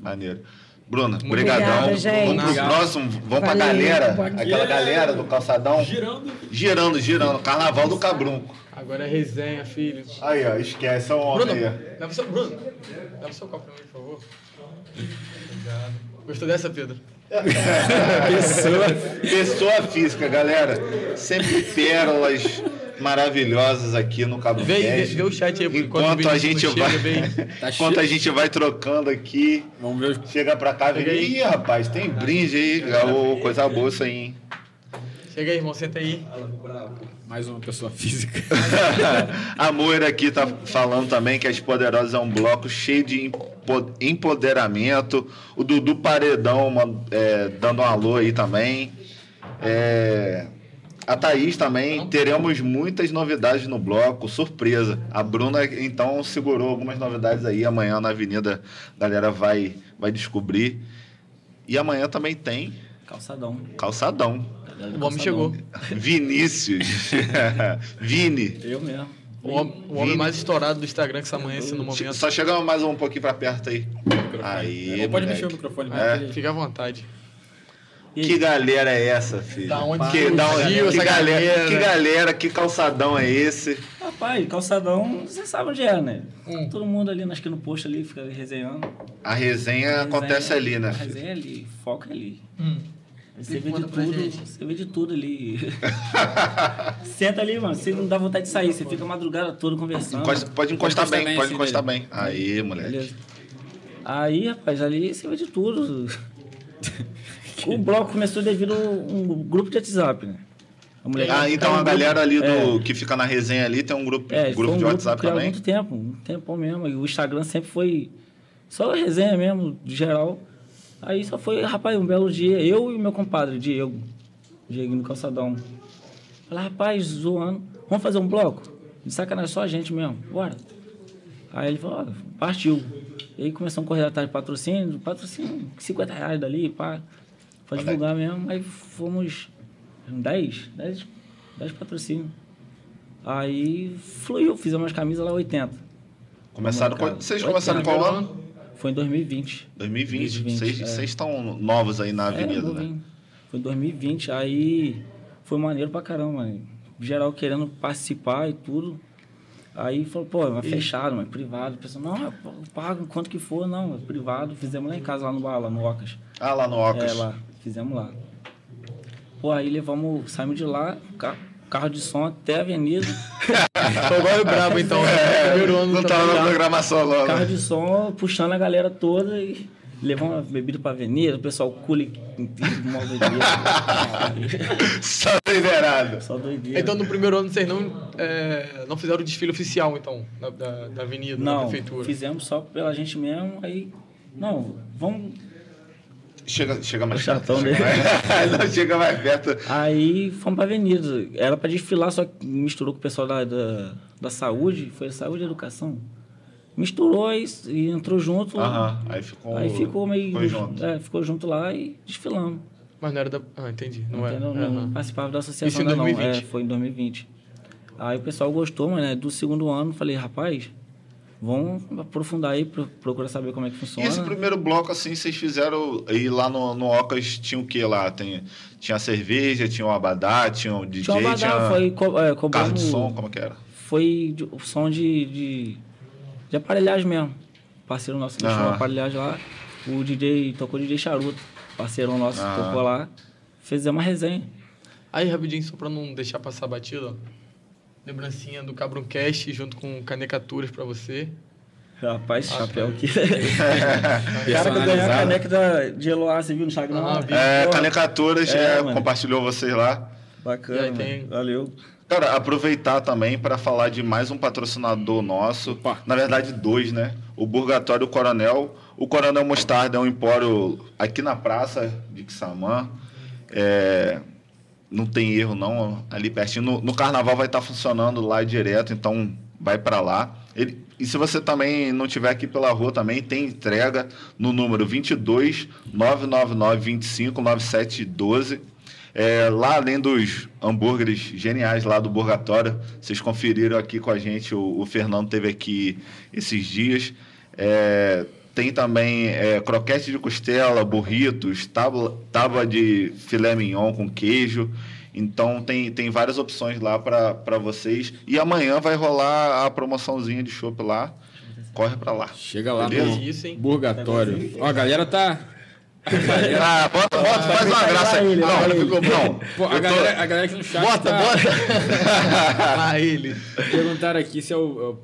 Speaker 1: Maneiro. Bruna,
Speaker 6: Obrigada,
Speaker 1: brigadão.
Speaker 6: gente.
Speaker 1: Vamos pro
Speaker 2: Obrigado.
Speaker 1: próximo, vamos pra
Speaker 6: Valeu,
Speaker 1: galera,
Speaker 6: bom dia.
Speaker 1: aquela galera do calçadão.
Speaker 3: Girando.
Speaker 1: Girando, girando. Carnaval do Cabrunco.
Speaker 4: Agora é resenha, filho.
Speaker 1: Aí, ó, esquece, é o
Speaker 4: Bruno,
Speaker 1: homem aí.
Speaker 4: leva o seu, Bruno, leva o seu copo pra mim, por favor. Gostou dessa, Pedro?
Speaker 1: Pessoa física, galera. Sempre pérolas maravilhosas aqui no Cabo
Speaker 4: Vê-
Speaker 1: Cast.
Speaker 4: vê- vê o chat aí, por enquanto
Speaker 1: enquanto
Speaker 4: o
Speaker 1: a
Speaker 4: Vinícius
Speaker 1: gente
Speaker 4: não
Speaker 1: vai,
Speaker 4: chega, vem.
Speaker 3: Tá
Speaker 1: enquanto a gente vai trocando aqui,
Speaker 3: Vamos ver os...
Speaker 1: chega pra cá, vem.
Speaker 4: aí.
Speaker 1: Ih, rapaz, tem brinde aí, ô, coisa boa isso aí. hein?
Speaker 4: Chega aí, irmão, senta aí.
Speaker 3: mais uma pessoa física.
Speaker 1: a Moira aqui tá falando também que as Poderosas é um bloco cheio de empo- empoderamento. O Dudu Paredão uma- é, dando um alô aí também. É, a Thaís também. Teremos muitas novidades no bloco, surpresa. A Bruna, então, segurou algumas novidades aí. Amanhã na Avenida a galera vai, vai descobrir. E amanhã também tem
Speaker 7: Calçadão.
Speaker 1: calçadão.
Speaker 7: Galera do
Speaker 4: O homem
Speaker 7: calçadão.
Speaker 4: chegou.
Speaker 1: Vinícius. Vini.
Speaker 7: Eu mesmo.
Speaker 4: O homem, o homem mais estourado do Instagram que essa manhã, assim, no
Speaker 1: Che-
Speaker 4: momento.
Speaker 1: Só chega mais um pouquinho pra perto aí. Aí,
Speaker 3: Ou
Speaker 1: moleque.
Speaker 3: pode mexer o microfone.
Speaker 1: É.
Speaker 3: mas-
Speaker 4: Fica à vontade.
Speaker 1: Que galera é essa, filho?
Speaker 4: Da onde
Speaker 1: que, da onde-
Speaker 4: surgiu
Speaker 1: que
Speaker 4: essa
Speaker 1: galera,
Speaker 4: galera?
Speaker 1: Que galera, que calçadão é esse?
Speaker 7: Rapaz, calçadão, você sabe onde é, né?
Speaker 4: Hum.
Speaker 7: Todo mundo ali, acho que no posto ali, fica resenhando.
Speaker 1: A resenha
Speaker 7: Resenha-
Speaker 1: acontece ali, né,
Speaker 7: a
Speaker 1: filho?
Speaker 7: Resenha é ali, foca ali. Você
Speaker 4: Ele
Speaker 7: vê de
Speaker 4: manda Hum. pra
Speaker 7: tudo,
Speaker 4: gente.
Speaker 7: você vê de tudo ali. Senta ali, mano, você não dá vontade de sair, você fica a madrugada toda conversando.
Speaker 1: Encosta- pode encostar
Speaker 3: Encosta
Speaker 1: bem,
Speaker 3: bem,
Speaker 1: pode
Speaker 3: assim,
Speaker 1: encostar bem. Aí, moleque.
Speaker 7: Beleza. Aí, rapaz, ali você vê de tudo. o bloco começou devido a um grupo de WhatsApp, né? A molecada
Speaker 1: Ah, então
Speaker 7: ficava
Speaker 1: a
Speaker 7: no grupo.
Speaker 1: galera ali
Speaker 7: É.
Speaker 1: do, que fica na resenha ali tem um grupo,
Speaker 7: É, foi
Speaker 1: grupo
Speaker 7: um
Speaker 1: de
Speaker 7: grupo
Speaker 1: WhatsApp
Speaker 7: criado há
Speaker 1: também.
Speaker 7: muito tempo, um tempo mesmo. E o Instagram sempre foi só resenha mesmo, de geral. Aí só foi, rapaz, um belo dia, eu e meu compadre, Diego, Diego no calçadão. Falei, rapaz, zoando, vamos fazer um bloco? De sacanagem, só a gente mesmo, bora. Aí ele falou, ó, partiu. E aí começamos a correr atrás de patrocínio, patrocínio, 50 reais dali, pá, pra
Speaker 1: Tá
Speaker 7: divulgar mesmo. Aí fomos 10, 10, 10 patrocínios. Aí fluiu, fizemos umas camisas lá 80.
Speaker 1: Começaram com,
Speaker 7: Marcado.
Speaker 1: vocês
Speaker 7: é, Foi
Speaker 1: começaram
Speaker 7: tempo.
Speaker 1: qual ano?
Speaker 7: Foi em 2020.
Speaker 1: 2020.
Speaker 7: 2020,
Speaker 1: Vocês
Speaker 7: é.
Speaker 1: vocês estão novos aí na
Speaker 7: é,
Speaker 1: avenida, né?
Speaker 7: novinho. Foi em 2020. Aí foi maneiro pra caramba, mano. Geral querendo participar e tudo. Aí falou, pô, mas fechado, mas privado. O pessoal, não, eu pago quanto que for, não, é privado. Fizemos lá em casa, lá no bar, lá no Ocas.
Speaker 1: Ah, lá no Ocas.
Speaker 7: É, lá. Fizemos lá. Pô, aí levamos, saímos de lá, ca- carro de som até a avenida.
Speaker 4: Tô igual o Brabo, então.
Speaker 7: né?
Speaker 4: Primeiro ano
Speaker 1: É, Não
Speaker 4: tá
Speaker 1: tava na
Speaker 4: ligado.
Speaker 1: programação lá,
Speaker 7: carro
Speaker 1: né?
Speaker 7: de som puxando a galera toda e levando a bebida pra avenida, o pessoal cule mó doideira.
Speaker 1: Só liberado.
Speaker 7: Só
Speaker 1: É
Speaker 7: doideira.
Speaker 4: Então, no primeiro ano, vocês não, é, não fizeram o desfile oficial, então, da, da, da avenida, da
Speaker 7: não,
Speaker 4: prefeitura.
Speaker 7: fizemos só pela gente mesmo, aí. Não, vamos.
Speaker 1: Chega, chega mais
Speaker 7: O chatão
Speaker 1: perto. Chega mais, não, chega mais perto.
Speaker 7: Aí fomos pra avenida. Era pra desfilar, só que misturou com o pessoal da, da, da saúde, foi saúde e educação. Misturou e, e entrou junto.
Speaker 1: Aham, aí ficou.
Speaker 7: Aí ficou meio.
Speaker 1: Foi junto.
Speaker 7: é, ficou junto lá e desfilamos.
Speaker 4: Mas não era da... Ah, entendi. Não era.
Speaker 7: Entendeu? Não,
Speaker 4: Aham.
Speaker 7: participava da associação
Speaker 4: Isso em
Speaker 7: ainda
Speaker 4: 2020.
Speaker 7: não. É, foi em 2020. Aí o pessoal gostou, mas né, do segundo ano, falei, rapaz, vamos aprofundar aí, pro- procurar saber como é que
Speaker 1: E
Speaker 7: funciona.
Speaker 1: esse primeiro bloco, assim, vocês fizeram. E lá no, no Ocas tinha o que lá? Tem, tinha cerveja, tinha o abadá, tinha o DJ,
Speaker 7: Tinha
Speaker 1: tinha,
Speaker 7: uma badala, foi co é,
Speaker 1: carro
Speaker 7: cobrando-
Speaker 1: de som, como que era?
Speaker 7: Foi de- o som de, de, de aparelhagem mesmo. Parceiro nosso deixou
Speaker 1: Aham.
Speaker 7: uma aparelhagem lá. O DJ tocou o DJ Charuto. Parceiro nosso
Speaker 1: Aham.
Speaker 7: tocou lá. Fez uma resenha.
Speaker 4: Aí, rapidinho, só pra não deixar passar batida, ó. lembrancinha do Cabroncast junto com canecaturas pra você.
Speaker 7: Rapaz, esse
Speaker 4: Ah,
Speaker 7: chapéu
Speaker 4: tá.
Speaker 7: aqui. O cara que ganhou a
Speaker 3: Personalizado.
Speaker 7: caneca da, de Eloá, você viu no Instagram?
Speaker 4: Ah,
Speaker 7: lá?
Speaker 4: vi.
Speaker 1: É,
Speaker 7: Porra,
Speaker 1: Canecaturas
Speaker 7: É,
Speaker 1: é,
Speaker 7: mano.
Speaker 1: compartilhou vocês lá.
Speaker 7: Bacana,
Speaker 4: E aí
Speaker 7: mano.
Speaker 4: tem-
Speaker 7: valeu.
Speaker 1: Cara, aproveitar também para falar de mais um patrocinador nosso.
Speaker 3: Opa.
Speaker 1: Na verdade, dois, né? O Burgatório Coronel. O Coronel Mostarda é um empório aqui na praça de Quixamã. É, Não tem erro, não. Ali pertinho. No, no carnaval vai estar funcionando lá direto, então vai para lá. Ele- E se você também não estiver aqui pela rua também, tem entrega no número 22 999 25 9712. É, lá além dos hambúrgueres geniais lá do Burgatório, vocês conferiram aqui com a gente, o, o Fernando teve aqui esses dias. É, Tem também é, croquete de costela, burritos, tábua, tábua de filé mignon com queijo. Então tem, tem várias opções lá para vocês. E amanhã vai rolar a promoçãozinha de chopp lá. Corre para lá.
Speaker 3: Chega lá
Speaker 1: Beleza?
Speaker 3: no
Speaker 4: Isso, hein?
Speaker 3: Burgatório. Ó, a galera tá.
Speaker 1: Ah, bota, bota, faz uma graça aí. Não, não ficou bom.
Speaker 3: Pô, a, galera a galera aqui no chat.
Speaker 1: Bota,
Speaker 3: tá...
Speaker 1: bota.
Speaker 4: Ah, ele.
Speaker 3: Perguntaram aqui se é o. é o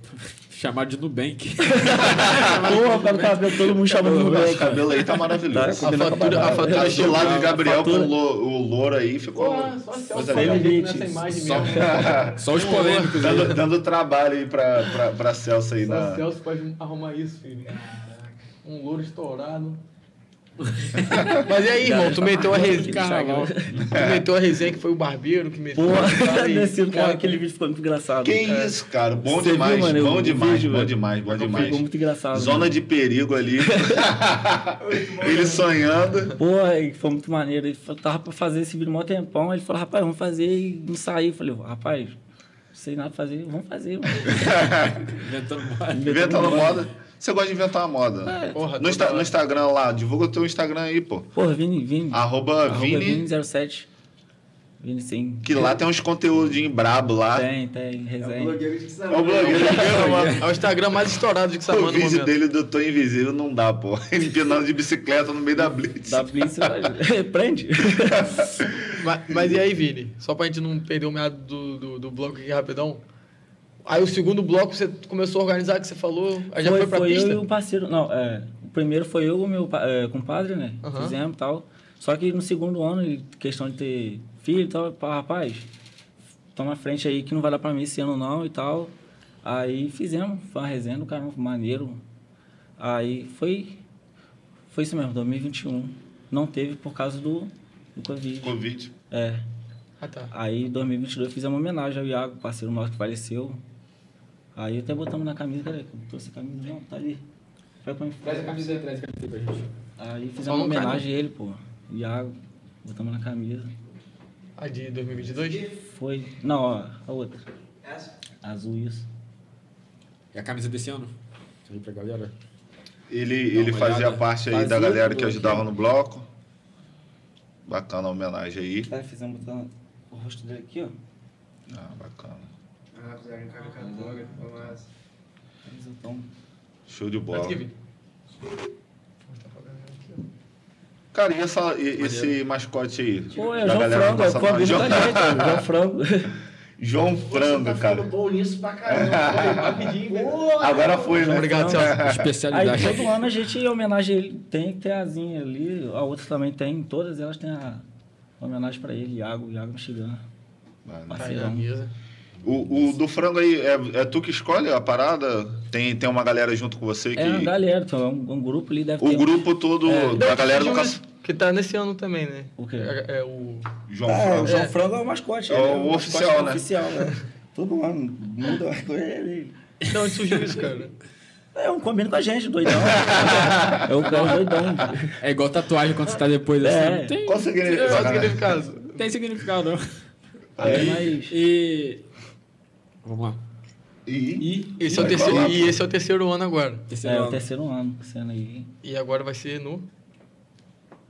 Speaker 3: chamado de Nubank.
Speaker 7: Porra, cara, tá vendo todo mundo chamando no
Speaker 1: Esse
Speaker 7: Nubank, cara.
Speaker 1: cabelo aí tá maravilhoso.
Speaker 4: A fatura, a fatura
Speaker 1: Tá Do
Speaker 4: chegou.
Speaker 1: lado de Gabriel com
Speaker 7: fatura.
Speaker 1: o lo- o louro aí ficou.
Speaker 4: Só
Speaker 1: coisa
Speaker 4: selfie
Speaker 1: legal.
Speaker 4: dele nessa imagem mesmo.
Speaker 3: Só os polêmicos aí.
Speaker 1: Dando, dando trabalho aí pra, pra, pra Celso aí
Speaker 4: Só
Speaker 1: na.
Speaker 4: Tá Celso pode arrumar isso, filho. Um louro estourado. Mas e aí, irmão? Tu meteu a resenha.
Speaker 3: Carnaval.
Speaker 4: Tu meteu a resenha que foi o barbeiro que meteu.
Speaker 7: Porra,
Speaker 4: esse cara aí.
Speaker 7: desse, cara,
Speaker 4: Cara,
Speaker 7: aquele vídeo ficou muito engraçado.
Speaker 1: Que
Speaker 7: É.
Speaker 1: isso, cara. Bom
Speaker 7: Você
Speaker 1: demais,
Speaker 7: viu, mano? Eu vi
Speaker 1: bom
Speaker 7: o
Speaker 1: demais,
Speaker 7: vídeo,
Speaker 1: bom
Speaker 7: velho.
Speaker 1: demais, bom
Speaker 7: Ficou muito
Speaker 1: demais.
Speaker 7: engraçado.
Speaker 1: Zona de perigo ali. Ele sonhando.
Speaker 7: Porra, e foi muito maneiro. Ele falou, tava pra fazer esse vídeo mó tempão. Ele falou, rapaz, vamos fazer e não saiu. Eu falei, rapaz, não sei nada pra fazer, vamos fazer, mano.
Speaker 1: Inventando moda. Você gosta de inventar uma moda.
Speaker 7: É,
Speaker 1: né? no,
Speaker 4: porra, toda
Speaker 1: Insta-
Speaker 4: hora.
Speaker 1: no Instagram lá, divulga o teu Instagram aí, pô.
Speaker 7: Porra, Vini, Vini.
Speaker 1: Arroba Ah, Vini,
Speaker 7: 07. Vini, sim.
Speaker 1: que lá tem uns conteúdinhos brabo lá.
Speaker 7: Tem, tem, resenha.
Speaker 1: É o blogueiro que
Speaker 4: É o Instagram mais estourado de Xamã
Speaker 7: é
Speaker 1: O
Speaker 7: um
Speaker 4: no
Speaker 1: vídeo
Speaker 4: momento.
Speaker 1: dele do Tô Invisível não dá, pô. Ele empinando de bicicleta no meio da blitz.
Speaker 7: Da polícia, prende.
Speaker 4: Mas, mas e aí, Vini? Só pra gente não perder o meado do, do, do bloco aqui rapidão. Aí o segundo bloco você começou a organizar, que você falou. Aí já foi, pra pista.
Speaker 7: eu e um parceiro. Não, é. O primeiro foi eu e o meu pa- é, compadre, né?
Speaker 4: Aham.
Speaker 7: Fizemos e tal. Só que no segundo ano, e questão de ter filho e tal, pá, rapaz, toma a frente aí que não vai dar pra mim esse ano não e tal. Aí fizemos, foi uma resenha do caramba, maneiro. Aí foi. Foi isso mesmo, 2021. Não teve por causa do, do Covid.
Speaker 1: Covid.
Speaker 7: É.
Speaker 4: Ah, tá.
Speaker 7: Aí em 2022 fizemos uma homenagem ao Iago, parceiro nosso que faleceu. Aí até botamos na camisa, cara, que eu trouxe a camisa, não, tá ali. Pega pra mim.
Speaker 3: Traz a camisa aí, traz a camisa aí pra gente.
Speaker 7: Aí
Speaker 4: Só
Speaker 7: fizemos uma
Speaker 4: não cai,
Speaker 7: homenagem a ele, pô. Iago, botamos na camisa.
Speaker 4: A de 2022?
Speaker 7: Foi. Não, ó, a outra. Azul, isso.
Speaker 3: E a camisa desse ano? Deixa eu ver pra galera.
Speaker 1: Ele,
Speaker 3: Dá
Speaker 1: ele
Speaker 3: uma
Speaker 1: fazia
Speaker 3: olhada.
Speaker 1: parte aí
Speaker 7: Fazia
Speaker 1: da galera
Speaker 7: tudo
Speaker 1: que
Speaker 7: aqui.
Speaker 1: ajudava no bloco. Bacana a homenagem aí.
Speaker 7: Aí Tá, fizemos botando o rosto dele aqui, ó.
Speaker 1: Ah, bacana.
Speaker 7: Camisotão.
Speaker 1: Show de bola.
Speaker 4: Antes que Vini.
Speaker 1: Cara, e, essa- e- esse mascote aí?
Speaker 7: Pô, é
Speaker 1: Da
Speaker 7: João
Speaker 1: galera
Speaker 7: Frango, é
Speaker 1: passando-
Speaker 7: pô, amigo
Speaker 1: João,
Speaker 7: da gente, ó, João Frango.
Speaker 1: João
Speaker 5: tá
Speaker 1: Frango,
Speaker 5: ficando
Speaker 1: cara.
Speaker 5: bom nisso pra caramba. Rapidinho, velho.
Speaker 1: Agora foi, né?
Speaker 4: Obrigado, Celso.
Speaker 7: Aí
Speaker 3: Especialidade.
Speaker 7: todo ano a gente homenagem ele, tem que ter a asinha ali, a outra também tem, todas elas têm a homenagem pra ele, Iago, Iago Mexicano.
Speaker 1: Mano.
Speaker 4: Tá aí na mesa.
Speaker 1: O, o do frango aí, é, é tu que escolhe a parada? Tem, tem uma galera junto com você que.
Speaker 7: É uma galera, então, é um, um grupo ali deve
Speaker 1: o
Speaker 7: ter.
Speaker 1: grupo todo da
Speaker 7: um
Speaker 1: galera do
Speaker 4: Júnior,
Speaker 1: Caça-
Speaker 4: Que tá nesse ano também, né?
Speaker 7: O quê?
Speaker 4: É, é o.
Speaker 1: João Frango.
Speaker 7: João Frango é o mascote.
Speaker 1: É ele é o o mascote oficial, né?
Speaker 7: oficial, né? Todo ano, muda uma coisa ele.
Speaker 4: Não, onde surgiu isso, cara?
Speaker 7: É um combina com a gente, doidão. é um cara doidão.
Speaker 3: É igual tatuagem quando você tá depois assim.
Speaker 7: É.
Speaker 3: Não tem,
Speaker 1: Qual significa?
Speaker 4: Qual o
Speaker 1: Sacanagem.
Speaker 4: significado?
Speaker 3: não tem significado, não.
Speaker 7: Aí, É, mas...
Speaker 3: E. Vamos lá.
Speaker 1: Ih,
Speaker 3: E.
Speaker 4: Esse é o
Speaker 1: Vai
Speaker 4: terceiro,
Speaker 1: falar,
Speaker 4: e esse é o terceiro ano agora.
Speaker 7: É,
Speaker 3: Terceiro
Speaker 7: o
Speaker 3: ano.
Speaker 7: terceiro ano sendo aí.
Speaker 4: E agora vai ser no.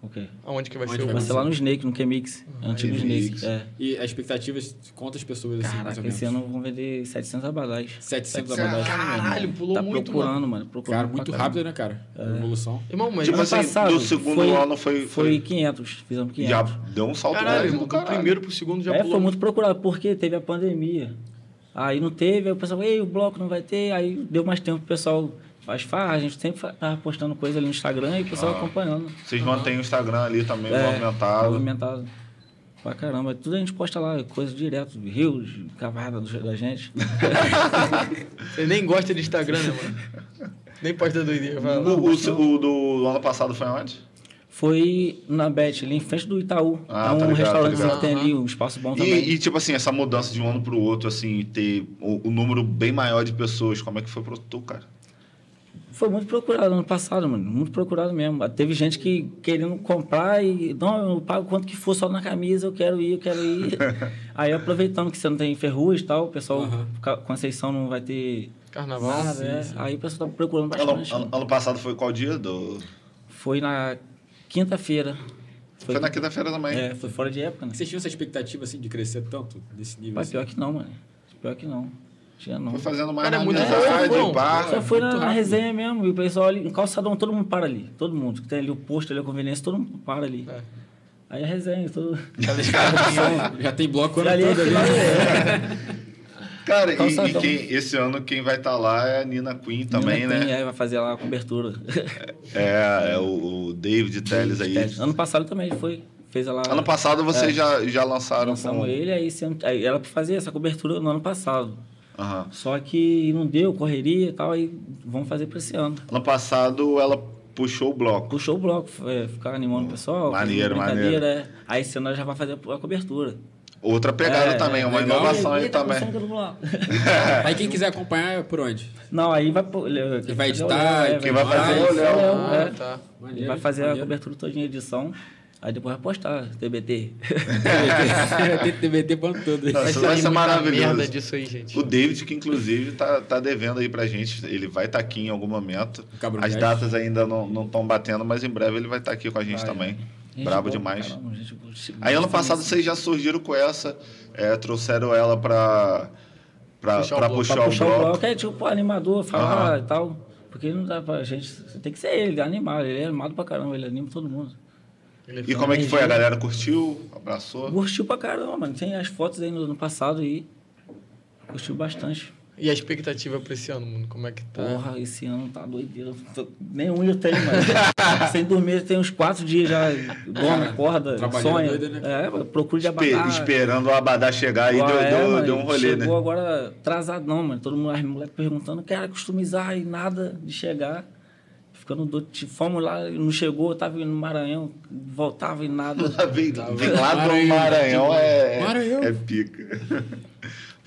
Speaker 7: O quê?
Speaker 4: Aonde que vai
Speaker 3: Onde
Speaker 4: ser
Speaker 3: vai
Speaker 7: Vai
Speaker 4: o.
Speaker 7: ser lá no Snake, no K-Mix. É o antigo
Speaker 1: K-Mix.
Speaker 7: Snake. É.
Speaker 3: E as expectativas, quantas pessoas assim, mais ou
Speaker 7: Caraca,
Speaker 3: menos?
Speaker 7: esse ano vão vender 700 abadás.
Speaker 3: 700
Speaker 7: Caralho,
Speaker 3: abadás.
Speaker 4: Caralho, pulou
Speaker 7: Tá
Speaker 4: muito,
Speaker 7: procurando,
Speaker 4: mano.
Speaker 7: mano. procurando
Speaker 3: Cara,
Speaker 7: pra
Speaker 3: muito
Speaker 7: caramba. É.
Speaker 3: rápido, né, cara? A evolução.
Speaker 4: Irmão, mas.
Speaker 1: Tipo
Speaker 7: Ano
Speaker 1: assim, do segundo ano foi- foi-
Speaker 7: Foi 500, fizemos 500.
Speaker 1: já deu um salto
Speaker 4: Caralho,
Speaker 1: grande
Speaker 4: irmão,
Speaker 1: do
Speaker 4: do
Speaker 1: caralho.
Speaker 4: primeiro pro segundo já
Speaker 7: é,
Speaker 4: pulou.
Speaker 7: foi muito procurado, porque teve a pandemia. Aí não teve, aí o pessoal, ei, o bloco não vai ter. Aí deu mais tempo, o pessoal faz farra, a gente sempre fa- tava postando coisa ali no Instagram e o pessoal acompanhando. É,
Speaker 1: Vocês mantêm o Instagram ali também Ah, movimentado.
Speaker 7: Movimentado. Pra caramba. Tudo a gente posta lá, coisa direto, rios, cavada do- da gente.
Speaker 4: Você nem gosta de Instagram, né, mano? nem posta doideira. Vai
Speaker 1: O,
Speaker 4: lá.
Speaker 1: o, o do ano passado foi onde?
Speaker 7: Foi na Bet, ali em frente do Itaú.
Speaker 1: Ah,
Speaker 7: é um
Speaker 1: tá ligado,
Speaker 7: restaurante
Speaker 1: tá
Speaker 7: que tem ali, um espaço bom
Speaker 1: E,
Speaker 7: também.
Speaker 1: e, tipo assim, essa mudança de um ano pro outro, assim, ter o, o número bem maior de pessoas, como é que foi pro tu, cara?
Speaker 7: Foi muito procurado ano passado, mano. Muito procurado mesmo. Teve gente que querendo comprar e. Não, eu pago quanto que for só na camisa, eu quero ir, eu quero ir. Aí aproveitando que você não tem ferrugem e tal, o pessoal,
Speaker 3: Aham.
Speaker 7: Ca- Conceição não vai ter
Speaker 4: Carnaval.
Speaker 7: Nada, é. Aí o pessoal tá procurando
Speaker 1: Ano,
Speaker 7: bastante.
Speaker 1: ano- ano passado foi qual dia? Do...
Speaker 7: Foi na quinta-feira.
Speaker 1: Foi, na quinta-feira também.
Speaker 7: É, foi fora de época, né?
Speaker 3: Vocês tinham essa expectativa, assim, de crescer tanto, desse nível?
Speaker 7: Mas
Speaker 3: Assim?
Speaker 7: pior que não, mano. Pior que não. Tinha não.
Speaker 1: Foi fazendo mais
Speaker 4: Cara, é
Speaker 1: na
Speaker 4: muito
Speaker 1: amizade,
Speaker 4: bom.
Speaker 1: pá.
Speaker 7: Só foi na,
Speaker 3: muito
Speaker 7: na
Speaker 3: rápido.
Speaker 7: resenha mesmo. E o pessoal ali, no calçadão, todo mundo para ali. Todo mundo. Que tem ali o posto, ali a conveniência, todo mundo para ali.
Speaker 4: É.
Speaker 7: Aí a resenha, todo.
Speaker 3: Já tem bloco
Speaker 7: E
Speaker 3: ano
Speaker 7: ali é
Speaker 3: todo ali.
Speaker 7: final.
Speaker 1: Cara, e, e
Speaker 7: Calçadão.
Speaker 1: quem- esse ano quem vai estar lá é a Nina Queen também,
Speaker 7: Ainda tem,
Speaker 1: né?
Speaker 7: Aí vai fazer lá a cobertura.
Speaker 1: É, é o, o David Telles aí.
Speaker 7: ano passado também ele foi. Fez lá.
Speaker 1: Ano passado vocês já, já lançaram
Speaker 7: lançamos
Speaker 1: com...
Speaker 7: ele, aí, esse ano- aí ela fazia essa cobertura no ano passado.
Speaker 1: Aham.
Speaker 7: Só que não deu, correria e tal, aí vamos fazer pra esse ano.
Speaker 1: Ano passado ela puxou o bloco.
Speaker 7: Puxou o bloco, é, ficar animando o pessoal.
Speaker 1: Maneiro,
Speaker 7: fazendo brincadeira, é. Aí esse ano ela já vai fazer a cobertura.
Speaker 1: Outra pegada
Speaker 7: É, tá
Speaker 1: também, uma
Speaker 3: legal.
Speaker 1: inovação aí
Speaker 7: Eita,
Speaker 1: também.
Speaker 7: começando todo mundo lá.
Speaker 3: Aí quem quiser acompanhar é por onde?
Speaker 7: Não, aí vai. pô- ele-
Speaker 3: Quem vai
Speaker 7: fazer o
Speaker 3: editar,
Speaker 7: Léo, é,
Speaker 1: quem vai fazer o
Speaker 7: editar,
Speaker 1: Léo.
Speaker 7: Léo, é.
Speaker 4: Ah, tá.
Speaker 7: Ele vai fazer a cobertura toda em edição, aí depois vai postar, TBT.
Speaker 3: cobertura. Tem TBT pra tudo.
Speaker 1: Tá, isso vai
Speaker 4: sair
Speaker 1: ser
Speaker 4: é muita
Speaker 1: maravilhoso.
Speaker 4: merda disso aí, gente.
Speaker 1: O David, que inclusive tá, tá devendo aí pra gente, ele vai estar aqui em algum momento.
Speaker 3: Cabo
Speaker 1: As
Speaker 3: Cast.
Speaker 1: datas ainda não estão batendo, mas em breve ele vai estar aqui com a gente
Speaker 7: Vai, né?
Speaker 1: também.
Speaker 7: Gente
Speaker 1: Brabo
Speaker 7: boa pra
Speaker 1: demais.
Speaker 7: caramba, gente boa.
Speaker 1: Aí ano passado vocês já surgiram com essa, é, trouxeram ela pra, pra,
Speaker 4: Puxar o
Speaker 1: pra
Speaker 4: bloco.
Speaker 1: puxar
Speaker 7: Pra
Speaker 1: o
Speaker 7: puxar o
Speaker 1: bloco.
Speaker 7: bloco, é tipo pô, animador, falar
Speaker 1: Aham.
Speaker 7: e tal. Porque não dá pra gente. Tem que ser ele, animado. Ele é animado pra caramba, ele anima todo mundo.
Speaker 1: E como é que foi? A galera curtiu? Abraçou?
Speaker 7: Curtiu pra caramba, mano. Tem as fotos aí no ano passado e curtiu bastante.
Speaker 4: E a expectativa pra esse ano, mano? Como é que tá?
Speaker 7: Porra, esse ano tá doideira. Tô- um Nenhum eu tenho, mano. Sem dormir, tem uns quatro dias já. Dorme, acorda,
Speaker 3: trabalhando
Speaker 7: sonha.
Speaker 3: doido, né?
Speaker 7: É, mano, procura de
Speaker 1: Espe-
Speaker 7: abatar.
Speaker 1: esperando o Abadá chegar aí,
Speaker 7: Ó,
Speaker 1: deu,
Speaker 7: é,
Speaker 1: deu-
Speaker 7: mano,
Speaker 1: deu um rolê,
Speaker 7: chegou
Speaker 1: né?
Speaker 7: agora atrasado, não, mano. Todo mundo, as moleques perguntando, cara, customizar e nada de chegar. Ficando doido. Tipo, Fomos lá, não chegou, tava indo no Maranhão, voltava e nada.
Speaker 1: Vem, vem lá do
Speaker 3: Tá Maranhão. tá
Speaker 1: Maranhão, é,
Speaker 3: Maranhão.
Speaker 1: é pica.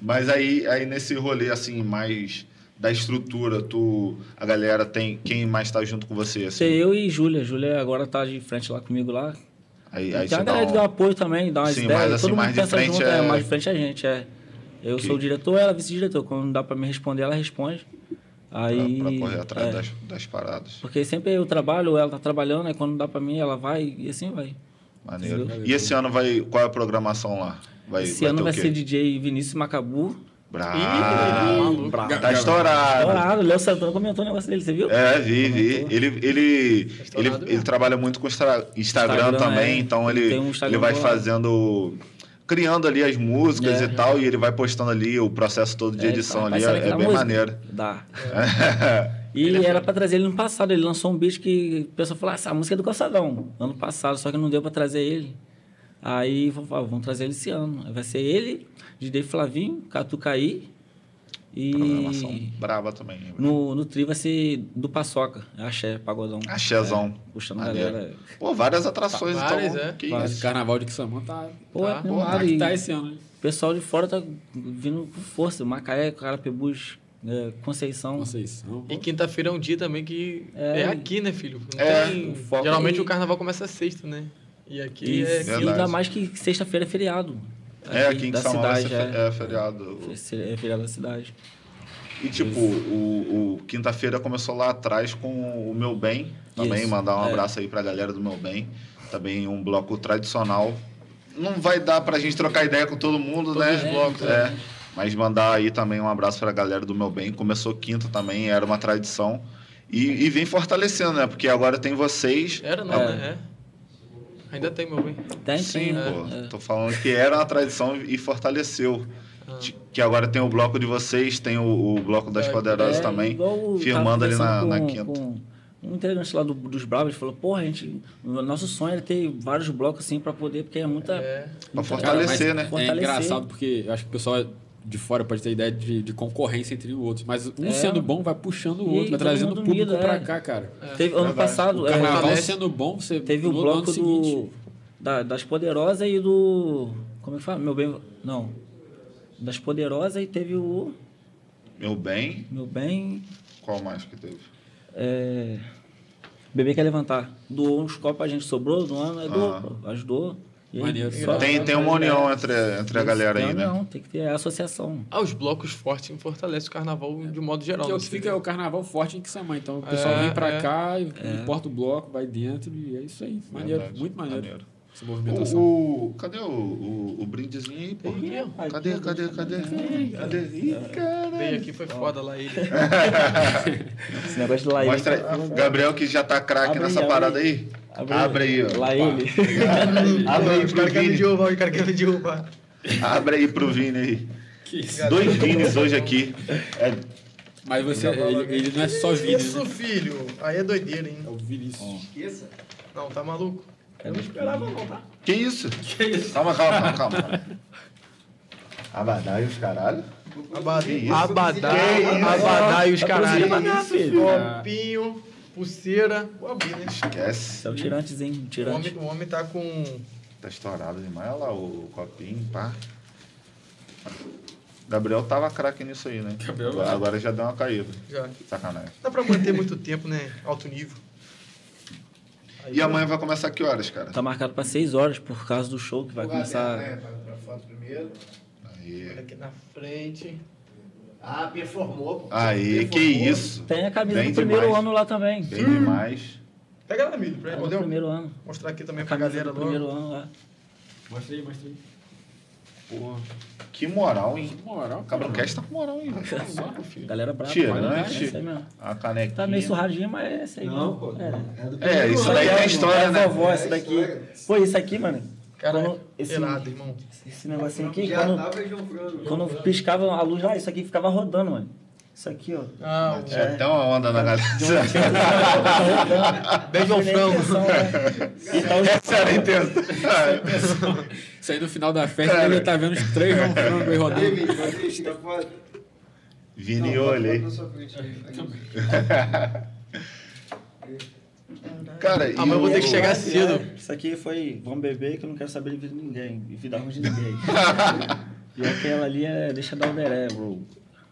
Speaker 1: Mas aí, aí nesse rolê, assim, mais da estrutura, tu, a galera tem, quem mais tá junto com você, assim?
Speaker 7: Sei eu e Júlia. Júlia agora tá de frente lá comigo lá.
Speaker 1: Aí,
Speaker 7: Tem
Speaker 1: aí
Speaker 7: a
Speaker 1: você dá
Speaker 7: galera que dá
Speaker 1: um...
Speaker 7: apoio também, dá umas
Speaker 1: Sim,
Speaker 7: ideias.
Speaker 1: mas assim,
Speaker 7: Todo mundo
Speaker 1: mais de
Speaker 7: pensa
Speaker 1: frente
Speaker 7: junto,
Speaker 1: é-
Speaker 7: é... mais de frente a gente, é. Eu
Speaker 1: Ok.
Speaker 7: sou o diretor, ela é vice-diretor. Quando não dá pra me responder, ela responde. Aí.
Speaker 1: Pra, pra correr atrás
Speaker 7: é.
Speaker 1: das, das paradas.
Speaker 7: Porque sempre eu trabalho, ela tá trabalhando, aí quando não dá pra mim, ela vai e assim vai.
Speaker 1: Maneiro. E esse ano vai. Qual é a programação lá? Vai,
Speaker 7: Esse
Speaker 1: vai
Speaker 7: ano
Speaker 1: ter o
Speaker 7: vai
Speaker 1: quê?
Speaker 7: ser DJ Vinícius Macabu.
Speaker 1: Brabo. Tá estourado.
Speaker 7: Dourado, o Léo Santana comentou o negócio dele, você viu?
Speaker 1: É, vi, vi.
Speaker 7: Comentou.
Speaker 1: Ele, ele, ele,
Speaker 4: estourado
Speaker 1: ele trabalha muito com Instagram, Instagram
Speaker 7: Instagram,
Speaker 1: também,
Speaker 7: é.
Speaker 1: então
Speaker 7: Ele
Speaker 1: ele,
Speaker 7: tem um Instagram
Speaker 1: ele vai
Speaker 7: bom.
Speaker 1: fazendo. criando ali as músicas
Speaker 7: É.
Speaker 1: e tal, e ele vai postando ali o processo todo de
Speaker 7: É,
Speaker 1: edição
Speaker 7: ele
Speaker 1: ali,
Speaker 7: fala,
Speaker 1: é,
Speaker 7: "Vai
Speaker 1: é
Speaker 7: sair
Speaker 1: bem
Speaker 7: aqui na música?" É.
Speaker 1: maneiro.
Speaker 7: Dá. E era pra trazer ele no passado, ele lançou um beat que o pessoal falou, "Ah, essa música é do Calçadão, ano passado, só que não deu pra trazer ele. Aí, vamos falar, "Vamos trazer ele esse ano. Aí vai ser ele, DJ Flavinho, Catucaí
Speaker 1: Programação
Speaker 7: e...
Speaker 1: braba também.
Speaker 7: No, no trio vai ser do Paçoca, é axé, pagodão.
Speaker 1: Axézão.
Speaker 7: É, puxando a
Speaker 1: Maneiro.
Speaker 7: galera.
Speaker 1: Pô, várias atrações,
Speaker 4: Tá,
Speaker 1: então.
Speaker 4: várias, é.
Speaker 1: Que
Speaker 7: Várias.
Speaker 1: isso.
Speaker 3: Carnaval de Kissamã tá...
Speaker 7: Pô,
Speaker 4: Tá,
Speaker 7: é
Speaker 4: pô,
Speaker 7: animado,
Speaker 3: tá que
Speaker 7: e-
Speaker 3: tá esse ano, né?
Speaker 7: O pessoal de fora tá vindo com força. Macaé, Carapebus, é, Conceição.
Speaker 3: Conceição.
Speaker 4: E quinta-feira é um dia também que é,
Speaker 7: É.
Speaker 4: aqui, né, filho? Não
Speaker 1: É.
Speaker 4: tem-
Speaker 7: O foco
Speaker 4: Geralmente
Speaker 7: aí-
Speaker 4: o carnaval começa sexta, né? E aqui
Speaker 7: E,
Speaker 4: é
Speaker 7: e
Speaker 1: Verdade.
Speaker 7: ainda mais que sexta-feira é feriado.
Speaker 1: É, aqui em
Speaker 7: da
Speaker 1: São Paulo
Speaker 7: cidade, é.
Speaker 1: é, é feriado.
Speaker 7: É feriado da cidade.
Speaker 1: E tipo, o, o quinta-feira começou lá atrás com o Meu Bem. Também
Speaker 7: Isso,
Speaker 1: mandar um
Speaker 7: é.
Speaker 1: abraço aí pra galera do Meu Bem. Também um bloco tradicional. Não vai dar pra gente trocar ideia com todo mundo, né?
Speaker 4: os blocos,
Speaker 1: é. Mas mandar aí também um abraço pra galera do Meu Bem. Começou quinta também, era uma tradição. E, e vem fortalecendo, né? Porque agora tem vocês.
Speaker 4: Era não, né? É. Ainda tem, meu bem.
Speaker 7: Tem,
Speaker 1: Sim,
Speaker 7: tem, né?
Speaker 1: pô.
Speaker 7: É.
Speaker 1: Tô falando que era uma tradição e fortaleceu. De- Que agora tem o bloco de vocês, tem o, o bloco das
Speaker 4: É,
Speaker 1: poderosas
Speaker 7: Ah. É,
Speaker 1: também.
Speaker 7: igual eu tava
Speaker 1: firmando ali na-
Speaker 7: conversando
Speaker 1: na quinta.
Speaker 7: com um integrante lá do- dos Bravos falou, porra, a gente, o nosso sonho era ter vários blocos assim pra poder, porque é muita...
Speaker 4: É.
Speaker 1: Pra
Speaker 7: muita-
Speaker 1: fortalecer, né?
Speaker 7: mas-
Speaker 3: É
Speaker 7: Fortalecer.
Speaker 3: engraçado porque eu acho que o pessoal de fora pode ter ideia de, de concorrência entre os outros, mas um
Speaker 7: É.
Speaker 3: sendo bom vai puxando o
Speaker 7: E
Speaker 3: outro, vai
Speaker 7: todo
Speaker 3: trazendo o
Speaker 7: mundo
Speaker 3: público
Speaker 7: unido,
Speaker 3: pra
Speaker 7: é.
Speaker 3: cá, cara.
Speaker 7: Teve, ano
Speaker 1: Verdade.
Speaker 7: passado...
Speaker 3: O
Speaker 7: é,
Speaker 3: carnaval
Speaker 7: teve-
Speaker 3: sendo bom, você
Speaker 7: Teve o
Speaker 3: no
Speaker 7: bloco
Speaker 3: ano seguinte.
Speaker 7: do, da- das Poderosas e do... Como é que fala? Meu bem... Não. Das Poderosas e teve o...
Speaker 1: Meu Bem,
Speaker 7: Meu bem...
Speaker 1: qual mais que teve?
Speaker 7: É... Bebê quer levantar. Doou uns copos, a gente sobrou do ano, aí doou,
Speaker 1: Aham.
Speaker 7: pô, ajudou. E aí,
Speaker 3: Maneiro.
Speaker 7: só- é
Speaker 1: Tem, tem uma união entre, entre a galera aí, né?
Speaker 7: tá, Não, tem que ter a associação.
Speaker 4: Ah, os blocos fortes fortalecem o carnaval de modo geral.
Speaker 3: Porque
Speaker 4: né? não
Speaker 3: o que
Speaker 4: sei.
Speaker 3: fica é o carnaval forte em Kissamã. Então o pessoal
Speaker 4: É,
Speaker 3: vem pra
Speaker 4: é.
Speaker 3: cá, importa o bloco, vai dentro e é isso aí. Maneiro,
Speaker 1: Verdade.
Speaker 3: muito maneiro.
Speaker 1: Maneiro.
Speaker 3: Essa movimentação.
Speaker 1: O, o- cadê o, o, o brindezinho aí, pô? Cadê, cadê, cadê? Cadê? Ih,
Speaker 4: Veio aqui, foi foda lá ele.
Speaker 7: Esse negócio de lá ele.
Speaker 1: Mostra aí. Gabriel que já tá craque
Speaker 7: Abre
Speaker 1: nessa
Speaker 7: aí,
Speaker 1: parada aí.
Speaker 7: Abre
Speaker 1: Abre,
Speaker 7: aí.
Speaker 1: aí, ó.
Speaker 7: Lá ele.
Speaker 1: Abre aí pro Vini.
Speaker 4: derrubar, o cara quer me derrubar.
Speaker 1: Abre aí pro Vini aí.
Speaker 3: Que isso.
Speaker 1: Dois Vinis hoje aqui. É,
Speaker 3: Mas você, ele, ele não é só Vinícius,
Speaker 4: Isso,
Speaker 3: né?
Speaker 4: filho. Aí é doideira, hein?
Speaker 3: É o Vinícius.
Speaker 5: Esqueça.
Speaker 4: Não, tá maluco?
Speaker 5: Eu não esperava não, tá?
Speaker 1: que isso? Calma, calma, calma, calma. Abadai os caralho.
Speaker 4: Abadai,
Speaker 1: isso?
Speaker 4: abadai,
Speaker 1: Que isso?
Speaker 4: abadai os
Speaker 7: Tá
Speaker 4: caralho.
Speaker 7: produzindo isso, filho.
Speaker 4: Copinho, pulseira. O homem, né?
Speaker 1: Esquece.
Speaker 7: Esse é o tirantezinho, o
Speaker 4: O
Speaker 7: tirante.
Speaker 4: homem, o homem tá com.
Speaker 1: Tá estourado demais. Olha lá o copinho, pá. Gabriel tava craque nisso aí, né?
Speaker 3: Gabriel-
Speaker 1: Agora já deu uma caída.
Speaker 4: Já.
Speaker 1: Sacanagem.
Speaker 4: Dá pra manter muito tempo, né? Alto nível.
Speaker 1: E amanhã vai começar que horas, cara?
Speaker 7: Tá marcado pra 6 horas por causa do show que vai
Speaker 5: Pro caderno,
Speaker 7: começar.
Speaker 5: né? Vai pra foto primeiro.
Speaker 1: Aí.
Speaker 4: Aqui na frente.
Speaker 5: Ah, performou. pô.
Speaker 1: Aí, que
Speaker 5: Performou.
Speaker 1: isso.
Speaker 7: Tem a camisa
Speaker 1: Bem
Speaker 7: do primeiro
Speaker 1: demais.
Speaker 7: ano lá também.
Speaker 1: Bem demais.
Speaker 4: Pega na milho pra
Speaker 7: É
Speaker 4: ele,
Speaker 7: do
Speaker 4: Vou
Speaker 7: primeiro ano.
Speaker 4: mostrar aqui também
Speaker 7: A
Speaker 4: pra
Speaker 7: camisa
Speaker 4: galera
Speaker 7: do
Speaker 4: logo.
Speaker 7: primeiro ano lá.
Speaker 3: Mostra aí, mostra aí.
Speaker 1: Porra. Que moral, hein?
Speaker 3: Moral.
Speaker 1: O Cabrocast tá com moral, hein? velho? Tá louco, filho.
Speaker 7: Galera brava.
Speaker 1: Tirante.
Speaker 7: vai, vai, é isso aí mesmo.
Speaker 1: A canequinha.
Speaker 7: Tá meio surradinho, mas é isso aí.
Speaker 5: Não, pô.
Speaker 7: mesmo. É.
Speaker 5: do
Speaker 1: É,
Speaker 5: primeiro
Speaker 1: isso
Speaker 5: ano.
Speaker 1: daí
Speaker 7: É,
Speaker 1: tem história,
Speaker 7: é
Speaker 1: né?
Speaker 7: vovó, esse daqui. Pô,
Speaker 5: é
Speaker 7: isso aqui, mano.
Speaker 4: Caralho,
Speaker 7: Quando esse,
Speaker 4: irado, irmão.
Speaker 7: esse negocinho aqui,
Speaker 5: Já
Speaker 7: quando,
Speaker 5: tava jogando.
Speaker 7: quando piscava a luz lá, isso aqui ficava rodando, mano. Isso aqui, ó.
Speaker 4: Ah,
Speaker 1: É até uma onda na galera.
Speaker 4: Beijo ao frango.
Speaker 7: Atenção, né? E tá os-
Speaker 1: Então, Essa era a intenção.
Speaker 3: Isso aí no final da festa ele tá vendo os três vão frango aí rodando.
Speaker 5: David, pode ir, fica fora.
Speaker 1: Vini,
Speaker 5: Não,
Speaker 1: olha aí.
Speaker 5: bota na sua frente aí, faz isso.
Speaker 1: Cara, e
Speaker 4: Amanhã eu vou
Speaker 1: o-
Speaker 4: ter que chegar cedo.
Speaker 7: é Isso aqui foi, vamos beber que eu não quero saber de vida de ninguém. E vidarmos de ninguém. e aquela ali é, deixa dar o deré, bro.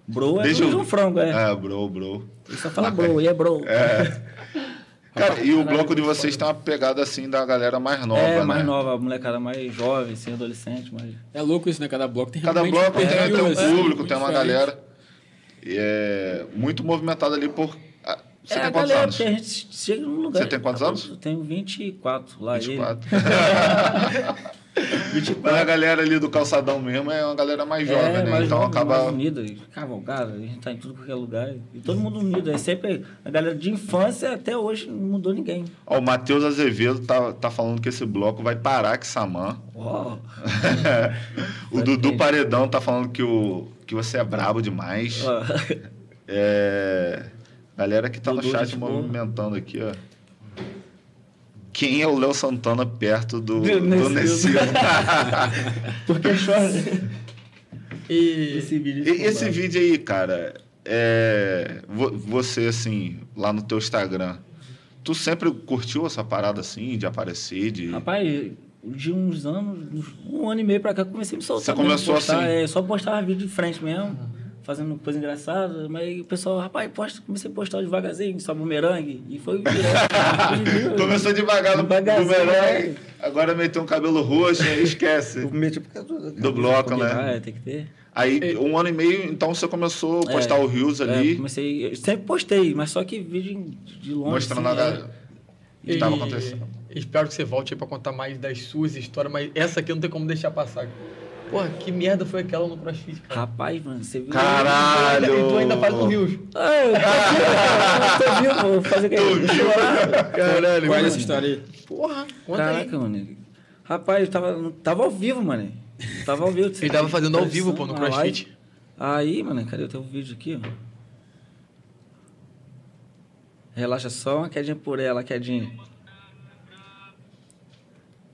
Speaker 7: Bro é
Speaker 1: Deixa
Speaker 7: do
Speaker 1: eu-
Speaker 7: João frango, é.
Speaker 1: Ah, bro, bro.
Speaker 7: Ele só fala bro, e é bro.
Speaker 1: Cara, e o bloco de vocês tem uma pegada assim da galera mais nova,
Speaker 7: é,
Speaker 1: né?
Speaker 7: mais nova, a molecada mais jovem, assim, adolescente, mas...
Speaker 3: É louco isso, né? Cada bloco tem
Speaker 1: Cada
Speaker 3: realmente
Speaker 1: bloco tem,
Speaker 3: perfil,
Speaker 1: tem um
Speaker 3: assim,
Speaker 1: público,
Speaker 3: muito
Speaker 1: tem uma
Speaker 3: diferente.
Speaker 1: galera. E é muito movimentada ali por. ah, Você tem
Speaker 7: é, a
Speaker 1: quantos
Speaker 7: galera,
Speaker 1: anos?
Speaker 7: porque a gente chega num lugar...
Speaker 1: Você tem quantos anos?
Speaker 7: Eu tenho 24 lá.
Speaker 1: 24. Mas a galera ali do calçadão mesmo é uma galera
Speaker 7: E...
Speaker 1: mais
Speaker 7: É,
Speaker 1: jovem, né?
Speaker 7: mais
Speaker 1: Então
Speaker 7: jovem, mais
Speaker 1: acaba.
Speaker 7: é unido, e cavalgada, a gente tá em tudo qualquer lugar. E todo mundo unido, é sempre... A galera de infância até hoje não mudou ninguém.
Speaker 1: Ó, o Matheus Azevedo tá, tá falando que esse bloco vai parar com Saman.
Speaker 7: Ó,
Speaker 1: o Dudu Paredão tá falando que, o, que você é brabo demais.
Speaker 7: ó.
Speaker 1: É. Galera que tá
Speaker 7: Dudu,
Speaker 1: no chat
Speaker 7: gente boa.
Speaker 1: movimentando aqui, ó. Quem é o Léo Santana perto do,
Speaker 7: Do
Speaker 1: do
Speaker 7: Neciso.
Speaker 1: Neciso?
Speaker 7: Porque chora.
Speaker 4: E
Speaker 7: Esse vídeo.
Speaker 1: E esse vídeo aí, cara, é, vo- você, assim, lá no teu Instagram, tu sempre curtiu essa parada, assim, de aparecer, de...
Speaker 7: Rapaz, de uns anos, uns- um ano e meio pra cá, eu comecei a me soltar.
Speaker 1: Você
Speaker 7: mesmo,
Speaker 1: começou
Speaker 7: postar,
Speaker 1: assim?
Speaker 7: é, só postava vídeo de frente mesmo, fazendo coisa engraçada. Mas o pessoal, rapaz, posta, comecei a postar devagarzinho, só bumerangue. E foi virando.
Speaker 1: Começou devagar no
Speaker 7: Devagarzinho,
Speaker 1: bumerangue,
Speaker 7: né?
Speaker 1: agora meteu um cabelo roxo, aí esquece.
Speaker 7: Eu meti por causa
Speaker 1: Do bloco, né?
Speaker 7: Ah, é, tem que ter.
Speaker 1: Aí, um ano e meio, então, você começou a postar
Speaker 7: É,
Speaker 1: o Rios
Speaker 7: É,
Speaker 1: ali,
Speaker 7: comecei, eu sempre postei, mas só que vídeo de longe.
Speaker 1: mostrando a
Speaker 7: assim,
Speaker 1: galera o que tava acontecendo.
Speaker 4: Espero que você volte aí pra contar mais das suas histórias, mas essa aqui não tem como deixar passar. Porra, que merda foi aquela no CrossFit,
Speaker 7: é,
Speaker 4: cara?
Speaker 7: Rapaz, mano, você viu.
Speaker 1: Caralho!
Speaker 4: E tu ainda faz no Rios.
Speaker 7: Ah, eu tô vivo, cara, eu tô vivo, vou fazer o quê? Vou chorar.
Speaker 1: Caralho,
Speaker 3: Guarda
Speaker 1: mano.
Speaker 3: essa história aí.
Speaker 4: Porra, conta aí.
Speaker 7: Caraca, mano. Rapaz, eu tava, tava ao vivo, mano. Tava ao vivo.
Speaker 4: Ele tava fazendo ao vivo, pô, no
Speaker 7: Uma live.
Speaker 4: CrossFit.
Speaker 7: Aí, mano, cadê o teu vídeo aqui, ó? Relaxa só, uma quedinha por ela, quedinha.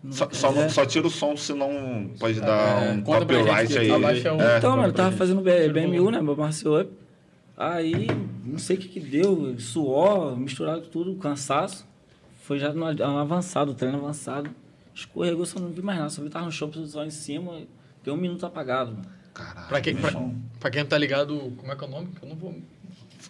Speaker 1: Só, só, só tira o som, senão pode dar um
Speaker 3: conta pra gente
Speaker 1: copyright
Speaker 3: que
Speaker 1: aí.
Speaker 4: abaixa o-
Speaker 1: É.
Speaker 7: Então, mano, eu
Speaker 3: pra
Speaker 7: tava
Speaker 3: gente.
Speaker 7: fazendo B- BMU, né? Meu Marcio Up. Aí, não sei o que que deu, suor, misturado com tudo, cansaço. Foi já no no avançado, treino avançado. Escorregou, só não vi mais nada, só vi que tava no shopping só em cima. Deu um minuto apagado, mano.
Speaker 1: Caralho,
Speaker 4: Pra quem,
Speaker 1: meu
Speaker 4: pra,
Speaker 1: irmão.
Speaker 4: pra quem não tá ligado, como é que é o nome? Que eu não vou.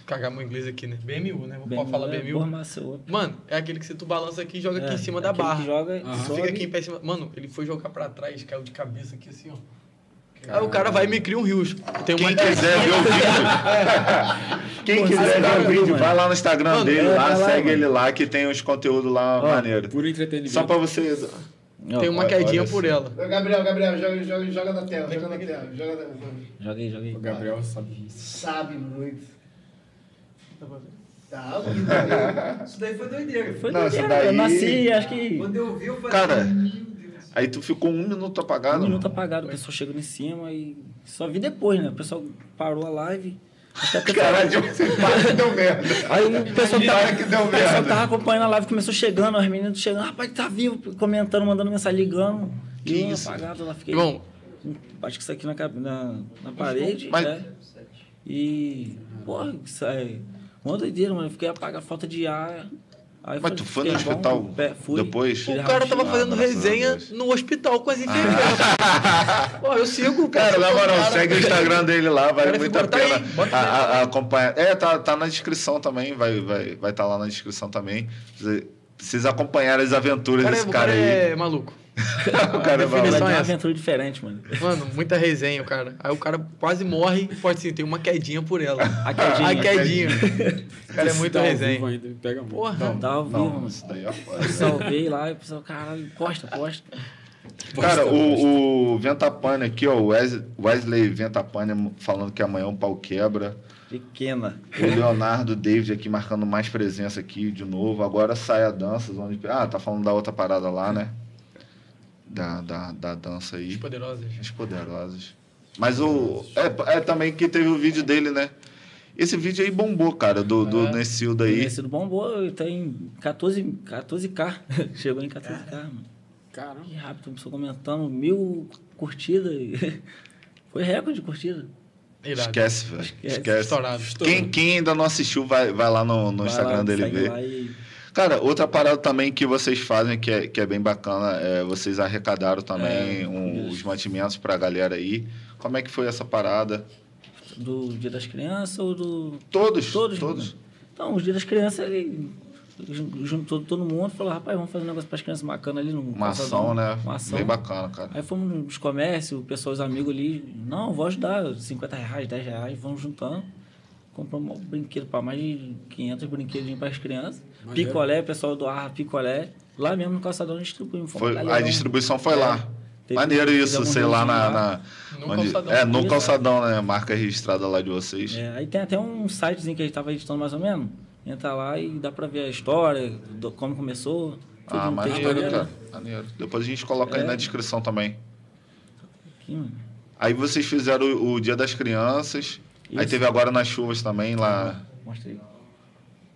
Speaker 4: Cagar meu inglês aqui, né? BMU, né? Vou
Speaker 7: Bem,
Speaker 4: falar
Speaker 7: é,
Speaker 4: BMU.
Speaker 7: porra, massa, eu-
Speaker 4: Mano, é aquele que se tu balança aqui e joga aqui
Speaker 7: É,
Speaker 4: em cima da
Speaker 7: aquele
Speaker 4: barra.
Speaker 7: que joga, sobe.
Speaker 4: Fica aqui em pé em cima. Mano, ele foi jogar pra trás, caiu de cabeça aqui assim, ó. Aí o cara vai e me cria um rios. Tem uma
Speaker 1: Quem quiser ver o vídeo. Quem
Speaker 7: Pô,
Speaker 1: quiser
Speaker 7: Instagram,
Speaker 1: ver o vídeo,
Speaker 7: mano.
Speaker 1: vai lá no Instagram
Speaker 4: Mano,
Speaker 1: dele,
Speaker 7: é,
Speaker 1: lá,
Speaker 7: vai lá,
Speaker 1: segue
Speaker 7: mano.
Speaker 1: ele lá, que tem uns conteúdos lá
Speaker 7: Ó,
Speaker 1: maneiro.
Speaker 3: Puro entretenimento.
Speaker 1: Só pra vocês.
Speaker 4: Tem uma
Speaker 1: Olha,
Speaker 4: quedinha
Speaker 1: olha
Speaker 4: por
Speaker 1: assim.
Speaker 4: ela.
Speaker 5: Ô, Gabriel, Gabriel, joga, joga, joga na tela, joga na tela, joga na
Speaker 7: Joga aí, joga aí.
Speaker 8: O Gabriel sabe isso.
Speaker 5: Sabe muito. Tá, muito bem. Isso daí foi doideira.
Speaker 7: Foi
Speaker 1: Não,
Speaker 7: doideira,
Speaker 1: isso daí-
Speaker 7: Eu nasci, acho que.
Speaker 5: Quando eu vi, eu falei...
Speaker 1: Cara.
Speaker 5: "Meu Deus".
Speaker 1: Aí tu ficou um minuto
Speaker 7: Um
Speaker 1: apagado.
Speaker 7: minuto
Speaker 1: mano.
Speaker 7: apagado, o pessoal chegando em cima e. Só vi depois, né? O pessoal parou a live. Até o pessoal-
Speaker 1: Caralho, você quase deu merda.
Speaker 7: Aí o pessoal
Speaker 1: Na hora
Speaker 7: tava,
Speaker 1: que deu
Speaker 7: o pessoal
Speaker 1: merda.
Speaker 7: tava acompanhando a live, começou chegando, as meninas chegando, rapaz, tá vivo, comentando, mandando mensagem, ligando.
Speaker 1: Que
Speaker 7: E eu
Speaker 1: isso?
Speaker 7: apagado, lá fiquei.
Speaker 4: Irmão,
Speaker 7: Bate com isso aqui na, cabe- na, na parede,
Speaker 1: Mas-
Speaker 7: né? E. Pô, isso aí. Uma doideira, mano. Eu fiquei apagado, falta de ar. Aí
Speaker 1: Mas
Speaker 7: falei,
Speaker 1: tu foi no
Speaker 7: fiquei bom,
Speaker 1: hospital
Speaker 7: pé, fui.
Speaker 1: depois?
Speaker 7: Tirei
Speaker 4: o cara tava
Speaker 7: raio-x.
Speaker 4: fazendo
Speaker 1: graças a
Speaker 4: resenha
Speaker 1: um Deus.
Speaker 4: no hospital com as enfermeiras. Ó, eu sigo o
Speaker 1: Cara,
Speaker 4: cara.
Speaker 1: na moral,
Speaker 4: Cara,
Speaker 1: segue o Instagram dele lá, vale
Speaker 4: Cara,
Speaker 1: muito a
Speaker 4: figura, tá
Speaker 1: pena
Speaker 4: aí, bota
Speaker 1: a-
Speaker 4: aí.
Speaker 1: a- a acompanhar. É, tá, tá na descrição também, vai estar vai, vai tá lá na descrição também. Vocês- Vocês acompanharem as aventuras
Speaker 4: cara,
Speaker 1: desse
Speaker 4: o
Speaker 1: cara,
Speaker 4: cara
Speaker 1: aí.
Speaker 4: é maluco.
Speaker 1: o cara é
Speaker 7: Ela
Speaker 1: maluco.
Speaker 7: deu uma
Speaker 4: essa.
Speaker 7: aventura diferente, mano.
Speaker 4: Mano, muita resenha, o cara. Aí o cara quase morre, pode sim, tem uma quedinha por ela.
Speaker 7: A quedinha.
Speaker 4: A quedinha. O cara é muito
Speaker 3: Tá ao vivo
Speaker 4: resenha.
Speaker 3: ainda, Pega muito.
Speaker 4: Porra.
Speaker 7: Não, tá ao vivo,
Speaker 1: Não,
Speaker 7: mano.
Speaker 1: isso daí é foda.
Speaker 7: Eu salvei lá e o pessoal, caralho, posta, posta.
Speaker 1: Cara,
Speaker 7: né?
Speaker 1: o, o Ventapane aqui, ó, o Wes- Wesley Ventapane falando que amanhã um pau quebra.
Speaker 7: Pequena.
Speaker 1: O Leonardo David aqui marcando mais presença aqui de novo. Agora sai a dança. Zona de... Ah, tá falando da outra parada lá, né? Da, da, da dança aí.
Speaker 4: Poderosas.
Speaker 1: As poderosas. Mas o. É, é também que teve o vídeo dele, né? Esse vídeo aí bombou, cara, do, do
Speaker 7: É.
Speaker 1: Nessildo aí.
Speaker 7: Esse do bombou tem 14, 14k. Chegou em 14k, mano.
Speaker 3: Caramba.
Speaker 7: Que rápido, o pessoal comentando, mil curtidas. Foi recorde de curtida.
Speaker 4: Irado.
Speaker 1: Esquece, velho. Esquece.
Speaker 4: Estourado.
Speaker 1: Quem, quem ainda não assistiu, vai, vai lá no, no
Speaker 7: Vai
Speaker 1: Instagram
Speaker 7: lá,
Speaker 1: dele
Speaker 7: segue
Speaker 1: ver.
Speaker 7: lá e-
Speaker 1: Cara, outra parada também que vocês fazem, que é, que é bem bacana, é, vocês arrecadaram
Speaker 7: É,
Speaker 1: também um- os mantimentos pra galera aí. Como é que foi essa parada?
Speaker 7: Do Dia das Crianças ou do.
Speaker 1: Todos?
Speaker 7: Todos?
Speaker 1: Todos.
Speaker 7: mano. Então, os Dia das Crianças, ele jun- juntou todo mundo e falou, rapaz, vamos fazer um negócio para as crianças bacana ali no.
Speaker 1: Uma
Speaker 7: calçadão."
Speaker 1: ação, né?
Speaker 7: Uma ação.
Speaker 1: Bem bacana, cara.
Speaker 7: Aí fomos nos comércios, o pessoal, os amigos ali, não, vou ajudar, 50 reais, 10 reais, vamos juntando. Compramos um brinquedo para mais de 500 brinquedinhos para as crianças.
Speaker 3: Maneiro.
Speaker 7: Picolé, o pessoal doava picolé. Lá mesmo no calçadão distribuímos. fomos
Speaker 1: Foi,
Speaker 7: galera,
Speaker 1: a distribuição foi
Speaker 7: É.
Speaker 1: lá.
Speaker 7: Teve-
Speaker 1: Maneiro isso,
Speaker 7: fizemos um
Speaker 1: sei lá, na.
Speaker 7: reunião
Speaker 1: na
Speaker 4: No calçadão.
Speaker 1: É, no
Speaker 7: Isso.
Speaker 1: calçadão, né? Marca registrada lá de vocês.
Speaker 7: É, aí tem até um sitezinho que a gente tava editando mais ou menos. Entra lá e dá pra ver a história, do- como começou. tudo
Speaker 1: ah,
Speaker 7: no texto
Speaker 1: maneiro,
Speaker 7: ali,
Speaker 1: cara.
Speaker 7: né?
Speaker 1: Maneiro. Depois a gente coloca aí
Speaker 7: É.
Speaker 1: na descrição também.
Speaker 7: Aqui, mano.
Speaker 1: Aí vocês fizeram o, o Dia das Crianças. Aí
Speaker 7: Isso.
Speaker 1: teve agora nas chuvas também lá.
Speaker 7: Mostra aí.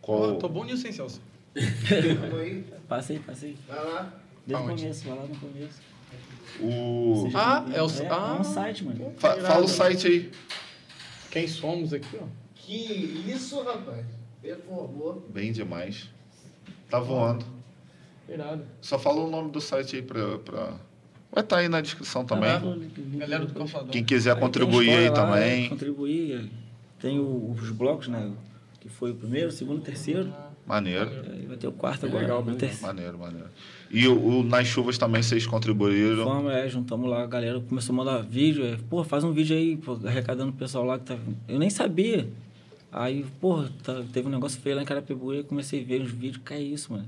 Speaker 1: Qual...
Speaker 7: Ah,
Speaker 4: Pô, tô bom nisso, hein, Celso?
Speaker 5: Vamos aí,
Speaker 7: Passei, passei.
Speaker 5: vai lá.
Speaker 7: Desde o
Speaker 4: Aonde?
Speaker 7: começo, vai lá no começo.
Speaker 1: O...
Speaker 7: Seja
Speaker 4: Ah,
Speaker 7: bem-vindo.
Speaker 4: é o- ah.
Speaker 7: é um site, mano.
Speaker 1: Fa- fala
Speaker 4: né?
Speaker 1: o site aí.
Speaker 4: Quem somos aqui, ó.
Speaker 5: Que isso, rapaz. Performou.
Speaker 1: Bem demais. Tá voando.
Speaker 4: Irado.
Speaker 1: Só fala o nome do site aí pra. pra- Vai estar aí na descrição também.
Speaker 4: Ah. Galera do calçadão.
Speaker 1: Quem quiser
Speaker 7: Tá Aí
Speaker 1: contribuir
Speaker 7: tem
Speaker 1: aí
Speaker 7: história lá, né?
Speaker 1: também.
Speaker 7: Contribuir. Tem o- os blocos, né? Que foi o primeiro, o segundo, o terceiro.
Speaker 1: Maneiro.
Speaker 7: Aí vai ter o quarto
Speaker 3: É
Speaker 7: agora.
Speaker 3: legal,
Speaker 7: o
Speaker 3: bem legal.
Speaker 7: terceiro.
Speaker 1: Maneiro, maneiro. E o, o Nas Chuvas também vocês contribuíram.
Speaker 7: Fomos, é, juntamos lá, a galera começou a mandar vídeo. É, pô, faz um vídeo aí, pô, arrecadando o pessoal lá que tá. Eu nem sabia. Aí, pô, tá- teve um negócio feio lá em Carapibu e eu comecei a ver os vídeos, que é isso, mano.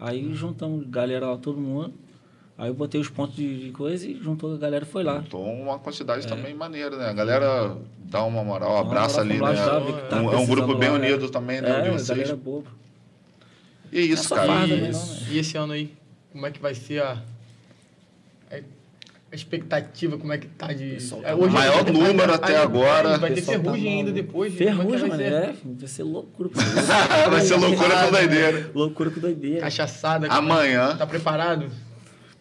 Speaker 7: Aí
Speaker 1: Hum.
Speaker 7: juntamos galera lá, todo mundo. Aí eu botei os pontos de, de coisa e juntou a galera e foi lá. É.
Speaker 1: Então, uma quantidade também maneira, né? A galera dá uma moral,
Speaker 7: Então,
Speaker 1: abraça
Speaker 7: agora
Speaker 1: ali, né?
Speaker 7: fomos lá ajudar, vi que tava
Speaker 1: Um- é um grupo
Speaker 7: precisando
Speaker 1: bem
Speaker 7: lá,
Speaker 1: unido
Speaker 7: é.
Speaker 1: também, né? de
Speaker 7: É,
Speaker 1: vocês.
Speaker 7: galera boba.
Speaker 1: E é isso,
Speaker 7: Não é
Speaker 1: cara.
Speaker 7: só farda, né?
Speaker 1: Isso.
Speaker 4: E esse ano aí, como é que vai ser a, a expectativa? Como é que tá de.
Speaker 7: Pessoal,
Speaker 4: é, hoje
Speaker 1: maior
Speaker 4: vai ter-
Speaker 1: número
Speaker 4: vai ter-
Speaker 1: até agora.
Speaker 4: Vai ter
Speaker 7: Pessoal tá
Speaker 4: ferrugem ainda
Speaker 7: maluco.
Speaker 4: depois. né? Como
Speaker 7: Ferrugem,
Speaker 4: é que
Speaker 7: mano,
Speaker 4: vai
Speaker 7: é. Vai ser loucura. pô.
Speaker 1: Vai ser loucura com
Speaker 7: né?
Speaker 1: doideira.
Speaker 7: loucura com
Speaker 4: ser?
Speaker 7: doideira.
Speaker 4: Cachaçada.
Speaker 1: Amanhã.
Speaker 4: Tá preparado?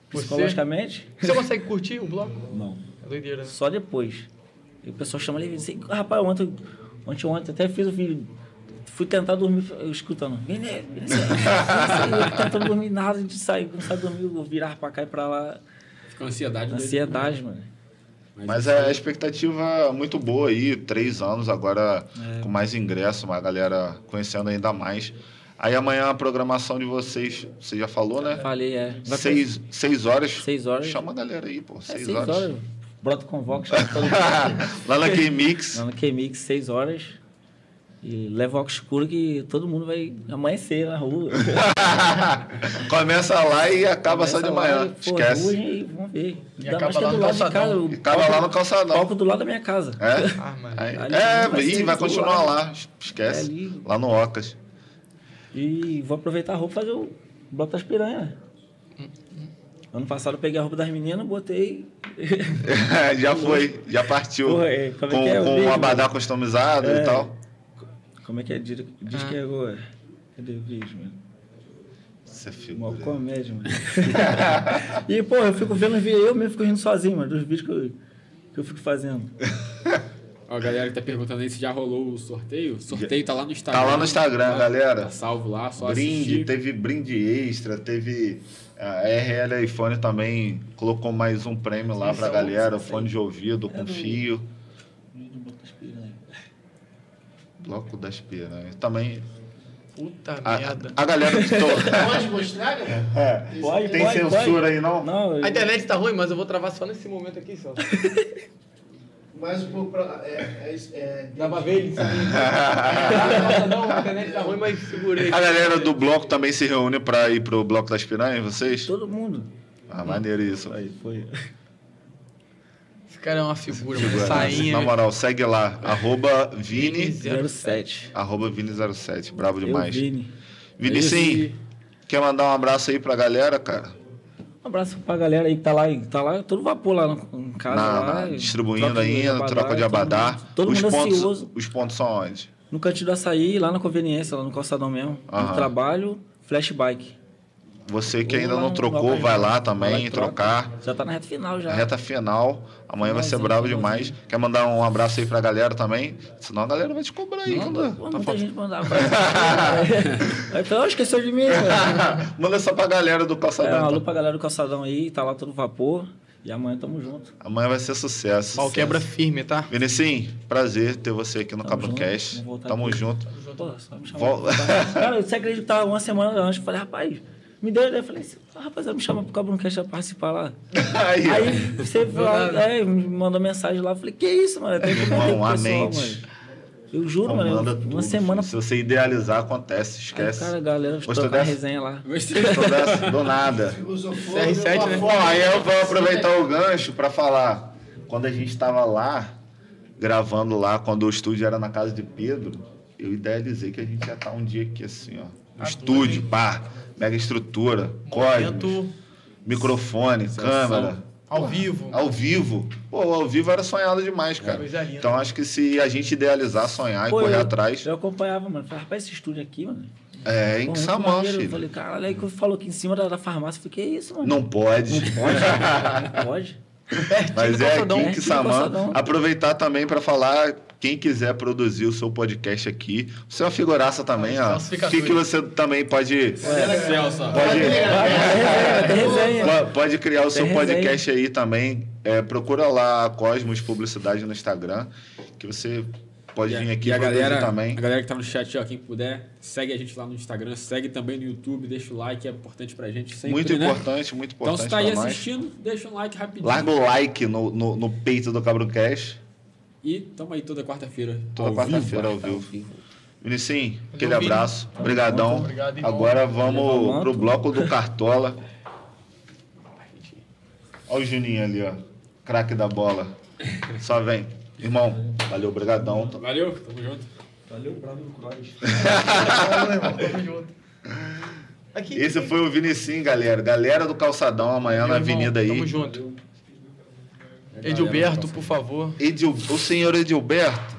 Speaker 4: Você,
Speaker 7: Psicologicamente?
Speaker 4: você consegue curtir o bloco?
Speaker 7: Não.
Speaker 4: É doideira. né?
Speaker 7: Só depois. E o pessoal chama ali e diz assim, rapaz, ontem, ontem, ontem, até fiz o vídeo. Fui tentar dormir eu escutando. Vinícius, Vinícius, Vinícius, Tentando dormir nada, a gente saiu, não sabe dormir, eu vou virar pra cá e pra lá.
Speaker 3: Com ansiedade. né?
Speaker 7: Ansiedade, mano.
Speaker 1: Mas é a expectativa muito boa aí, três anos agora
Speaker 7: É.
Speaker 1: com mais ingresso, uma galera conhecendo ainda mais. Aí amanhã a programação de vocês, você já falou, né?
Speaker 7: Falei, é. Vai
Speaker 1: Seis, seis horas.
Speaker 7: Seis horas.
Speaker 1: Chama a galera aí, pô.
Speaker 7: É,
Speaker 1: Seis,
Speaker 7: seis horas.
Speaker 1: horas.
Speaker 7: Brota né? convoca, chama todo mundo.
Speaker 1: Lá na K-Mix.
Speaker 7: Lá no K-Mix, 6 horas. E leva o óculos escuro que todo mundo vai amanhecer na rua.
Speaker 1: Começa lá e acaba só de
Speaker 7: Começa lá
Speaker 1: manhã.
Speaker 7: e, pô, duas
Speaker 1: Esquece.
Speaker 7: e vamos ver.
Speaker 4: E
Speaker 7: Ainda
Speaker 4: acaba
Speaker 7: mais que é
Speaker 4: lá
Speaker 7: do
Speaker 4: no
Speaker 7: lado de
Speaker 4: calçadão.
Speaker 7: casa. o
Speaker 1: Acaba lá no calçadão.
Speaker 7: palco do lado da minha casa.
Speaker 1: É?
Speaker 4: Ah, mano.
Speaker 1: Aí-
Speaker 7: Ali
Speaker 1: é,
Speaker 7: vai
Speaker 1: e
Speaker 7: ser
Speaker 1: vai
Speaker 7: do
Speaker 1: continuar
Speaker 7: lado.
Speaker 1: lá.
Speaker 7: É
Speaker 1: Esquece.
Speaker 7: ali.
Speaker 1: lá no Ocas.
Speaker 7: E vou aproveitar a roupa e fazer o bloco das piranhas. Ano passado eu peguei a roupa das meninas, botei.
Speaker 1: já foi, já partiu.
Speaker 7: Porra, é,
Speaker 1: com
Speaker 7: como é que é? Eu
Speaker 1: com
Speaker 7: vejo,
Speaker 1: um abadá customizado e
Speaker 7: É.
Speaker 1: tal.
Speaker 7: Como é que é? Diz,
Speaker 4: Ah.
Speaker 7: diz que é agora. Cadê o vídeo, mano?
Speaker 1: Você
Speaker 7: Uma
Speaker 1: figura.
Speaker 7: comédia, mano. e, pô, eu fico vendo os vídeos, eu mesmo fico rindo sozinho, mano, dos vídeos que eu, que eu fico fazendo.
Speaker 3: Ó, a galera que tá perguntando aí se já rolou o sorteio. O sorteio tá lá no Instagram.
Speaker 1: Tá lá no Instagram, galera.
Speaker 3: Tá salvo lá, só
Speaker 1: brinde,
Speaker 3: assistir.
Speaker 1: teve brinde extra, teve a RL iPhone também colocou mais um prêmio lá pra galera, fone de ouvido com fio, bloco das piranhas. Também
Speaker 4: Puta
Speaker 1: a,
Speaker 4: merda.
Speaker 1: a galera que tô...
Speaker 5: Pode mostrar, né? cara?
Speaker 1: É.
Speaker 7: Pode,
Speaker 1: Tem
Speaker 7: pode,
Speaker 1: censura
Speaker 7: pode.
Speaker 1: aí não?
Speaker 7: Não, eu-
Speaker 4: A internet tá ruim, mas eu vou travar só nesse momento aqui, só.
Speaker 5: Mais um pouco pra. É, é, isso, é,
Speaker 4: Dá pra ver ele? Nossa, não, a internet tá ruim, mas segurei.
Speaker 1: A galera do bloco também se reúne pra ir pro bloco das piranhas, vocês?
Speaker 7: todo mundo.
Speaker 1: Ah, maneiro isso.
Speaker 7: Aí, foi.
Speaker 4: Esse cara é uma figura, mano.
Speaker 1: Figura,
Speaker 4: Sainha.
Speaker 1: né?
Speaker 4: né?
Speaker 1: Na moral, segue lá, arroba Vini,
Speaker 7: 07.
Speaker 1: arroba Vini07, brabo
Speaker 7: Eu,
Speaker 1: demais.
Speaker 7: Vini.
Speaker 1: Vini, sim, quer mandar um abraço aí pra galera, cara?
Speaker 7: Um abraço pra galera aí que tá lá, que tá lá todo vapor lá no, em casa.
Speaker 1: Na-
Speaker 7: lá,
Speaker 1: na- distribuindo
Speaker 7: troca de
Speaker 1: ainda,
Speaker 7: abadá,
Speaker 1: troca de abadá.
Speaker 7: Todo mundo, todo
Speaker 1: os
Speaker 7: mundo
Speaker 1: pontos,
Speaker 7: ansioso.
Speaker 1: Os pontos são onde?
Speaker 7: No cantinho do açaí, lá na conveniência, lá no calçadão mesmo.
Speaker 1: Aham.
Speaker 7: No trabalho, flashbike.
Speaker 1: Você que
Speaker 7: Ou
Speaker 1: ainda
Speaker 7: lá
Speaker 1: não
Speaker 7: no
Speaker 1: trocou,
Speaker 7: Local
Speaker 1: vai lá
Speaker 7: Jornal.
Speaker 1: também
Speaker 7: Vai lá e troca.
Speaker 1: trocar.
Speaker 7: Já tá na reta final já.
Speaker 1: Reta final. Amanhã vai ser
Speaker 7: Finalzinho,
Speaker 1: bravo
Speaker 7: finalzinho.
Speaker 1: demais. Quer mandar um abraço aí pra galera também? Senão a galera vai te cobrar aí.
Speaker 7: Manda,
Speaker 1: manda.
Speaker 7: pô,
Speaker 1: Tá
Speaker 7: muita
Speaker 1: faltando-
Speaker 7: gente mandava. aí falou, "Ah, esqueceu de mim, cara.
Speaker 1: Manda só pra galera do
Speaker 7: É, um
Speaker 1: calçadão.
Speaker 7: alô
Speaker 1: então.
Speaker 7: pra galera do calçadão aí, tá lá todo vapor. E amanhã tamo junto.
Speaker 1: Amanhã vai ser sucesso.
Speaker 4: Pau quebra firme, tá?
Speaker 1: Vinicim, prazer ter você aqui no
Speaker 7: Tamo
Speaker 1: Cabocast.
Speaker 7: junto, vou voltar
Speaker 1: Tamo
Speaker 7: aqui.
Speaker 1: junto.
Speaker 7: Pô, só me chamar.
Speaker 1: Vol-
Speaker 7: Cara, você acredita que tava uma semana antes? Eu falei, rapaz, me deu ideia. Eu falei, assim, ah, rapaz, eu me chama pro Cabroncast pra participar lá.
Speaker 1: aí, ó.
Speaker 7: Aí você foi lá, é, me mandou mensagem lá. Eu falei, que isso, mano? Tem que
Speaker 1: Irmão,
Speaker 7: fazer com o
Speaker 1: a
Speaker 7: pessoal,
Speaker 1: mente.
Speaker 7: mano. Eu juro,
Speaker 1: Então,
Speaker 7: mano.
Speaker 1: manda
Speaker 7: eu-
Speaker 1: tudo,
Speaker 7: uma semana.
Speaker 1: filho. Se você idealizar, acontece.
Speaker 7: Aí,
Speaker 1: Esquece.
Speaker 7: cara, a galera
Speaker 1: Gostou
Speaker 7: trocando
Speaker 1: dessa?
Speaker 7: resenha lá.
Speaker 3: Gostei.
Speaker 1: Gostou dessa? Do nada.
Speaker 5: Filosofou.
Speaker 4: CR7,
Speaker 5: deu
Speaker 4: né?
Speaker 5: uma
Speaker 1: Bom,
Speaker 5: foto.
Speaker 1: aí eu vou aproveitar o gancho para falar. Quando a gente estava lá, gravando lá, quando o estúdio era na casa de Pedro, eu idealizei que a gente ia estar um dia aqui assim, ó. No
Speaker 4: Ah,
Speaker 1: estúdio, pá, mega estrutura, código,
Speaker 4: Momento
Speaker 1: microfone, câmera.
Speaker 4: ao vivo.
Speaker 1: Ao vivo. Pô, ao vivo era sonhado demais, cara.
Speaker 4: É, Coisa linda.
Speaker 1: Então acho que se a gente idealizar, sonhar e
Speaker 7: Pô,
Speaker 1: correr
Speaker 7: eu-
Speaker 1: atrás,
Speaker 7: Eu acompanhava, mano. Falei, rapaz, esse estúdio aqui, mano.
Speaker 1: é em
Speaker 7: Pô, muito
Speaker 1: Xamã,
Speaker 7: maneiro. Eu
Speaker 1: filho.
Speaker 7: Falei, caralho, aí que eu falo aqui em cima da, da farmácia. Eu falei, que isso, mano?
Speaker 1: Não pode.
Speaker 7: Não pode.
Speaker 1: Mas é
Speaker 7: calçadão.
Speaker 1: aqui em
Speaker 7: Pertinho do
Speaker 1: Kissamã.
Speaker 7: calçadão.
Speaker 1: Aproveitar também para falar, quem quiser produzir o seu podcast aqui, você é uma figuraça também, ó. O que,
Speaker 4: falsificadores.
Speaker 1: que você também
Speaker 7: É,
Speaker 1: pode.
Speaker 2: Celso.
Speaker 1: Pode,
Speaker 7: né? Tem resenha.
Speaker 1: po- pode criar o seu
Speaker 7: resenha.
Speaker 1: podcast aí também. É, procura lá a Cosmos Publicidade no Instagram, que você pode vir aqui
Speaker 3: e a
Speaker 1: produzir
Speaker 3: galera,
Speaker 1: também.
Speaker 3: a galera que tá no chat, ó, quem puder, segue a gente lá no Instagram, segue também no YouTube, deixa o like, é importante pra gente sempre,
Speaker 1: muito
Speaker 3: né?
Speaker 1: importante, muito
Speaker 3: Então,
Speaker 1: importante
Speaker 3: se tá
Speaker 1: pra
Speaker 3: aí
Speaker 1: nós.
Speaker 3: assistindo, deixa um like rapidinho.
Speaker 1: Larga o like no, no, no peito do Cabrocast.
Speaker 3: E tamo aí toda quarta-feira.
Speaker 1: Toda
Speaker 3: ao
Speaker 1: quarta-feira ao
Speaker 3: vivo.
Speaker 1: vivo. Vinicim, aquele
Speaker 4: Valeu, Vini.
Speaker 1: abraço. Obrigadão.
Speaker 4: Obrigado, irmão.
Speaker 1: Agora
Speaker 7: Valeu,
Speaker 1: vamos
Speaker 7: manto.
Speaker 1: pro bloco do Cartola. Olha o Juninho ali, ó. Craque da bola. Só vem. Irmão, valeu, obrigadão.
Speaker 3: Valeu, tamo junto.
Speaker 4: Tamo junto. Aqui.
Speaker 1: Esse foi o Vinicim, galera. Galera do Calçadão, amanhã
Speaker 4: Meu
Speaker 1: na
Speaker 4: irmão,
Speaker 1: avenida aí.
Speaker 4: Tamo junto. Edilberto, por favor.
Speaker 1: Edil... O senhor Edilberto.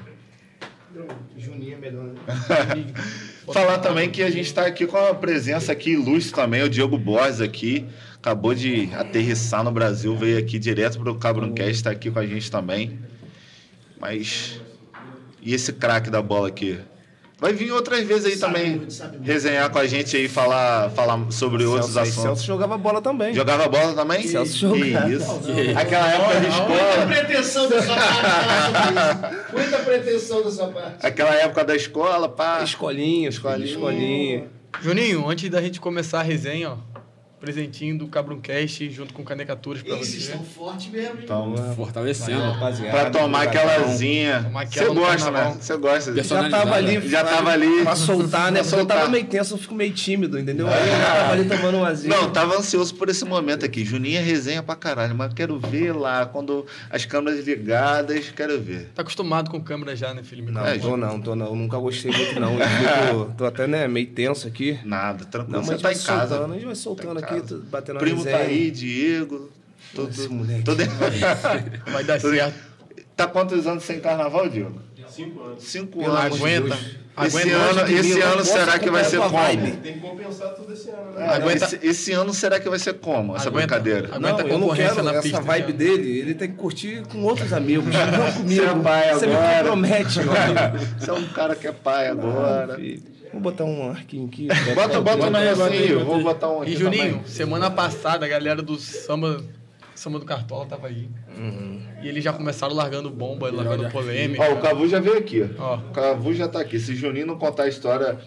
Speaker 5: Juninho é melhor, né?
Speaker 1: Falar também que a gente está aqui com uma presença aqui ilustre também, o Diogo Borges aqui. Acabou de aterrissar no Brasil, veio aqui direto para o Cabroncast, está aqui com a gente também. Mas. E esse craque da bola aqui? Vai vir outras vezes aí também resenhar com a gente aí, falar, falar sobre outros
Speaker 8: Celso,
Speaker 1: assuntos.
Speaker 8: Celso jogava bola também.
Speaker 1: Jogava bola também?
Speaker 7: Celso
Speaker 1: Que
Speaker 7: jogava.
Speaker 1: isso. Aquela época de
Speaker 5: Muita
Speaker 1: escola.
Speaker 5: pretensão da sua parte falar sobre isso. Muita pretensão da sua parte.
Speaker 1: Aquela época da escola, pá.
Speaker 8: Escolinha, escolinha, escolinha.
Speaker 4: Juninho, antes da gente começar a resenha, ó, presentinho do Cabruncast junto com Canecaturas pra
Speaker 5: Ih, vocês
Speaker 4: você.
Speaker 5: estão fortes mesmo, hein?
Speaker 8: Então,
Speaker 3: Fortalecendo.
Speaker 1: Pra tomar aquelazinha.
Speaker 4: Tomar
Speaker 1: Você
Speaker 4: aquela no
Speaker 1: gosta,
Speaker 4: carnaval.
Speaker 1: né? Você gosta.
Speaker 8: Já tava ali.
Speaker 1: né? Já tava ali.
Speaker 8: Pra soltar, né?
Speaker 1: Pra
Speaker 8: Porque eu
Speaker 1: soltar. Ah.
Speaker 8: tava meio tenso, eu fico meio tímido, entendeu? Aí eu tava ali tomando um azinho.
Speaker 1: Não, tava ansioso por esse momento aqui. Juninho é resenha pra caralho, mas quero ver lá, quando as câmeras ligadas, quero ver.
Speaker 4: Tá acostumado com câmera já, né, filho?
Speaker 8: Não,
Speaker 1: É,
Speaker 8: tô não, tô não. Eu nunca gostei muito, não. Eu fico- tô até, né, meio tenso aqui.
Speaker 1: Nada, tranquilo.
Speaker 8: Não, mas
Speaker 1: Você
Speaker 8: a gente
Speaker 1: tá
Speaker 8: vai
Speaker 1: em casa.
Speaker 8: soltando, a gente vai soltando
Speaker 1: Tá em
Speaker 8: aqui,
Speaker 1: casa.
Speaker 8: tu- batendo
Speaker 1: Primo
Speaker 8: resenha.
Speaker 1: tá aí, Diego. Todo,
Speaker 8: Esse moleque.
Speaker 1: todo...
Speaker 4: Vai dar
Speaker 1: Tudo
Speaker 4: certo.
Speaker 1: Tá quantos anos sem carnaval, Diego? Cinco anos. Cinco
Speaker 4: Pelo
Speaker 1: anos.
Speaker 4: aguenta.
Speaker 1: Esse
Speaker 4: Aguenta.
Speaker 1: ano, esse
Speaker 8: Eu
Speaker 1: ano
Speaker 8: posso
Speaker 1: será que vai
Speaker 8: acompanhar
Speaker 1: ser
Speaker 8: tua
Speaker 1: como?
Speaker 8: vibe.
Speaker 1: É,
Speaker 4: Aguenta.
Speaker 1: esse, esse ano será que vai ser como essa
Speaker 4: Aguenta.
Speaker 1: brincadeira?
Speaker 4: Aguenta a
Speaker 8: não, eu não
Speaker 4: concorrência
Speaker 8: quero
Speaker 4: na
Speaker 8: essa
Speaker 4: pista.
Speaker 8: vibe dele. Ele tem que curtir com outros amigos, não comigo.
Speaker 1: né? Você é pai
Speaker 8: Você
Speaker 1: agora.
Speaker 8: me compromete, mano.
Speaker 1: Você é um cara que é pai agora.
Speaker 8: Vou botar um arquinho aqui.
Speaker 1: Bota, bota um
Speaker 3: aí, bota aí,
Speaker 1: negocinho,
Speaker 3: bota aí.
Speaker 1: vou botar um aqui
Speaker 4: E Juninho, semana passada a galera do samba, samba do Cartola tava aí.
Speaker 8: Uhum.
Speaker 4: E eles já começaram largando bomba, largando polêmica.
Speaker 1: Ó, o Cavu já veio aqui.
Speaker 4: Ó.
Speaker 1: O Cavu já tá aqui. Se Juninho não contar a história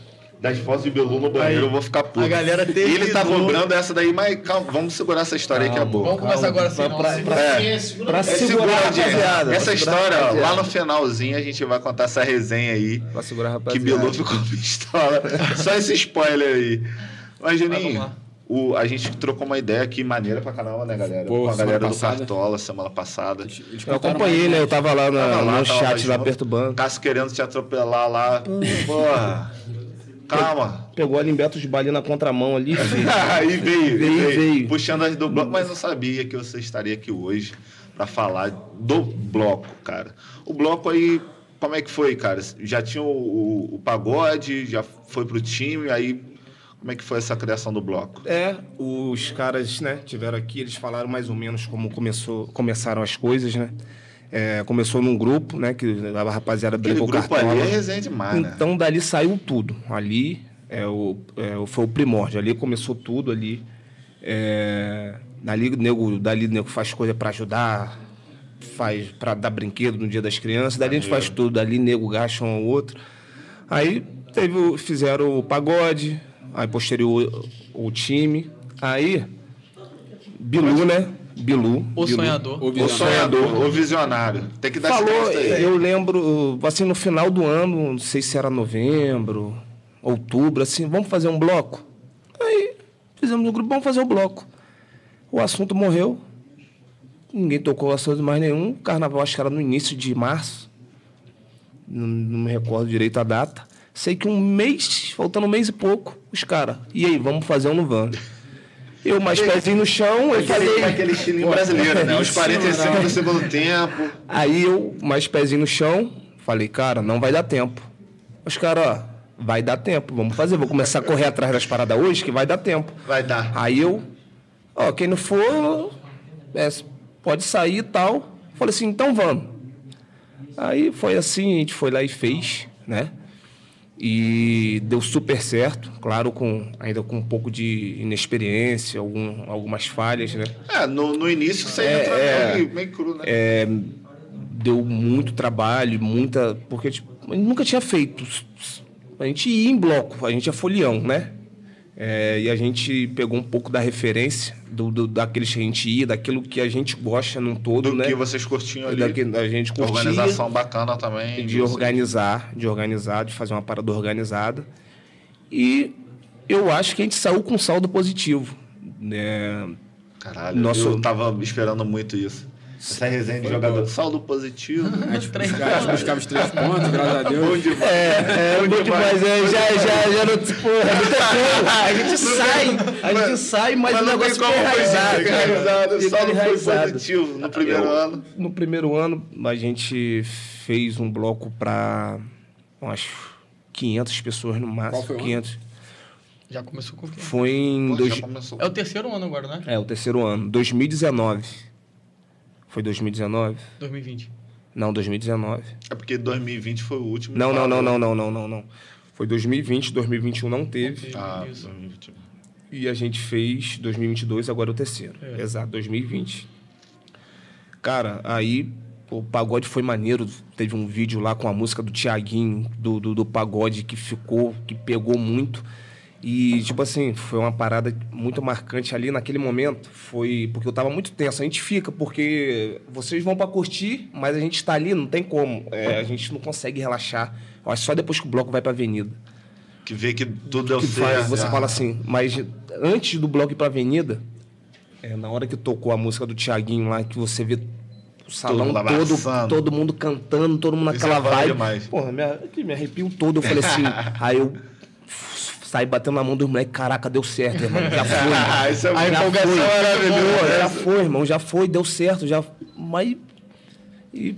Speaker 1: das fotos de Belu no banheiro, eu vou ficar puto.
Speaker 4: a galera teve
Speaker 1: Ele tá
Speaker 4: dor.
Speaker 1: cobrando essa daí, mas calma, vamos segurar essa história aí que é boa.
Speaker 4: Vamos começar agora assim, sem nossa.
Speaker 5: Consciência, segura
Speaker 8: pra
Speaker 5: a
Speaker 1: É,
Speaker 8: se-
Speaker 5: mão.
Speaker 1: segura,
Speaker 8: Segurar,
Speaker 1: audiência.
Speaker 8: rapaziada.
Speaker 1: Essa
Speaker 8: Segurar,
Speaker 1: história, ó, lá
Speaker 8: rapaziada.
Speaker 1: no finalzinho, a gente vai contar essa resenha aí.
Speaker 8: Pra segurar a
Speaker 1: Que
Speaker 8: rapaziada.
Speaker 1: Bilu ficou pistola. Só esse spoiler aí. Mas,
Speaker 4: Mas vamos
Speaker 1: Juninho,
Speaker 4: lá.
Speaker 1: o- a gente trocou uma ideia aqui maneira pra caramba, né, galera?
Speaker 3: Pô,
Speaker 1: Com a
Speaker 3: semana
Speaker 1: galera do
Speaker 3: passada.
Speaker 1: Cartola semana passada.
Speaker 3: Eles
Speaker 8: Eu
Speaker 3: contaram
Speaker 8: acompanhei, né? Eu tava lá na-
Speaker 1: Tava lá,
Speaker 8: no
Speaker 1: tava
Speaker 8: chat, lá
Speaker 1: junto.
Speaker 8: perturbando.
Speaker 1: Cássio querendo te atropelar lá. Porra. Calma.
Speaker 8: Pegou ali em Beto de Bali na contramão ali. filho.
Speaker 1: Aí veio,
Speaker 8: Veio,
Speaker 1: veio,
Speaker 8: veio.
Speaker 1: Puxando as do bloco, mas não sabia que você estaria aqui hoje pra falar do bloco, cara. O bloco aí, como é que foi, cara? Já tinha o, o- o pagode, já foi pro time, aí como é que foi essa criação do bloco?
Speaker 8: É, os caras, né, tiveram aqui, eles falaram mais ou menos como começou, começaram as coisas, né? É, começou num grupo, né, que a rapaziada
Speaker 1: Aquele
Speaker 8: brincou
Speaker 1: grupo
Speaker 8: cartola.
Speaker 1: ali é resenha demais, né?
Speaker 8: Então dali saiu tudo. Ali é, o, é, o- foi o primórdio. Ali começou tudo ali. É, dali o nego, dali o nego faz coisa pra ajudar, faz pra dar brinquedo no dia das crianças. Dali a gente faz tudo. Dali nego gasta um ao outro. Aí teve, o- fizeram o pagode, aí posterior o, o time. Aí Bilu, né? Bilu.
Speaker 4: O
Speaker 8: Bilu.
Speaker 4: sonhador.
Speaker 3: O
Speaker 1: O
Speaker 3: Bilu.
Speaker 1: sonhador, o visionário. Tem que dar
Speaker 8: Falou, é,
Speaker 1: esse crédito aí.
Speaker 8: eu lembro, assim, no final do ano, não sei se era novembro, outubro, assim, vamos fazer um bloco? Aí, fizemos no grupo, vamos fazer o bloco. O assunto morreu, ninguém tocou o assunto mais nenhum. Carnaval, acho que era no início de março, não, não me recordo direito a data. Sei que um mês, faltando um mês e pouco, os caras, e aí, vamos fazer um no van. Eu mais pezinho no chão, eu
Speaker 1: Aquele,
Speaker 8: falei...
Speaker 1: aquele estilinho brasileiro, né? Os 45 do segundo tempo.
Speaker 8: Aí eu, mais pezinho no chão, falei, cara, não vai dar tempo. Os caras, ó, vai dar tempo, vamos fazer, vou começar a correr atrás das paradas hoje, que vai dar tempo.
Speaker 1: Vai dar.
Speaker 8: Aí eu, ó, quem não for, é, pode sair e tal. Falei assim, então vamos. Aí foi assim, a gente foi lá e fez, né? E deu super certo, claro, com ainda com um pouco de inexperiência, algum, algumas falhas, né?
Speaker 1: É, no, no início você entra
Speaker 8: é.
Speaker 1: meio, meio cru, né?
Speaker 8: É, deu muito trabalho, muita. Porque tipo, a gente nunca tinha feito. A gente ia em bloco, a gente é folião, né? É, e a gente pegou um pouco da referência do, do, daqueles que a gente ia, daquilo que a gente gosta num todo,
Speaker 1: do
Speaker 8: né?
Speaker 1: que vocês curtiam ali.
Speaker 8: Daqui, a gente curtia
Speaker 1: Organização assim. bacana também.
Speaker 8: de organizar, de organizar, de fazer uma parada organizada. E eu acho que a gente saiu com saldo positivo. né?
Speaker 1: Caralho,
Speaker 8: Nosso-
Speaker 1: eu tava esperando muito isso. Essa resenha de jogador. Saldo positivo.
Speaker 3: A gente buscava, buscava né? os três pontos, graças a Deus.
Speaker 8: É, é
Speaker 1: Onde
Speaker 8: muito
Speaker 1: vai?
Speaker 8: mais. É, já, já, já não. Porra, é muito feio. A gente sai, a gente sai, mas, o negócio fica enraizado.
Speaker 1: Fica
Speaker 8: cara.
Speaker 1: enraizado.
Speaker 8: Fica
Speaker 1: Saldo foi
Speaker 8: enraizado.
Speaker 1: positivo no primeiro
Speaker 8: Eu-
Speaker 1: ano.
Speaker 8: No primeiro ano, a gente fez um bloco pra umas 500 pessoas no máximo.
Speaker 3: Qual foi o ano?
Speaker 8: 500.
Speaker 4: Já começou com o quê?
Speaker 8: Foi em.
Speaker 1: Pô,
Speaker 8: um, dois...
Speaker 1: já começou.
Speaker 4: É o terceiro ano agora, né?
Speaker 8: É, o terceiro ano, 2019. Foi 2019?
Speaker 4: 2020.
Speaker 8: Não, 2019.
Speaker 1: É porque 2020 foi o último.
Speaker 8: Não, não, não, não, não, não, não, não. Foi 2020, 2021 não teve.
Speaker 1: Ah,
Speaker 4: Isso.
Speaker 8: E a gente fez 2022, agora é o terceiro. Exato, 2020. Cara, aí o pagode foi maneiro. Teve um vídeo lá com a música do Tiaguinho, do, do, do pagode, que ficou, que pegou muito. E, tipo assim, foi uma parada muito marcante ali naquele momento. Foi porque eu tava muito tenso. A gente fica, porque vocês vão pra curtir, mas a gente tá ali, não tem como. É, a gente não consegue relaxar. Eu acho que só depois que o bloco vai pra avenida
Speaker 1: que vê que tudo deu
Speaker 8: que faz,
Speaker 1: certo.
Speaker 8: você
Speaker 1: Ah.
Speaker 8: fala assim, mas antes do bloco ir pra avenida, é, na hora que tocou a música do Tiaguinho lá, que você vê o salão
Speaker 1: mundo
Speaker 8: todo,
Speaker 1: abraçando.
Speaker 8: todo mundo cantando, todo mundo
Speaker 1: Isso
Speaker 8: naquela
Speaker 1: é foda
Speaker 8: vibe.
Speaker 1: demais.
Speaker 8: Porra, me, que me arrepio todo, eu falei assim, aí eu f- saí batendo na mão dos moleques, caraca, deu certo, irmão, já foi.
Speaker 1: Ah, isso é
Speaker 8: Já
Speaker 1: a empolgação
Speaker 8: foi.
Speaker 1: maravilhosa.
Speaker 8: Pô, Já foi, irmão, já foi, deu certo, já... Mas... E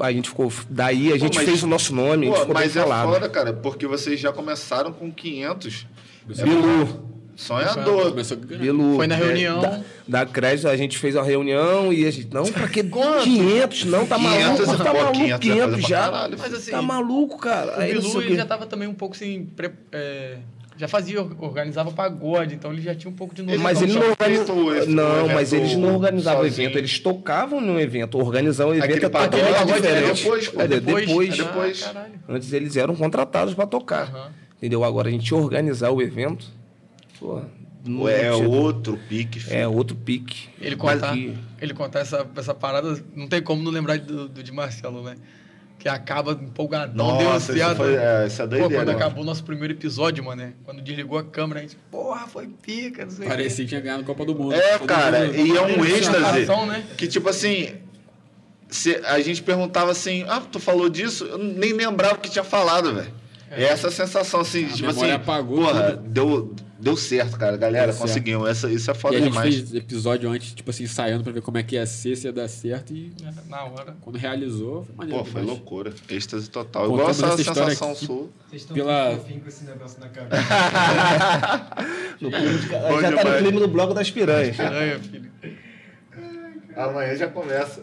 Speaker 8: a gente ficou... Daí a gente
Speaker 1: mas-
Speaker 8: fez o nosso nome, a gente
Speaker 1: Pô,
Speaker 8: ficou bem
Speaker 1: mas é
Speaker 8: falado.
Speaker 1: foda, cara, porque vocês já começaram com 500. é
Speaker 8: Bilu,
Speaker 1: Sonhador.
Speaker 3: Começou ganhando.
Speaker 8: Bilu.
Speaker 4: Foi na reunião.
Speaker 8: né? Da, da crédito, a gente fez a reunião e a gente. Não, pra que 500? Não, tá
Speaker 1: 500,
Speaker 8: maluco? Tá
Speaker 1: pô,
Speaker 8: maluco?
Speaker 1: 500
Speaker 8: 500,
Speaker 1: é coisa pra
Speaker 8: já.
Speaker 1: caralho.
Speaker 4: Mas assim,
Speaker 8: Tá maluco,
Speaker 1: Ah,
Speaker 8: cara.
Speaker 1: é
Speaker 8: Aí
Speaker 4: o
Speaker 8: não sei
Speaker 4: Bilu
Speaker 8: o
Speaker 4: ele
Speaker 8: quê.
Speaker 4: já tava também um pouco sem... pre- é, já fazia, or- organizava pagode, então ele já tinha um pouco de noção.
Speaker 8: Mas
Speaker 1: Eles
Speaker 8: ele
Speaker 1: não
Speaker 8: não
Speaker 1: tinham feito
Speaker 8: organizava.
Speaker 1: esse
Speaker 8: Não, mas
Speaker 1: evento
Speaker 8: eles não organizavam o
Speaker 1: sozinho.
Speaker 8: evento, eles tocavam no evento. Organizar o evento
Speaker 1: Aquele
Speaker 8: é
Speaker 1: pagode
Speaker 8: totalmente
Speaker 1: é
Speaker 8: diferente.
Speaker 1: depois, pô.
Speaker 8: É
Speaker 4: depois,
Speaker 8: depois.
Speaker 1: é depois. Ah,
Speaker 4: Ah, caralho.
Speaker 8: Antes eles eram contratados pra tocar.
Speaker 4: Aham.
Speaker 8: Entendeu? Agora a gente organizar o evento. Pô, não
Speaker 1: É
Speaker 8: tinha-
Speaker 1: outro pique, filho.
Speaker 8: É outro pique.
Speaker 4: Ele contar,
Speaker 8: Aqui.
Speaker 4: ele contar essa, essa parada, não tem como não lembrar do, do de Marcelo, né? Que acaba empolgadão,
Speaker 1: Nossa,
Speaker 4: deu
Speaker 1: isso
Speaker 4: certo.
Speaker 1: foi, é, isso é
Speaker 4: Pô, quando
Speaker 1: doideira.
Speaker 4: acabou o nosso primeiro episódio, mano, né? quando desligou a câmera, a gente, porra, foi pica, não sei o quê.
Speaker 3: Parecia que tinha ganhado a Copa do Mundo.
Speaker 1: É,
Speaker 3: Todo
Speaker 1: cara,
Speaker 3: mundo-
Speaker 1: e é um êxtase.
Speaker 4: Sensação, né?
Speaker 1: Que tipo assim. se a gente perguntava assim, ah, tu falou disso? Eu nem lembrava que tinha falado, velho. É essa sensação, assim, tipo assim.
Speaker 3: memória apagou
Speaker 1: porra, deu, deu certo, cara. Galera,
Speaker 3: Deu certo.
Speaker 1: conseguiu. Essa, isso é
Speaker 3: E
Speaker 1: foda
Speaker 3: a gente
Speaker 1: demais.
Speaker 3: fez episódio antes, tipo assim, ensaiando pra ver como é que ia ser, se ia dar certo. E
Speaker 4: Na hora.
Speaker 3: quando realizou, foi maneiro.
Speaker 1: Pô, foi
Speaker 3: demais.
Speaker 1: loucura. Êxtase total.
Speaker 3: Contamos
Speaker 1: Igual essa
Speaker 3: essa história
Speaker 1: sensação
Speaker 3: aqui.
Speaker 1: sua.
Speaker 5: Vocês estão
Speaker 3: Pela-
Speaker 5: muito fofinhos com esse negócio na cabeça.
Speaker 1: Bom
Speaker 8: Já tá no
Speaker 1: demais.
Speaker 8: clima do bloco das piranhas.
Speaker 4: Piranha, filho.
Speaker 1: Amanhã já começa.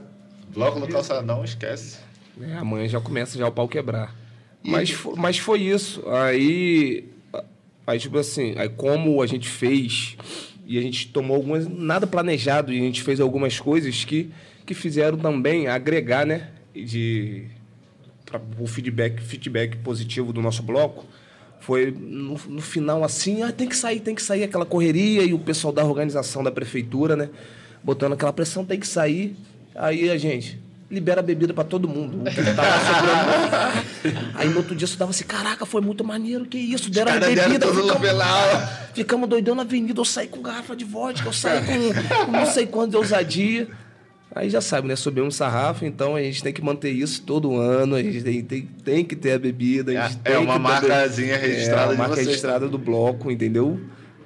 Speaker 1: Bloco no calçadão, esquece.
Speaker 8: É, amanhã já começa já o pau quebrar. Mas, fo- mas foi isso. Aí, a- aí, tipo assim, aí como a gente fez e a gente tomou algumas. Nada planejado e a gente fez algumas coisas que, que fizeram também agregar, né? De. Pra, o feedback, feedback positivo do nosso bloco. Foi no, no final assim, ah, tem que sair, tem que sair aquela correria e o pessoal da organização da prefeitura, né? Botando aquela pressão, tem que sair. Aí a gente libera a bebida pra todo mundo. O que tava sobrando. Aí no outro dia eu dava assim, caraca, foi muito maneiro, que isso, deram a
Speaker 1: Cara, deram
Speaker 8: bebida,
Speaker 1: todo
Speaker 8: ficamos,
Speaker 1: pela
Speaker 8: ficamos doidão na avenida, eu saí com garrafa de vodka, eu saí com, com não sei quanto de ousadia. Aí já sabe, né? Subimos um sarrafo, então a gente tem que manter isso todo ano, a gente tem, tem, tem que ter a bebida. A gente
Speaker 1: É, é
Speaker 8: tem
Speaker 1: uma
Speaker 8: que ter-
Speaker 1: marcazinha registrada
Speaker 8: uma
Speaker 1: de
Speaker 8: marca
Speaker 1: vocês.
Speaker 8: registrada do bloco, entendeu?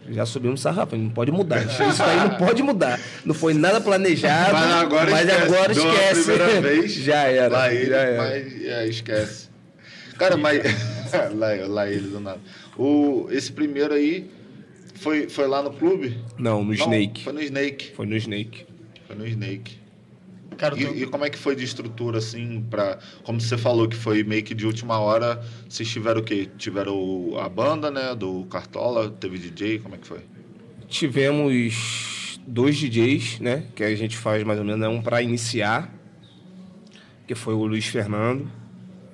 Speaker 8: Já subimos um sarrafo, não pode mudar. Isso aí não pode mudar. Não foi nada planejado,
Speaker 1: Mas agora esquece.
Speaker 8: Ah, agora
Speaker 1: Deu a
Speaker 8: esquece.
Speaker 1: primeira vez,
Speaker 8: já era.
Speaker 1: Lá ele,
Speaker 8: já era.
Speaker 1: mas é, esquece. Cara, mas. lá, eu- lá ele do nada. O, esse primeiro aí foi, foi lá no clube?
Speaker 8: Não, no
Speaker 1: Não,
Speaker 8: Snake.
Speaker 1: Foi no Snake.
Speaker 8: Foi no Snake.
Speaker 1: Foi no Snake.
Speaker 4: Cara, eu tô-
Speaker 1: E, e como é que foi de estrutura, assim, pra. Como você falou que foi meio que de última hora, vocês tiveram o quê? Tiveram o- a banda, né? Do Cartola, teve DJ, como é que foi?
Speaker 8: Tivemos dois DJs, né? Que a gente faz mais ou menos, né, um pra iniciar, que foi o Luiz Fernando.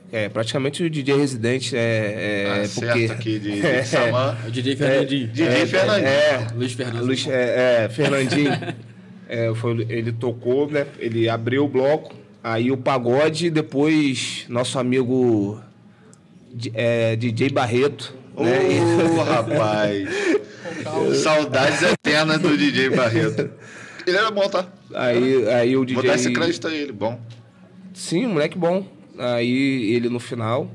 Speaker 8: É, praticamente o DJ residente é, é
Speaker 1: Ah,
Speaker 8: porque...
Speaker 1: certo aqui de, de Samã.
Speaker 3: O DJ
Speaker 1: É,
Speaker 3: Fernandinho.
Speaker 1: DJ Fernandinho.
Speaker 8: É,
Speaker 3: Luiz Fernando.
Speaker 8: Luiz, é, é, Fernandinho, é, foi- ele tocou, né? Ele abriu o bloco, aí o pagode, depois nosso amigo de- é, DJ Barreto,
Speaker 1: Ô,
Speaker 8: né?
Speaker 1: rapaz! Saudades eternas do DJ Barreto. Ele era bom, tá?
Speaker 8: Aí, aí o DJ...
Speaker 1: Vou dar esse crédito a ele, bom.
Speaker 8: Sim, um moleque bom. Aí ele no final.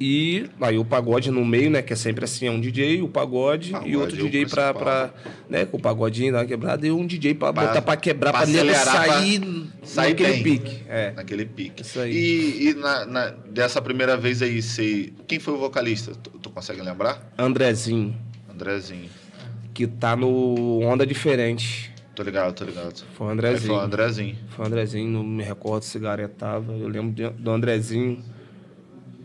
Speaker 8: E aí o pagode no meio, né? Que é sempre assim, é um DJ, o pagode,
Speaker 1: Pagode
Speaker 8: e outro
Speaker 1: é o
Speaker 8: DJ pra,
Speaker 1: principal.
Speaker 8: pra. né, com o pagodinho dar uma quebrada, e um DJ pra,
Speaker 1: Pra-
Speaker 8: botar pra quebrar,
Speaker 1: pra
Speaker 8: pra, nego
Speaker 1: acelerar, pra
Speaker 8: sair,
Speaker 1: sair
Speaker 8: naquele
Speaker 1: bem.
Speaker 8: pique. É.
Speaker 1: Naquele pique.
Speaker 8: Isso aí.
Speaker 1: E, e na- na- dessa primeira vez aí, você, quem foi o vocalista? Tu, tu consegue lembrar?
Speaker 8: Andrezinho,
Speaker 1: Andrezinho.
Speaker 8: que tá no Onda Diferente.
Speaker 1: Tô ligado, tô ligado.
Speaker 8: Foi o
Speaker 1: Aí Foi o
Speaker 8: Andrezinho.
Speaker 1: Andrezinho.
Speaker 8: Foi o Andrezinho, não me recordo se garetava. Eu lembro de- do Andrezinho.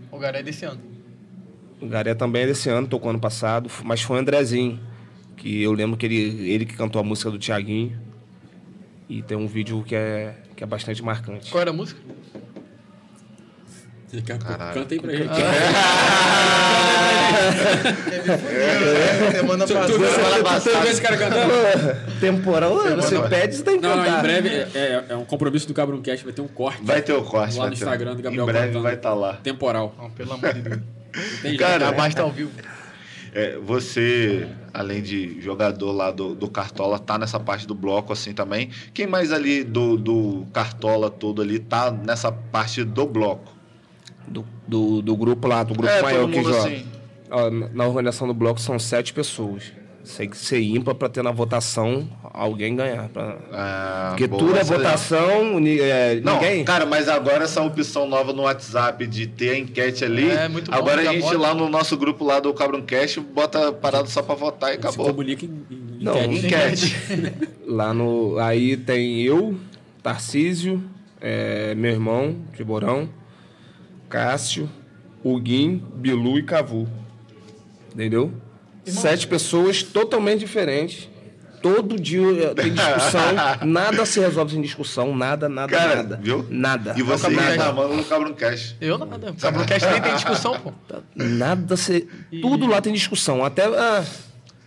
Speaker 4: O Garé desse é ano.
Speaker 8: O O Garé também é desse ano, tocou ano passado, f- mas foi o Andrezinho, que eu lembro que ele, ele que cantou a música do Tiaguinho. E tem um vídeo que é, que é bastante marcante.
Speaker 4: Qual era a música?
Speaker 3: Daqui a pouco, Canta aí pra gente.
Speaker 1: é?
Speaker 4: Semana
Speaker 3: Tu- tu- tu-
Speaker 4: passada.
Speaker 3: tu- tu viu esse cara cantando?
Speaker 8: Temporal, você pede, você tem que
Speaker 3: Não, não,
Speaker 8: cantar.
Speaker 3: em breve é, é- é um compromisso do Cabroncast, vai ter um corte.
Speaker 1: Vai ter o corte.
Speaker 3: Lá
Speaker 1: vai
Speaker 3: no
Speaker 1: ter.
Speaker 3: Instagram do Gabriel
Speaker 1: Em breve
Speaker 3: Cortana.
Speaker 1: vai estar lá.
Speaker 3: Temporal.
Speaker 4: Não, pelo amor de Deus.
Speaker 3: Tem né?
Speaker 1: Cara,
Speaker 4: Tá mais tá ao vivo.
Speaker 1: É, você, além de jogador lá do, do Cartola, tá nessa parte do bloco assim também. Quem mais ali do, do Cartola todo ali tá nessa parte do bloco?
Speaker 8: Do, do, do grupo lá, do grupo
Speaker 1: É,
Speaker 8: maior
Speaker 1: todo
Speaker 8: que
Speaker 1: mundo
Speaker 8: joga.
Speaker 1: assim.
Speaker 8: Ó, na na organização do bloco são sete pessoas. Isso aí que ser ímpar pra ter na votação alguém ganhar. pra-
Speaker 1: Ah,
Speaker 8: Porque
Speaker 1: boa,
Speaker 8: tudo é
Speaker 1: essa daí.
Speaker 8: votação, ni- é,
Speaker 1: Não,
Speaker 8: ninguém.
Speaker 1: cara, mas agora essa opção nova no WhatsApp de ter a enquete ali.
Speaker 4: É, muito bom,
Speaker 1: agora
Speaker 4: já
Speaker 1: a gente
Speaker 4: bota.
Speaker 1: lá no nosso grupo lá do Cabroncast bota parado só pra votar e
Speaker 3: Se
Speaker 1: acabou.
Speaker 3: comunica em, em
Speaker 8: Não,
Speaker 3: enquete.
Speaker 1: Enquete.
Speaker 8: Lá no. Aí tem eu, Tarcísio, é, meu irmão, Tiborão, Cássio, Huguim, Bilu e Cavu. Entendeu? Sete pessoas totalmente diferentes. Todo dia eh, tem discussão. nada se resolve sem discussão. Nada, nada,
Speaker 1: Cara,
Speaker 8: nada.
Speaker 1: viu?
Speaker 8: Nada.
Speaker 1: E você tá
Speaker 8: nada.
Speaker 1: reclamando no Cabroncast.
Speaker 4: Eu nada. Cabroncast nem tem discussão, pô.
Speaker 8: Nada se. Tudo lá tem discussão. Até ah,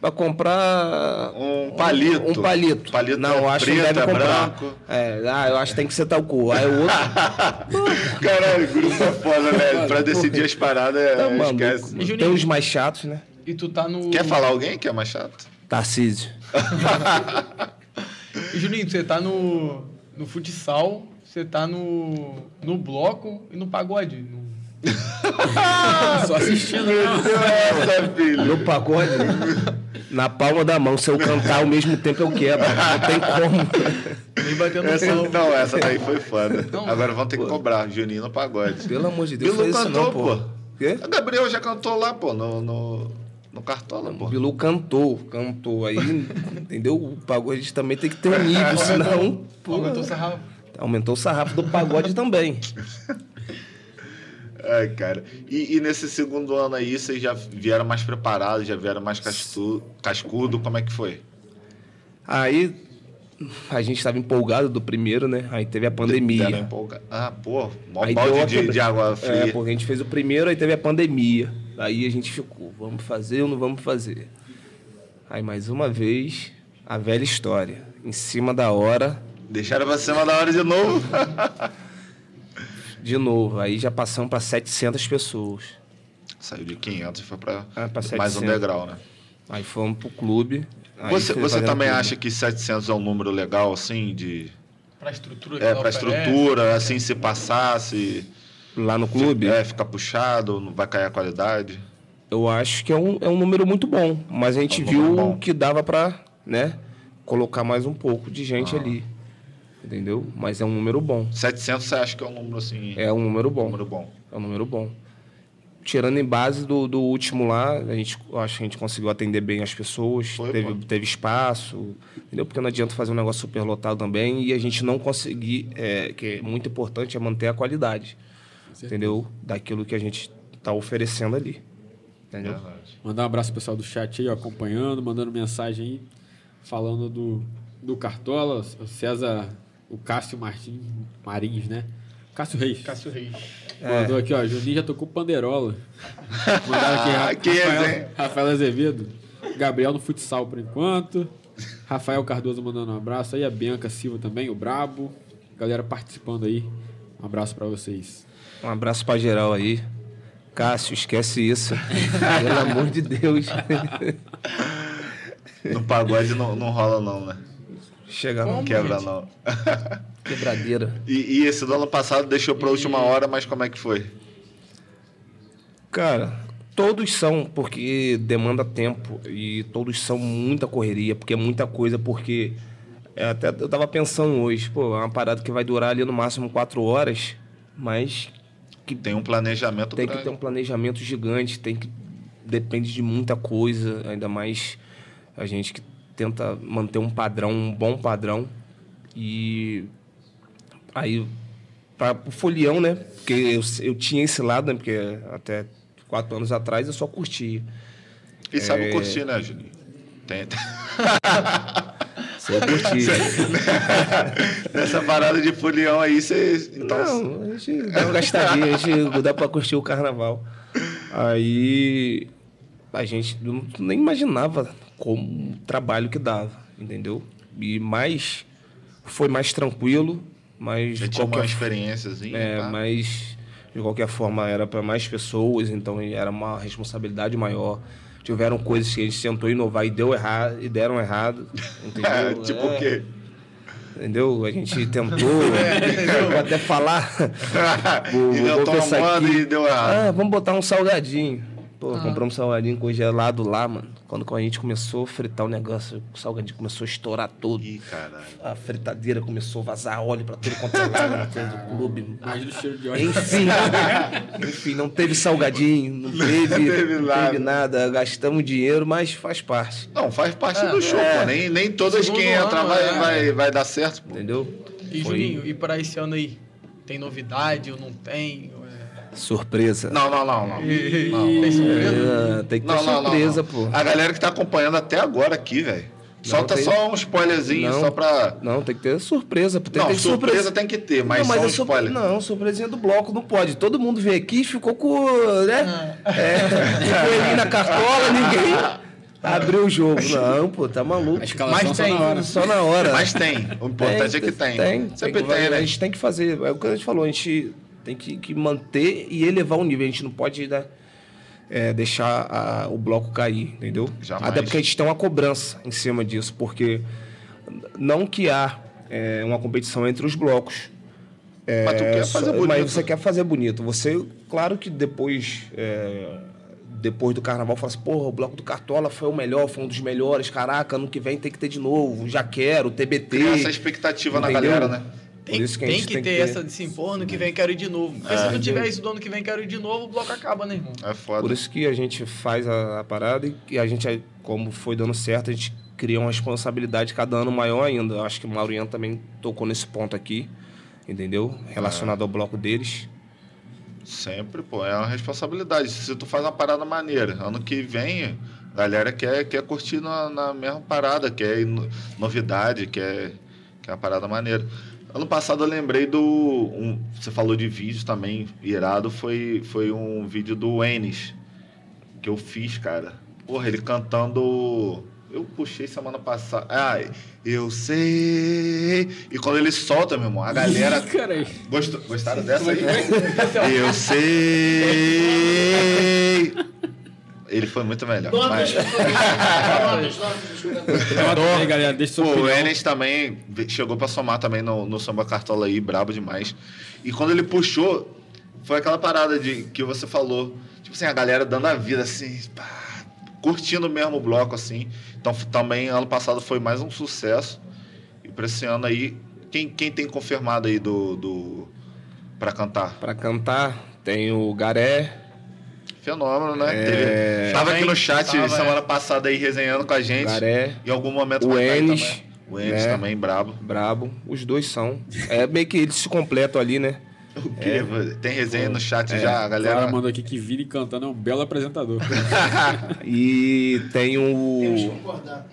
Speaker 8: pra comprar.
Speaker 1: Um palito.
Speaker 8: Um palito.
Speaker 1: Palito
Speaker 8: não, eu
Speaker 1: é
Speaker 8: acho que não
Speaker 1: preto,
Speaker 8: deve
Speaker 1: é
Speaker 8: comprar.
Speaker 1: branco.
Speaker 8: É, ah, eu acho que tem que ser tal cor. Aí o outro.
Speaker 1: Caralho, grupo é foda, velho. Pra decidir as paradas, é-
Speaker 8: tá maluco,
Speaker 1: esquece.
Speaker 8: mano. Tem os mais chatos, né?
Speaker 4: E tu tá no.
Speaker 1: Quer falar alguém que é mais chato?
Speaker 8: Tarcísio.
Speaker 4: E, Julinho, você tá no. no futsal, você tá no. no bloco e no pagode. No-
Speaker 3: Só assistindo. não.
Speaker 1: Essa, filho.
Speaker 8: No pagode, né? na palma da mão. Se eu cantar ao mesmo tempo, eu quebro. Não tem como.
Speaker 4: Nem batendo no
Speaker 1: Essa,
Speaker 4: pau.
Speaker 1: não, tá essa daí foi foda.
Speaker 4: Não.
Speaker 1: Agora vão ter que cobrar. Juninho no pagode.
Speaker 8: Pelo amor de Deus,
Speaker 1: Bilu
Speaker 8: faz isso
Speaker 1: cantou,
Speaker 8: não,
Speaker 1: pô.
Speaker 8: pô. Quê?
Speaker 1: A Gabriel já cantou lá, pô, no, no, no Cartola,
Speaker 8: O
Speaker 1: pô.
Speaker 8: Bilu cantou, cantou. Aí, entendeu? O pagode também tem que ter um
Speaker 1: É,
Speaker 8: nível, senão. pô,
Speaker 4: Aumentou o sarrafo.
Speaker 8: Aumentou o sarrafo do pagode também.
Speaker 1: Ai, cara. E, e nesse segundo ano aí, vocês já vieram mais preparados, já vieram mais castu, cascudo. Como é que foi?
Speaker 8: Aí a gente estava empolgado do primeiro, né? Aí teve a
Speaker 1: Deram
Speaker 8: pandemia.
Speaker 1: empolga- Ah, pô, mó
Speaker 8: Aí deu
Speaker 1: balde
Speaker 8: uma
Speaker 1: de,
Speaker 8: quebra-
Speaker 1: de água fria.
Speaker 8: É, porque a gente fez o primeiro, aí teve a pandemia. Aí a gente ficou, vamos fazer ou não vamos fazer? Aí mais uma vez, a velha história. Em cima da hora,
Speaker 1: Deixaram pra cima da hora de novo.
Speaker 8: de novo. Aí já passamos para 700 pessoas.
Speaker 1: Saiu de 500 e foi pra,
Speaker 8: Ah, pra
Speaker 1: mais um
Speaker 8: 700.
Speaker 1: degrau, né?
Speaker 8: Aí fomos pro clube. aí
Speaker 1: Você,
Speaker 8: fui
Speaker 1: você
Speaker 8: fazendo
Speaker 1: também
Speaker 8: clube.
Speaker 1: acha que 700 é um número legal, assim, de...
Speaker 4: Pra estrutura que
Speaker 1: É,
Speaker 4: ela
Speaker 1: pra
Speaker 4: oferece.
Speaker 1: estrutura, assim, se passar, se...
Speaker 8: Lá no clube?
Speaker 1: É, ficar puxado, não vai cair a qualidade.
Speaker 8: Eu acho que é um, é um número muito bom, mas a gente
Speaker 1: É um número bom.
Speaker 8: viu que dava pra, né, colocar mais um pouco de gente
Speaker 1: Ah.
Speaker 8: ali. Entendeu? Mas é um número bom.
Speaker 1: 700 você acha que é um número, assim,
Speaker 8: É um número
Speaker 1: um
Speaker 8: bom.
Speaker 1: número bom.
Speaker 8: É um número bom. Tirando em base do, do último lá, a gente, eu acho que a gente conseguiu atender bem as pessoas,
Speaker 1: Foi,
Speaker 8: teve,
Speaker 1: pô.
Speaker 8: teve espaço, entendeu? Porque não adianta fazer um negócio super lotado também e a gente não conseguir, é, que é muito importante, é manter a qualidade, entendeu? Daquilo que a gente está oferecendo ali, entendeu?
Speaker 1: Verdade.
Speaker 3: Mandar um abraço pro pessoal do chat aí, ó, acompanhando, mandando mensagem aí, falando do, do Cartola, o César, o Cássio Martins, Marins, né? Cássio Reis.
Speaker 4: Cássio Reis.
Speaker 3: Mandou aqui, ó, Juninho já tocou panderola. Mandaram aqui, Ra-
Speaker 1: Que
Speaker 3: Rafael,
Speaker 1: resenha.
Speaker 3: Rafael Azevedo. Gabriel no futsal por enquanto. Rafael Cardoso mandando um abraço aí, a Bianca Silva também, o Brabo. Galera participando aí, um abraço pra vocês.
Speaker 8: Um abraço pra geral aí. Cássio, esquece isso. Pelo amor de Deus.
Speaker 1: No pagode não, não rola, não, né?
Speaker 8: Chega
Speaker 1: Não
Speaker 8: não.
Speaker 1: quebra, não.
Speaker 8: Quebradeira.
Speaker 1: E, e esse do ano passado deixou pra última hora, mas como é que foi?
Speaker 8: Cara, todos são, porque demanda tempo. E todos são muita correria, porque é muita coisa, porque. é, até eu tava pensando hoje, pô, é uma parada que vai durar ali no máximo quatro horas, mas que
Speaker 1: Tem um planejamento
Speaker 8: tem
Speaker 1: pra-
Speaker 8: que ter um planejamento gigante, tem que depende de muita coisa, ainda mais a gente que tenta manter um padrão, um bom padrão e aí para o folião, né? Porque eu, eu tinha esse lado, né? Porque até quatro anos atrás, eu só curtia.
Speaker 1: E sabe
Speaker 8: É.
Speaker 1: o curtir, né, Juninho? Tem-
Speaker 8: Só curtia.
Speaker 1: Nessa parada de folião aí, você. Então,
Speaker 8: Não, a gente dá uma gastadinha, a gente dá pra curtir o carnaval. Aí a gente não- nem imaginava como o trabalho que dava, entendeu? E mais foi mais tranquilo, mas
Speaker 1: já
Speaker 8: de
Speaker 1: tinha uma
Speaker 8: qualquer
Speaker 1: experiênciazinha.
Speaker 8: é,
Speaker 1: tá?
Speaker 8: mas de qualquer forma era para mais pessoas, então era uma responsabilidade maior. Tiveram coisas que a gente tentou inovar e deu errado, e deram errado, entendeu?
Speaker 1: É, tipo o
Speaker 8: É.
Speaker 1: quê? É,
Speaker 8: Entendeu? A gente tentou, vou até falar. Vou- vou
Speaker 1: Inventou uma
Speaker 8: confessar
Speaker 1: moda
Speaker 8: aqui.
Speaker 1: e deu errado.
Speaker 8: Ah, vamos botar um salgadinho. Pô, compramos um salgadinho congelado lá, mano. Quando a gente começou a fritar o negócio, o salgadinho começou a estourar todo.
Speaker 1: Ih, caralho.
Speaker 8: A fritadeira começou a vazar óleo pra tudo quanto é lado, dentro do clube.
Speaker 3: Mas do cheiro de óleo.
Speaker 8: Enfim, enfim, não teve salgadinho, não teve, não
Speaker 1: teve
Speaker 8: teve
Speaker 1: nada.
Speaker 8: nada. Gastamos dinheiro, mas faz parte.
Speaker 1: Não, faz parte
Speaker 8: É,
Speaker 1: do show, pô. Nem, nem todas
Speaker 4: Segundo
Speaker 1: quem entra
Speaker 4: ano,
Speaker 1: vai,
Speaker 4: é.
Speaker 1: vai, vai dar certo, pô.
Speaker 8: Entendeu?
Speaker 4: E
Speaker 8: Foi
Speaker 4: Juninho, e pra esse ano aí? Tem novidade ou não tem? Ou é-
Speaker 8: Surpresa.
Speaker 1: Não, não, não, não. Não.
Speaker 4: Tem surpresa?
Speaker 8: É, tem que ter
Speaker 1: Não, não, não,
Speaker 8: surpresa,
Speaker 1: não.
Speaker 8: pô.
Speaker 1: A galera que tá acompanhando até agora aqui, velho. Solta
Speaker 8: tem-
Speaker 1: só um spoilerzinho,
Speaker 8: Não.
Speaker 1: só pra.
Speaker 8: Não, tem que ter surpresa. pô. Tem,
Speaker 1: não,
Speaker 8: tem
Speaker 1: surpresa, tem que ter, mas,
Speaker 8: não, mas
Speaker 1: só um
Speaker 8: é surpre-
Speaker 1: spoiler.
Speaker 8: Não, surpresinha do bloco, não pode. Todo mundo veio aqui e ficou com. né? É, ficou ali na cartola, ninguém
Speaker 1: Ah,
Speaker 8: abriu o jogo. Não, pô, tá maluco.
Speaker 3: A escalação
Speaker 8: Mas
Speaker 3: só
Speaker 8: tem,
Speaker 3: na hora.
Speaker 8: Só na hora.
Speaker 1: Mas tem. O importante é que tem.
Speaker 8: Tem,
Speaker 1: Sempre
Speaker 8: que-
Speaker 1: tem, né?
Speaker 8: A gente tem que fazer. É o que a gente falou, a gente tem que, que manter e elevar o nível. A gente não pode né, é, deixar a- o bloco cair, entendeu?
Speaker 1: Jamais.
Speaker 8: Até porque a gente tem uma cobrança em cima disso, porque não que há é, uma competição entre os blocos.
Speaker 1: mas tu quer
Speaker 8: É, só-
Speaker 1: fazer bonito.
Speaker 8: Mas você quer fazer bonito. Você, claro que depois. é, depois do carnaval, fala assim, porra, o bloco do Cartola foi o melhor, foi um dos melhores, caraca, ano que vem tem que ter de novo, já quero, TBT.
Speaker 1: Cria essa expectativa na
Speaker 8: Entendeu?
Speaker 1: galera, né?
Speaker 8: Por
Speaker 4: Tem,
Speaker 8: isso que a
Speaker 4: tem
Speaker 8: gente
Speaker 4: que ter É. essa de assim, pô, ano que vem quero ir de novo. Porque se não tiver isso do ano que vem quero ir de novo, o bloco acaba, né, irmão?
Speaker 1: É foda.
Speaker 8: Por isso que a gente faz a, a parada e que a gente, como foi dando certo, a gente cria uma responsabilidade cada ano maior ainda. Eu acho que o Mauriano também tocou nesse ponto aqui, entendeu?
Speaker 1: É.
Speaker 8: Relacionado ao bloco deles.
Speaker 1: Sempre, pô, é uma responsabilidade. Se tu faz uma parada maneira, ano que vem, a galera quer, quer curtir na, na mesma parada, quer ino- novidade, quer, quer é uma parada maneira. Ano passado eu lembrei do. um- você falou de vídeo também, irado, foi, foi um vídeo do Enes, que eu fiz, cara. Porra, ele cantando. Eu puxei semana passada. Ah, eu sei. E quando ele solta, meu irmão, a galera.
Speaker 3: Cara,
Speaker 1: Gostou- gostaram dessa aí? Eu sei. Ele foi muito melhor. mas-
Speaker 3: nota aí, galera. Deixa sua
Speaker 1: Pô, o
Speaker 3: opinião.
Speaker 1: Enes também ve- chegou pra somar também no, no samba cartola aí, brabo demais. E quando ele puxou, foi aquela parada de que você falou. Tipo assim, a galera dando a vida, assim, pá, curtindo mesmo o bloco, assim. Então f- também ano passado foi mais um sucesso. E pra esse ano aí, quem, quem tem confirmado aí do. do pra cantar?
Speaker 8: Pra cantar, tem o Garé.
Speaker 1: Fenômeno, né?
Speaker 8: É.
Speaker 1: Teve- Tava aqui no chat
Speaker 4: Tava,
Speaker 1: semana passada aí resenhando com a gente.
Speaker 8: Garé.
Speaker 1: Em algum momento
Speaker 8: O
Speaker 1: vai estar aí
Speaker 8: Enes,
Speaker 1: também. O Enes
Speaker 8: né?
Speaker 1: também, brabo.
Speaker 8: Brabo, os dois são. É meio que eles se completam ali, né?
Speaker 1: O
Speaker 3: É,
Speaker 1: quê? Tem resenha no chat já, a
Speaker 3: O
Speaker 1: galera.
Speaker 3: cara mandou aqui que vira e cantando é um belo apresentador.
Speaker 8: E tem
Speaker 5: Temos
Speaker 8: o.
Speaker 5: que concordar.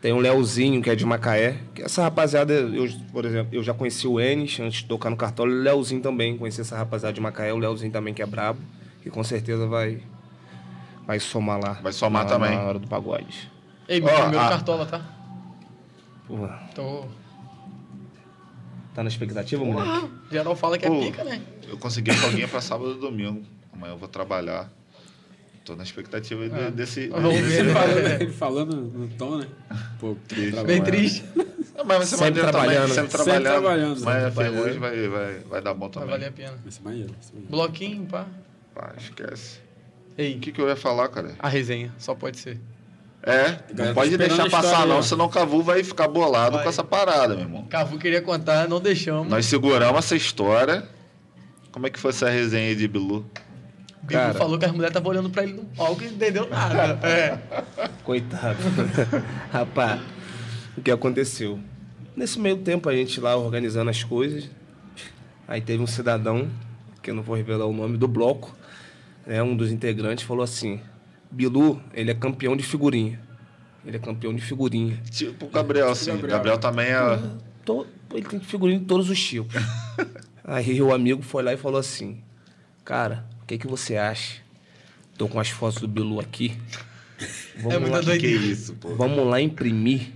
Speaker 8: Tem o Leozinho, que é de Macaé. Que Essa rapaziada, eu, por exemplo, eu já conheci o Enes antes de tocar no Cartola. E o Leozinho também. Conheci essa rapaziada de Macaé. O Leozinho também, que é brabo. Que com certeza vai, vai somar lá.
Speaker 1: Vai somar
Speaker 8: na,
Speaker 1: também.
Speaker 8: Na hora do pagode.
Speaker 4: Ei, meu,
Speaker 1: Ó,
Speaker 4: meu
Speaker 1: a-
Speaker 4: cartola, tá?
Speaker 8: Porra,
Speaker 4: Tô...
Speaker 8: tá na expectativa, moleque?
Speaker 4: Geral fala que é
Speaker 1: Pô.
Speaker 4: pica, né?
Speaker 1: Eu consegui a folguinha pra sábado e domingo. Amanhã eu vou trabalhar. Tô na expectativa de- desse.
Speaker 4: É. Vamos
Speaker 1: desse-
Speaker 4: ver
Speaker 3: né?
Speaker 4: ele fazer.
Speaker 3: Ele falando no tom, né? Pô, trabalho.
Speaker 4: Bem triste.
Speaker 1: Ah, Mas vai ser
Speaker 8: Sempre
Speaker 1: maneiro
Speaker 8: trabalhando.
Speaker 1: Também, sempre
Speaker 3: Sempre
Speaker 1: trabalhando.
Speaker 3: trabalhando, sempre
Speaker 1: Mas
Speaker 3: trabalhando.
Speaker 1: ferrugem vai, vai, vai dar bom
Speaker 4: Vai
Speaker 1: também.
Speaker 4: valer a pena.
Speaker 3: Vai ser maneiro. vai ser maneiro.
Speaker 4: Bloquinho, pá.
Speaker 1: Pá, esquece.
Speaker 4: Ei,
Speaker 1: O que, que eu ia falar, cara?
Speaker 4: a resenha, só pode ser.
Speaker 1: É,
Speaker 3: Galera,
Speaker 1: não
Speaker 3: tá
Speaker 1: pode
Speaker 3: esperando a
Speaker 1: deixar
Speaker 3: história
Speaker 1: passar,
Speaker 3: aí, ó.
Speaker 1: não, senão o Cavu vai ficar bolado
Speaker 4: Vai.
Speaker 1: com essa parada, meu irmão.
Speaker 4: Cavu queria contar, não deixamos.
Speaker 1: Nós seguramos essa história. Como é que foi essa resenha aí de Bilu?
Speaker 4: Bibo
Speaker 8: Cara.
Speaker 4: falou que as mulheres estavam olhando pra ele no palco e não entendeu nada. É.
Speaker 8: Coitado. Rapaz, o que aconteceu? Nesse meio tempo, a gente lá organizando as coisas. Aí teve um cidadão, que eu não vou revelar o nome do bloco, né, um dos integrantes falou assim: Bilu, ele é campeão de figurinha. Ele é campeão de figurinha.
Speaker 1: Tipo o Gabriel, assim. O Gabriel também é.
Speaker 8: To- ele tem figurinha de todos os tipos. Aí o amigo foi lá e falou assim: Cara, o que, que você acha? Tô com as fotos do Bilu aqui. Vamos
Speaker 4: É muita
Speaker 8: lá,
Speaker 1: Que
Speaker 4: doideira.
Speaker 1: isso, pô.
Speaker 8: Vamos lá imprimir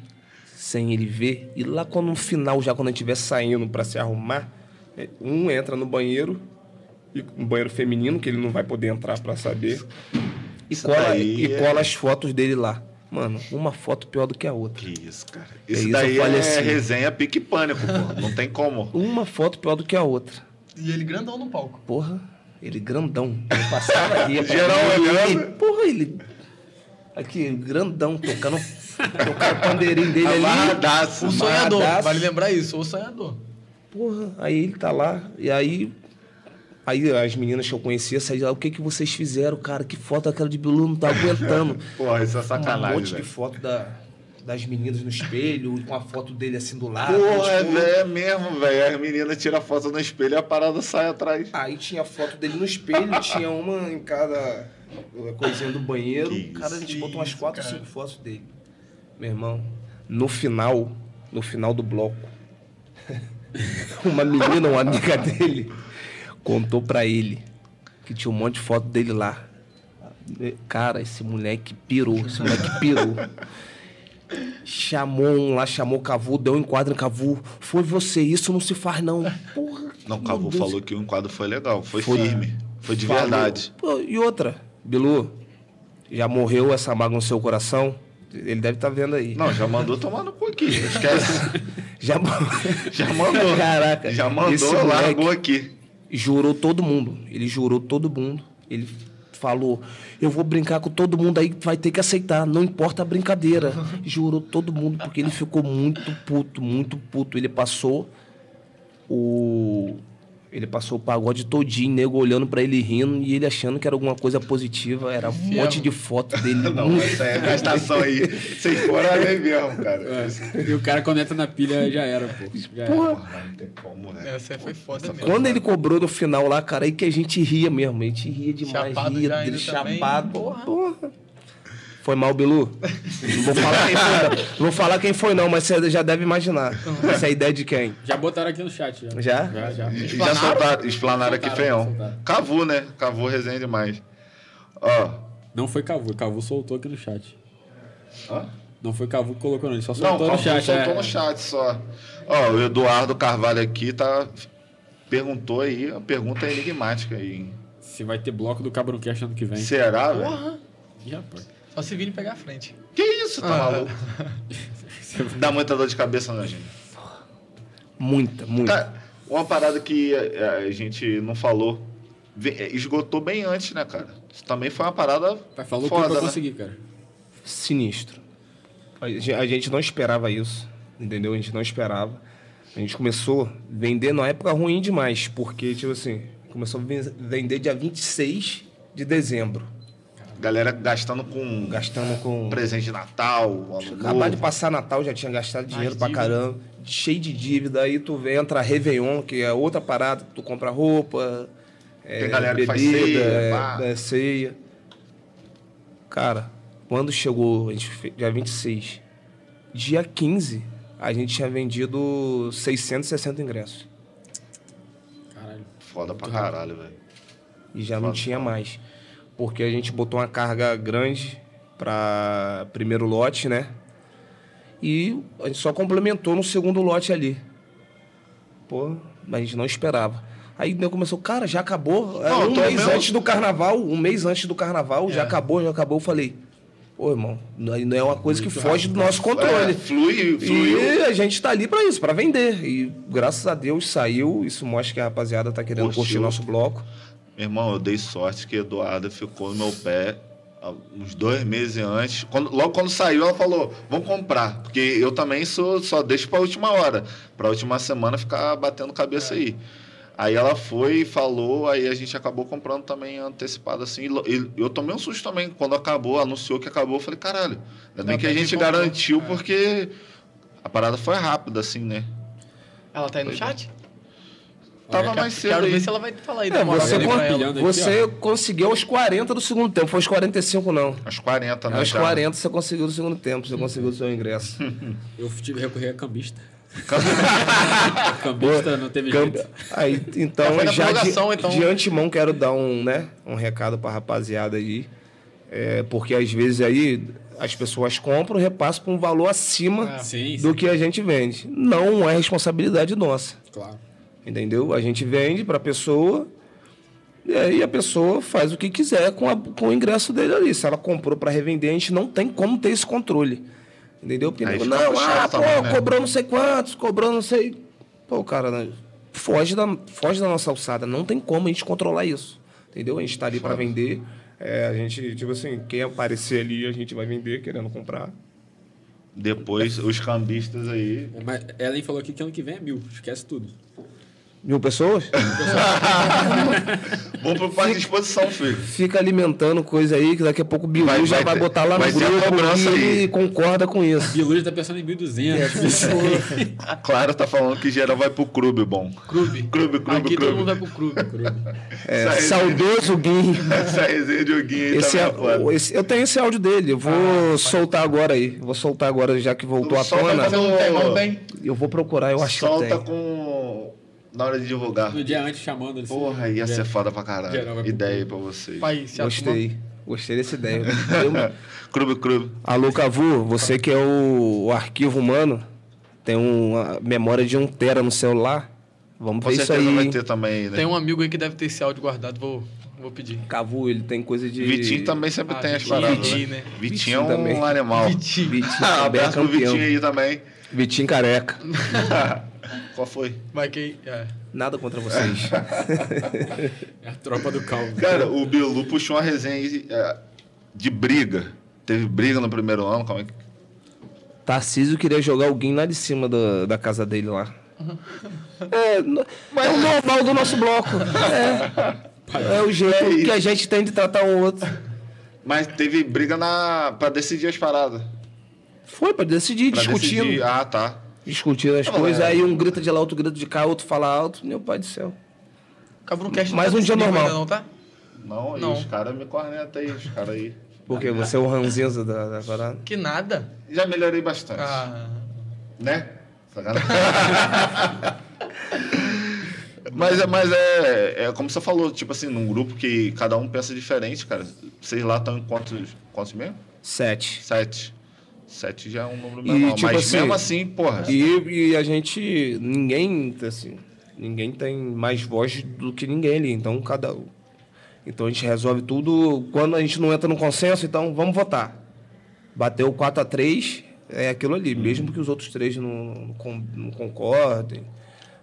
Speaker 8: sem ele ver. E lá quando no final, já quando a gente estiver saindo pra se arrumar, é, um entra no banheiro, e- no banheiro feminino, que ele não vai poder entrar pra saber. E
Speaker 1: Isso
Speaker 8: cola,
Speaker 1: daí
Speaker 8: e
Speaker 1: é-
Speaker 8: cola as fotos dele lá. Mano, uma foto pior do que a outra.
Speaker 1: Que isso, cara.
Speaker 8: É
Speaker 1: Isso
Speaker 8: isso,
Speaker 1: daí
Speaker 8: eu falei
Speaker 1: é
Speaker 8: assim.
Speaker 1: resenha pique pânico, pô. Não tem como.
Speaker 8: Uma foto pior do que a outra.
Speaker 4: E ele grandão no palco.
Speaker 8: Porra, ele grandão. Eu passava ali.
Speaker 1: Geral olhando.
Speaker 8: Porra, ele. Aqui, grandão, tocando, tocando o pandeirinho dele ali.
Speaker 1: Amarradaço.
Speaker 4: O sonhador,
Speaker 8: Amadaço.
Speaker 4: vale lembrar isso, o sonhador.
Speaker 8: Porra, aí ele tá lá, e aí. Aí as meninas que eu conhecia saíram de lá, o que que vocês fizeram, cara? Que foto aquela de Bilu não tá aguentando.
Speaker 1: Porra, isso é
Speaker 8: um
Speaker 1: sacanagem,
Speaker 8: monte de
Speaker 1: velho.
Speaker 8: foto da, das meninas no espelho, com a foto dele assim do lado.
Speaker 1: Porra, é,
Speaker 8: tipo,
Speaker 1: é mesmo, velho. As meninas tiram a foto no espelho e a parada sai atrás.
Speaker 8: Aí Ah, tinha a foto dele no espelho, tinha uma em cada uh, coisinha do banheiro.
Speaker 1: Que
Speaker 8: Cara, a gente
Speaker 4: isso,
Speaker 8: botou umas quatro,
Speaker 4: cara.
Speaker 8: cinco fotos dele. Meu irmão, no final, no final do bloco, uma menina, uma amiga dele, contou pra ele que tinha um monte de foto dele lá. Cara, esse moleque pirou, esse moleque pirou. Chamou um lá, chamou o Cavu, deu um enquadro em Cavu. Foi você, isso não se faz não. Porra,
Speaker 1: Não, o
Speaker 8: meu
Speaker 1: Cabo
Speaker 8: Deus.
Speaker 1: falou que o enquadro foi legal. Foi,
Speaker 8: Foi.
Speaker 1: firme. Foi de
Speaker 8: Falou.
Speaker 1: verdade.
Speaker 8: Pô, e outra, Bilu, já morreu essa mágoa no seu coração? Ele deve estar vendo aí.
Speaker 1: Não, já mandou tomar no cu aqui. Esquece.
Speaker 8: Já, mo-
Speaker 1: Já mandou.
Speaker 8: Caraca.
Speaker 1: Já
Speaker 8: esse
Speaker 1: mandou,
Speaker 8: moleque
Speaker 1: largou aqui.
Speaker 8: Jurou todo mundo. Ele jurou todo mundo. Ele falou, eu vou brincar com todo mundo aí, vai ter que aceitar, não importa a brincadeira. Jurou todo mundo, porque ele ficou muito puto, muito puto. Ele passou o... Ele passou o pagode todinho, nego olhando pra ele rindo e ele achando que era alguma coisa positiva. Era um monte de foto dele.
Speaker 1: Não,
Speaker 8: muito
Speaker 1: essa é a gastação aí. Vocês foram além mesmo, cara.
Speaker 3: E o cara quando entra na pilha já era, pô. Já era.
Speaker 1: Porra, não tem como, né?
Speaker 4: Essa aí foi foda mesmo.
Speaker 8: Quando ele cobrou no final lá, cara, aí que a gente ria mesmo. A gente ria demais,
Speaker 4: Chapado
Speaker 8: ria
Speaker 4: já
Speaker 8: dele,
Speaker 4: ainda também.
Speaker 8: chapado.
Speaker 4: Porra.
Speaker 8: Porra. Foi mal, Bilu? Não vou falar quem foi, não. Não vou falar quem foi, não, mas você já deve imaginar. Essa é a ideia de quem?
Speaker 3: Já botaram aqui no chat. Já?
Speaker 8: Já?
Speaker 3: Já, já.
Speaker 1: Já soltaram, explanaram aqui
Speaker 3: Soltaram,
Speaker 1: feião.
Speaker 3: soltaram.
Speaker 1: Cavu, né? Cavu resenha demais. Ó,
Speaker 3: Não foi Cavu, Cavu soltou aqui no chat.
Speaker 1: Hã?
Speaker 3: Não foi Cavu que colocou, não. Ele só
Speaker 1: Não,
Speaker 3: soltou
Speaker 1: calma,
Speaker 3: no chat.
Speaker 1: soltou
Speaker 3: é.
Speaker 1: no chat só. Ó, o Eduardo Carvalho aqui tá perguntou aí, a pergunta é enigmática aí. hein?
Speaker 3: Se vai ter bloco do Cabroncast ano que vem.
Speaker 1: Será, velho?
Speaker 4: Porra.
Speaker 3: Ih, rapaz.
Speaker 4: Só se vira e pegar a frente.
Speaker 1: Que isso, tá
Speaker 3: Ah.
Speaker 1: maluco? Dá muita dor de cabeça, né, gente?
Speaker 8: Muita, muita.
Speaker 4: Tá.
Speaker 1: Cara, uma parada que eh, a gente não falou, ve- eh, esgotou bem antes, né, cara? Isso também foi uma parada
Speaker 3: Mas Tá, Falou
Speaker 1: foda,
Speaker 3: tudo pra
Speaker 1: né?
Speaker 3: conseguir, cara.
Speaker 8: sinistro. A ge- a gente não esperava isso, entendeu? A gente não esperava. A gente começou a vender na época ruim demais, porque, tipo assim, começou a ven- vender dia 26 de dezembro.
Speaker 1: Galera gastando com
Speaker 8: Gastando com.
Speaker 1: presente de Natal, ano
Speaker 8: Acabar de
Speaker 1: novo.
Speaker 8: passar Natal, já tinha gastado dinheiro pra
Speaker 4: dívida.
Speaker 8: caramba, cheio de dívida. Aí tu vê, entra Réveillon, que é outra parada, tu compra roupa, é,
Speaker 1: Tem galera que faz ceia,
Speaker 8: é,
Speaker 1: pá.
Speaker 8: é, ceia. Cara, quando chegou, a gente fe- dia 26, dia 15, a gente tinha vendido 660 ingressos.
Speaker 3: Caralho.
Speaker 1: Foda pra caralho, velho.
Speaker 8: E já não
Speaker 1: Foda,
Speaker 8: tinha
Speaker 1: foda.
Speaker 8: mais. Porque a gente botou uma carga grande para primeiro lote, né? E a gente só complementou no segundo lote ali. Pô, a gente não esperava. Aí né, começou, cara, já acabou. Aí,
Speaker 1: Não,
Speaker 8: um
Speaker 1: tô
Speaker 8: mês
Speaker 1: mesmo-
Speaker 8: antes do carnaval, um mês antes do carnaval, já
Speaker 4: É.
Speaker 8: acabou, já acabou. Eu falei, ô irmão, não é- não é uma coisa que foge do nosso
Speaker 1: É,
Speaker 8: controle.
Speaker 1: flui, fluiu.
Speaker 8: E a gente tá ali pra isso, pra vender. E graças a Deus saiu. Isso mostra que a rapaziada tá querendo
Speaker 1: Curtiu.
Speaker 8: curtir nosso bloco.
Speaker 1: Meu Irmão, eu dei sorte que a Eduarda ficou no meu pé há uns dois meses antes. Quando- logo quando saiu, ela falou: vamos comprar. Porque eu também sou, só deixo pra última hora, pra última semana ficar batendo cabeça aí. Aí ela foi e falou, aí a gente acabou comprando também antecipado assim. E lo- e eu tomei um susto também. Quando acabou, anunciou que acabou, eu falei: caralho, ainda bem
Speaker 4: Ainda
Speaker 1: que a
Speaker 4: bem que
Speaker 1: gente
Speaker 4: comprou.
Speaker 1: garantiu,
Speaker 4: É.
Speaker 1: porque a parada foi rápida assim, né?
Speaker 4: Ela tá aí no
Speaker 1: Foi
Speaker 4: chat?
Speaker 1: Tava mais cedo
Speaker 4: Quero ver
Speaker 1: aí.
Speaker 4: se ela vai falar aí.
Speaker 8: É, você,
Speaker 3: Olha,
Speaker 8: con-
Speaker 3: vai pilhando aqui,
Speaker 8: você conseguiu aos 40 do segundo tempo, foi aos 45 não.
Speaker 1: Aos
Speaker 3: Tá
Speaker 1: 40, né?
Speaker 8: Aos
Speaker 1: cara?
Speaker 8: 40 você conseguiu do segundo tempo, você conseguiu o seu ingresso.
Speaker 3: Eu tive que recorrer a cambista. cambista não teve
Speaker 8: Camp-
Speaker 3: jeito.
Speaker 8: Aí, então,
Speaker 4: Já foi na
Speaker 8: já de,
Speaker 4: prorrogação, então.
Speaker 8: de antemão quero dar um, né, um recado pra rapaziada aí. É, porque às vezes aí as pessoas compram, repassam com um valor acima
Speaker 3: Ah, Sim,
Speaker 8: do que a gente vende. Não é responsabilidade nossa.
Speaker 3: claro.
Speaker 8: Entendeu? A gente vende para pessoa e aí a pessoa faz o que quiser com, a- com o ingresso dele ali. Se ela comprou para revender, a gente não tem como ter esse controle. Entendeu? Porque
Speaker 1: Aí
Speaker 8: nego,
Speaker 1: fica
Speaker 8: não,
Speaker 1: puxado
Speaker 8: ah, pô,
Speaker 1: também, né?
Speaker 8: cobrou não sei quantos, cobrou não sei. Pô, cara, né? foge, da, foge da nossa alçada. Não tem como a gente controlar isso. Entendeu? A gente tá ali para vender. É, a gente, tipo assim, quem aparecer ali, a gente vai vender querendo comprar.
Speaker 1: Depois, os cambistas aí.
Speaker 3: Mas Ellen falou aqui que ano que vem é mil. Esquece tudo.
Speaker 8: Mil pessoas?
Speaker 1: Vamos pro parque de exposição, filho.
Speaker 8: fica alimentando coisa aí que daqui a pouco o Bilu
Speaker 1: Vai-
Speaker 8: já
Speaker 1: vai
Speaker 8: vai
Speaker 1: ter-
Speaker 8: botar lá no
Speaker 1: vai ter a
Speaker 8: grupo
Speaker 1: cobrança
Speaker 8: e
Speaker 1: aí.
Speaker 8: ele concorda com isso.
Speaker 3: Bilu já tá pensando em
Speaker 1: É,
Speaker 3: 1.200.
Speaker 8: Ah,
Speaker 1: A Clara tá falando que geral vai pro clube, bom.
Speaker 4: Clube.
Speaker 1: Clube, clube,
Speaker 4: Aqui todo
Speaker 1: clube.
Speaker 4: mundo vai pro clube.
Speaker 8: É,
Speaker 1: Essa resenha-
Speaker 8: saudoso Guim.
Speaker 1: Essa resenha de joguinho aí
Speaker 8: Esse,
Speaker 1: tá
Speaker 8: é-
Speaker 1: meio foda. Ah,
Speaker 8: o- esse- eu tenho esse áudio dele, eu vou soltar agora aí. Vou soltar agora, já que voltou à
Speaker 1: Solta
Speaker 8: tona.
Speaker 1: com-
Speaker 4: Não tem, não tem.
Speaker 8: Eu vou procurar, eu acho que
Speaker 1: Solta
Speaker 8: eu tenho.
Speaker 1: com. Na hora de divulgar.
Speaker 3: no dia antes chamando assim, ele.
Speaker 1: Porra, ia ser foda pra caralho.
Speaker 3: Geral vai pro
Speaker 1: Ideia aí pra vocês.
Speaker 4: Pai, se
Speaker 8: Gostei. Gostei dessa ideia. Eu-
Speaker 1: Clube, clube.
Speaker 8: Alô, Cavu, você que é o, o arquivo humano, tem uma memória de um tera no celular. Vamos
Speaker 1: Com
Speaker 8: ver isso
Speaker 1: certeza
Speaker 8: aí.
Speaker 1: vai
Speaker 8: hein?
Speaker 1: ter também, né?
Speaker 4: Tem um amigo aí que deve ter esse áudio guardado, vou, vou pedir.
Speaker 8: Cavu, ele tem coisa de.
Speaker 1: Vitinho também sempre
Speaker 4: Ah,
Speaker 1: tem as
Speaker 4: Vitinho,
Speaker 1: paradas.
Speaker 4: Vitinho,
Speaker 1: né?
Speaker 4: né?
Speaker 1: Vitinho é um
Speaker 8: Vitinho também.
Speaker 1: animal.
Speaker 4: Vitinho.
Speaker 8: Vitinho
Speaker 1: Ah,
Speaker 8: também é
Speaker 1: abraço pro
Speaker 8: campeão.
Speaker 1: Vitinho aí também.
Speaker 8: Vitinho careca.
Speaker 1: Qual foi?
Speaker 4: Vai quem. É.
Speaker 8: Nada contra vocês.
Speaker 3: É a tropa do calmo.
Speaker 1: Cara, o Bilu puxou uma resenha aí, é, de briga. Teve briga no primeiro ano, como é que.
Speaker 8: Tarcísio queria jogar alguém lá de cima da, da casa dele lá. É, no- é o normal do nosso bloco. É, É o jeito que a gente tem de tratar um outro.
Speaker 1: Mas teve briga na pra decidir as paradas.
Speaker 8: Foi pra decidir,
Speaker 1: Pra
Speaker 8: discutindo.
Speaker 1: decidir- é. Ah, tá.
Speaker 8: Discutindo as coisas. Aí um grita de lá, outro grita de cá, outro fala alto. Meu pai do céu.
Speaker 4: Cabo não quer
Speaker 8: Mais um dia normal.
Speaker 4: Ainda não, tá?
Speaker 1: Não, e
Speaker 4: Não.
Speaker 1: os caras me cornetam aí, os caras aí.
Speaker 8: Porque você é o ranzinza da, da parada.
Speaker 4: Que nada.
Speaker 1: Já melhorei bastante.
Speaker 4: Ah,
Speaker 1: Né? Sacanagem. mas é, mas é, é como você falou, tipo assim, num grupo que cada um pensa diferente, cara. Vocês lá estão em quantos, quantos mesmo?
Speaker 8: Sete.
Speaker 1: Sete. Sete já é um número
Speaker 8: E,
Speaker 1: menor.
Speaker 8: tipo
Speaker 1: mas
Speaker 8: assim,
Speaker 1: mesmo assim, porra.
Speaker 8: E, e a gente. Ninguém, assim. Ninguém tem mais voz do que ninguém ali. Então, cada um. Então a gente resolve tudo. Quando a gente não entra no consenso, então vamos votar. Bateu 4 a 3 é aquilo ali. Mesmo que os outros três não, não con- não concordem.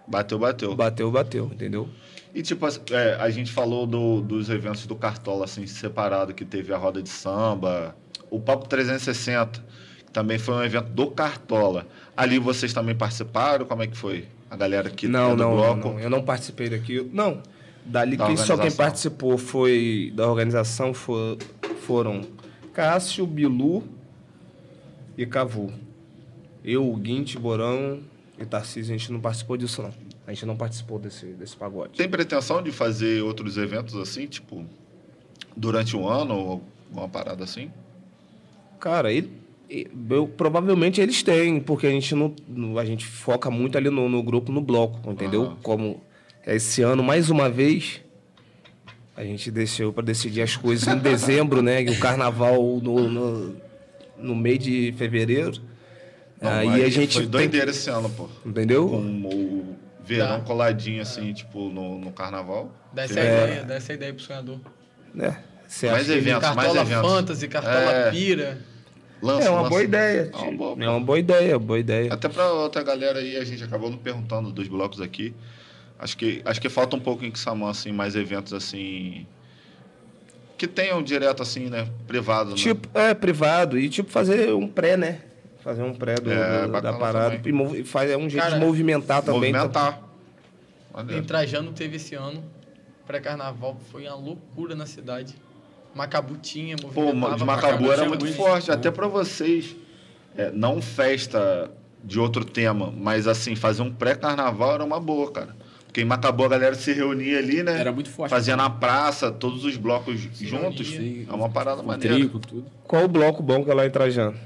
Speaker 1: Bateu, bateu.
Speaker 8: Bateu, bateu, entendeu?
Speaker 1: E tipo, as- é, a gente falou do- dos eventos do Cartola, assim, separado, que teve a roda de samba, o Papo 360, que também foi um evento do Cartola. Ali vocês também participaram? Como é que foi? A galera que é
Speaker 8: não,
Speaker 1: do
Speaker 8: não,
Speaker 1: bloco?
Speaker 8: não, não. Eu não participei daquilo. Não. Dali
Speaker 1: Da
Speaker 8: quem- só quem
Speaker 1: organização.
Speaker 8: participou foi. Da organização fo- foram Cássio, Bilu e Cavu. Eu, o Guinte, Borão e Tarcísio, a gente não participou disso, não. A gente não participou desse, desse pagode.
Speaker 1: Tem pretensão de fazer outros eventos assim, tipo, durante um ano ou alguma parada assim?
Speaker 8: Cara, ele, e- eu- provavelmente eles têm, porque a gente não, não- a gente foca muito ali no, no grupo, no bloco, entendeu?
Speaker 1: Aham.
Speaker 8: Como esse ano mais uma vez a gente desceu para decidir as coisas em dezembro, né? E O carnaval no, no, no meio de fevereiro.
Speaker 1: Não,
Speaker 8: Aí Ah, a gente
Speaker 1: Foi
Speaker 8: tem- Uh.
Speaker 1: doideira esse ano, pô.
Speaker 8: entendeu?
Speaker 1: Com o verão
Speaker 4: Tá.
Speaker 1: coladinho, assim, tipo, no, no carnaval.
Speaker 4: dá essa
Speaker 1: Teve-
Speaker 4: ideia, dá essa ideia pro sonhador.
Speaker 8: É, você
Speaker 1: Mais
Speaker 8: acha
Speaker 1: evento.
Speaker 8: que-
Speaker 1: É. Eventos, mais
Speaker 4: Cartola
Speaker 1: eventos.
Speaker 4: Fantasy, Cartola
Speaker 1: É.
Speaker 4: Pira.
Speaker 1: Lança,
Speaker 8: É uma
Speaker 1: lança.
Speaker 8: boa ideia.
Speaker 1: É uma boa,
Speaker 8: É uma boa ideia, boa ideia.
Speaker 1: Até pra outra galera aí, a gente acabou não perguntando dos blocos aqui. Acho que, acho que falta um pouco em Kissamã, assim, mais eventos assim. Que tenham direto, assim, né? Privado, né?
Speaker 8: Tipo, é privado e tipo fazer um pré, né? Fazer um pré do,
Speaker 1: É,
Speaker 8: do- da
Speaker 1: bacana
Speaker 8: parada.
Speaker 1: também.
Speaker 8: E mov- e faz, é um jeito
Speaker 4: Cara,
Speaker 8: de movimentar também.
Speaker 1: Movimentar. Olha,
Speaker 4: Em Trajano teve esse ano. Pré-carnaval foi uma loucura na cidade. Macabu tinha,
Speaker 1: Pô,
Speaker 4: movimentava.
Speaker 1: de
Speaker 4: pra
Speaker 1: Macabu era
Speaker 4: caramba.
Speaker 1: muito
Speaker 3: muito,
Speaker 1: forte.
Speaker 3: né?
Speaker 1: Até pra vocês, é, não festa de outro tema, mas assim, fazer um pré-carnaval era uma boa, cara. Porque em Macabó a galera se reunia ali, né?
Speaker 3: Era muito forte.
Speaker 1: Fazia na praça, todos os blocos juntos.
Speaker 3: reunia.
Speaker 1: É uma parada
Speaker 3: Com
Speaker 1: maneira.
Speaker 3: trio, com tudo.
Speaker 8: Qual o bloco bom que é lá em Trajano?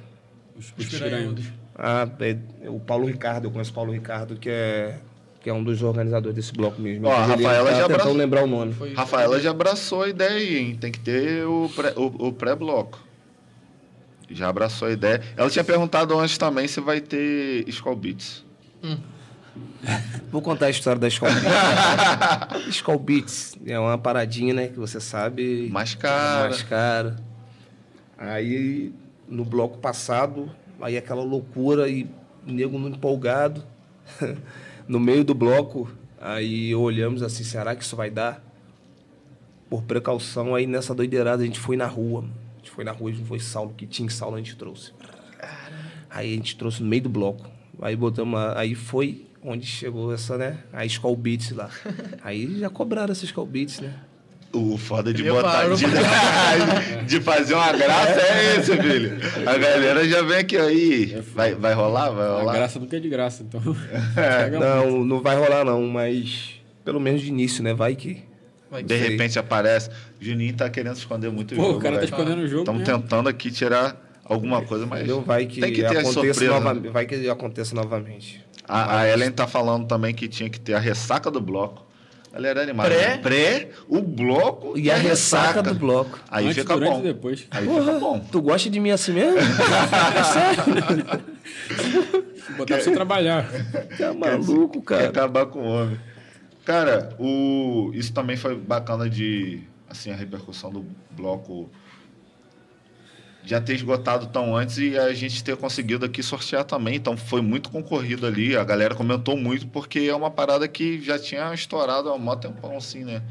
Speaker 3: Os, os piranhudos.
Speaker 8: Ah, é, o Paulo Ricardo, eu conheço o Paulo Ricardo, que é, que é um dos organizadores desse bloco mesmo.
Speaker 1: Ó, a
Speaker 8: Mas ele
Speaker 1: Rafaela
Speaker 8: tá
Speaker 1: já
Speaker 8: tentando
Speaker 1: abraçou.
Speaker 8: lembrar o nome.
Speaker 4: Foi-
Speaker 1: Rafaela já abraçou a ideia aí, hein? Tem que ter o pré- o- o pré-bloco. já abraçou a ideia. Ela tinha perguntado antes também se vai ter Skull Beats.
Speaker 8: Vou contar a história da Skull Beats. Skull Beats é uma paradinha, né? Que você sabe.
Speaker 1: Mais cara.
Speaker 8: Mais cara. Aí, no bloco passado, aí aquela loucura e nego no empolgado. no meio do bloco, aí olhamos assim, será que isso vai dar? Por precaução, aí nessa doideirada a gente foi na rua. mano. A gente foi na rua, a gente foi Saulo, que tinha em Saulo a gente trouxe. Aí a gente trouxe no meio do bloco. Aí botamos. a- aí foi onde chegou essa, né? A Skull Beats lá. Aí já cobraram essa Skull Beats, né?
Speaker 1: O foda de
Speaker 4: Ele
Speaker 1: botar.
Speaker 4: parou
Speaker 1: De, de fazer uma graça é esse, filho. A galera já vem aqui aí. Vai, vai rolar? Vai
Speaker 3: A
Speaker 1: rolar?
Speaker 3: graça nunca é de graça, então.
Speaker 1: É,
Speaker 3: Pega
Speaker 8: É,
Speaker 3: um.
Speaker 8: Não, não vai rolar não, mas pelo menos de início, né? Vai que.
Speaker 4: Vai
Speaker 1: De
Speaker 4: que...
Speaker 8: Sei.
Speaker 1: repente aparece. Juninho tá querendo esconder muito
Speaker 3: é Pô,
Speaker 1: jogo,
Speaker 3: o cara tá
Speaker 1: velho.
Speaker 3: escondendo o jogo.
Speaker 1: Estamos
Speaker 3: mesmo.
Speaker 1: tentando aqui tirar alguma coisa, mas.
Speaker 8: Entendeu? Vai que,
Speaker 1: tem que ter né? as
Speaker 8: aconteça
Speaker 1: surpresas.
Speaker 8: nova- vai que aconteça novamente.
Speaker 1: A, a Ellen tá falando também que tinha que ter a ressaca do bloco. Galera animada.
Speaker 4: Pré?
Speaker 1: né? Pré, o bloco
Speaker 8: E a ressaca do bloco.
Speaker 1: Aí
Speaker 3: Antes,
Speaker 1: fica
Speaker 3: durante
Speaker 1: bom.
Speaker 3: e depois.
Speaker 1: Aí fica bom.
Speaker 8: Tu gosta de mim assim mesmo?
Speaker 3: Botar pra você trabalhar.
Speaker 8: Tá maluco,
Speaker 1: Quer
Speaker 8: cara.
Speaker 1: acabar com o homem. Cara, o... isso também foi bacana de. Assim, a repercussão do bloco já ter esgotado tão antes e a gente ter conseguido aqui sortear também. Então foi muito concorrido ali. A galera comentou muito porque é uma parada que já tinha estourado há um mó tempão, assim, né?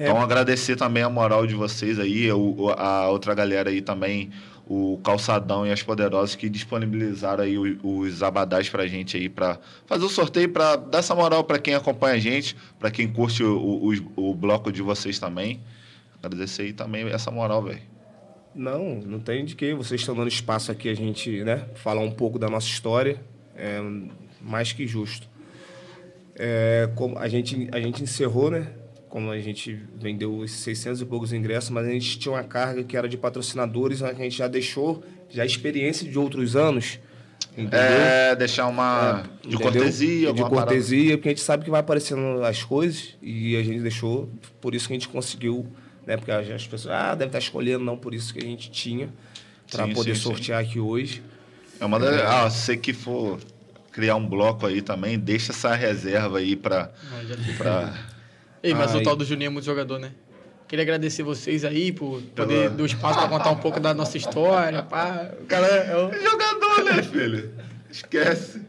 Speaker 1: Então agradecer também a moral de vocês aí, o- o- a outra galera aí também, o Calçadão e as Poderosas que disponibilizaram aí o- os abadás pra gente aí pra fazer o sorteio pra dar essa moral pra quem acompanha a gente, pra quem curte o, o- os- o bloco de vocês também. Agradecer aí também essa moral, velho.
Speaker 8: Não, não tem de que. Vocês estão dando espaço aqui a gente, né? Falar um pouco da nossa história. É mais que justo. É, como a, gente, a gente encerrou, né? Como a gente vendeu esses 600 e poucos ingressos, mas a gente tinha uma carga que era de patrocinadores, a gente já deixou já a experiência de outros anos. Entendeu?
Speaker 1: É, deixar uma. de
Speaker 8: né? é, Entendeu?
Speaker 1: cortesia,
Speaker 8: De
Speaker 1: alguma parada.
Speaker 8: cortesia, porque a gente sabe que vai aparecendo as coisas e a gente deixou, por isso que a gente conseguiu, né? Porque as pessoas, ah, deve estar escolhendo, não, por isso que a gente tinha, para
Speaker 1: Sim,
Speaker 8: poder
Speaker 1: sim,
Speaker 8: sortear aqui hoje.
Speaker 1: É uma das- Ah, você que for criar um bloco aí também, deixa essa reserva aí pra.
Speaker 4: Não, já fica.
Speaker 1: pra...
Speaker 4: Ei, mas
Speaker 8: Ai.
Speaker 4: o tal do Juninho é muito jogador, né? Queria agradecer vocês aí por
Speaker 1: Pela-
Speaker 4: poder dar o espaço pra contar um pouco da nossa história. Pá. O cara é um-
Speaker 1: Jogador, né, filho? Esquece.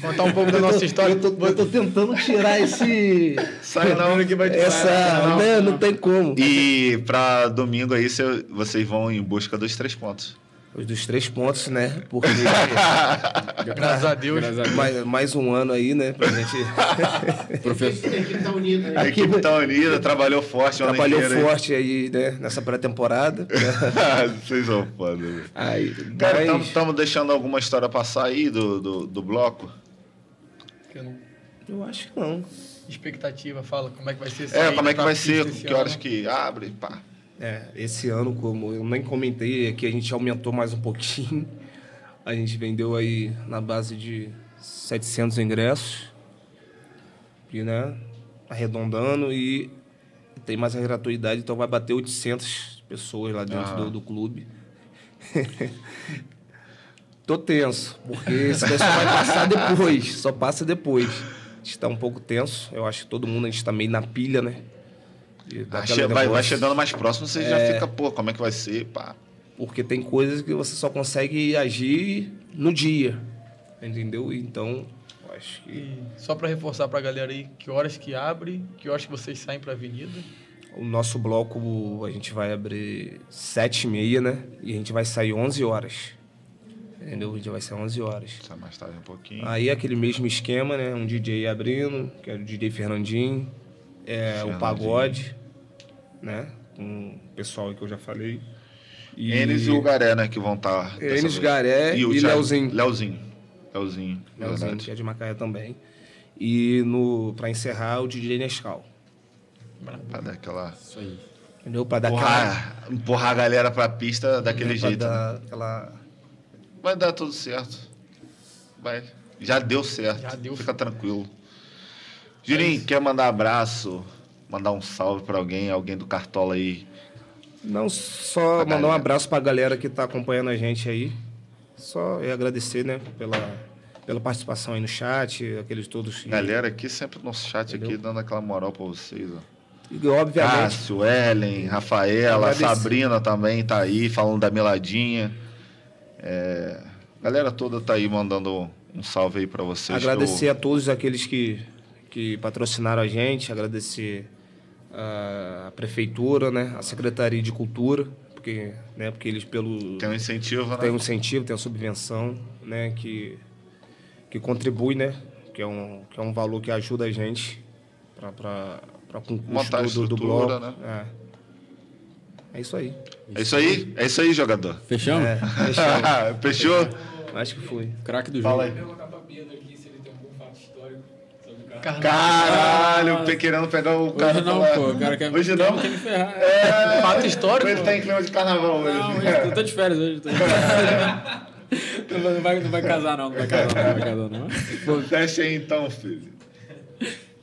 Speaker 4: contar um pouco da nossa história.
Speaker 8: tentando tirar esse.
Speaker 1: Sai não. Que vai
Speaker 8: essa. Né, não tem como.
Speaker 1: E pra domingo aí, cê- vocês vão em busca dos três pontos.
Speaker 8: Os dos três pontos, né? Porque
Speaker 4: Graças a Deus.
Speaker 3: Graças a Deus.
Speaker 8: mais, mais um ano aí, né? Pra gente.
Speaker 3: Professor.
Speaker 5: tá unido, né?
Speaker 1: A equipe tá unida, trabalhou forte, o ano
Speaker 8: trabalhou
Speaker 1: inteiro aí.
Speaker 8: forte aí, né? Nessa pré-temporada.
Speaker 1: vocês são foda, velho.
Speaker 8: Aí,
Speaker 1: Cara,
Speaker 8: mas-
Speaker 1: estamos deixando alguma história passar aí do, do, do bloco?
Speaker 8: Eu acho que não.
Speaker 4: Expectativa, fala como é que vai ser
Speaker 1: É,
Speaker 4: saída
Speaker 1: como é que
Speaker 4: pra
Speaker 1: vai
Speaker 8: tá
Speaker 4: pista
Speaker 1: ser?
Speaker 4: esse
Speaker 1: Que horas
Speaker 4: ano.
Speaker 1: que abre? Pá.
Speaker 8: É, esse ano, como eu nem comentei, aqui a gente aumentou mais um pouquinho. A gente vendeu aí na base de 700 ingressos. E, né, arredondando e tem mais a gratuidade, então vai bater 800 pessoas lá dentro
Speaker 1: Ah.
Speaker 8: do, do clube. Tô tenso, porque esse pessoal vai passar depois, só passa depois. A gente tá um pouco tenso, eu acho que todo mundo, a gente tá meio na pilha, né? E
Speaker 1: Ah,
Speaker 8: daquele
Speaker 1: che- vai, vai
Speaker 8: negócio.
Speaker 1: chegando mais próximo, você já fica, pô, como é que vai ser? Pá.
Speaker 8: Porque tem coisas que você só consegue agir no dia. Entendeu? Então, eu acho que
Speaker 4: E só pra reforçar pra galera aí, que horas que abre, que horas que vocês saem pra avenida.
Speaker 8: o nosso bloco a gente vai abrir sete e meia, né? E a gente vai sair 11 horas. Entendeu? A gente vai sair 11 horas.
Speaker 1: Sai mais tarde um pouquinho.
Speaker 8: Aí é aquele mesmo esquema, né? Um DJ abrindo, que é o DJ Fernandinho, é,
Speaker 1: Fernandinho.
Speaker 8: o Pagode, né? Com o pessoal aí que eu já falei. E
Speaker 1: Enes e o Garé, né, que vão estar.
Speaker 8: Enes, Garé e
Speaker 1: Thiago-
Speaker 8: Leozinho.
Speaker 1: Leozinho. Leozinho.
Speaker 8: Leozinho,
Speaker 1: verdade.
Speaker 8: que é de Macaé também. E no para encerrar, o DJ Nescau.
Speaker 1: Pra dar aquela.
Speaker 3: Isso aí.
Speaker 8: Entendeu? Pra dar aquela.
Speaker 1: Empurrar, empurrar a galera pra pista daquele
Speaker 8: É, pra
Speaker 1: jeito. né?
Speaker 8: dar aquela-
Speaker 1: Vai dar tudo certo. Vai. Já deu certo.
Speaker 4: Já deu.
Speaker 1: Fica tranquilo.
Speaker 8: É
Speaker 1: Julinho, quer mandar abraço? Mandar um salve pra alguém, alguém do Cartola aí.
Speaker 8: Não só
Speaker 1: Pra
Speaker 8: mandar um
Speaker 1: galera.
Speaker 8: abraço pra galera que tá acompanhando a gente aí. Só eu agradecer, né, pela, pela participação aí no chat, aqueles todos. que-
Speaker 1: Galera aqui, sempre no nosso chat aqui, dando aquela moral pra vocês. Ó.
Speaker 8: E, obviamente,
Speaker 1: Cássio, Ellen, Rafaela,
Speaker 8: Agradecer.
Speaker 1: Sabrina também tá aí, falando da Miladinha. É, Galera toda tá aí mandando um salve aí pra vocês. que eu-
Speaker 8: agradecer a todos aqueles que, que patrocinaram a gente, agradecer a prefeitura, né, a Secretaria de Cultura, porque, né, porque eles pelo
Speaker 1: Tem um incentivo, né?
Speaker 8: tem um incentivo, tem uma subvenção, né, que, que contribui, né, que é, um, que é um valor que ajuda a gente para para concurso
Speaker 1: Montar a
Speaker 8: do, do, do
Speaker 1: estrutura, né?
Speaker 8: bloco. É. é isso aí.
Speaker 1: É isso aí? É isso aí, jogador.
Speaker 3: Fechamos?
Speaker 8: É, fechamos.
Speaker 1: Fechou?
Speaker 8: Acho que foi.
Speaker 3: Craque do jogo.
Speaker 1: Fala aí.
Speaker 4: Carnaval.
Speaker 1: Caralho, pe- querendo pegar o cara
Speaker 3: Hoje não,
Speaker 1: pela-
Speaker 3: pô. O cara quer,
Speaker 1: Hoje não?
Speaker 3: quer me ferrar.
Speaker 1: É,
Speaker 4: Fato histórico,
Speaker 1: Ele
Speaker 4: pô.
Speaker 1: tá em clima de carnaval hoje.
Speaker 3: Não, hoje eu tô de férias hoje. eu tô de férias. não, vai- não vai, não vai casar, não. Não vai casar, não. Não vai casar, não. Pô,
Speaker 1: Fecha aí então, filho.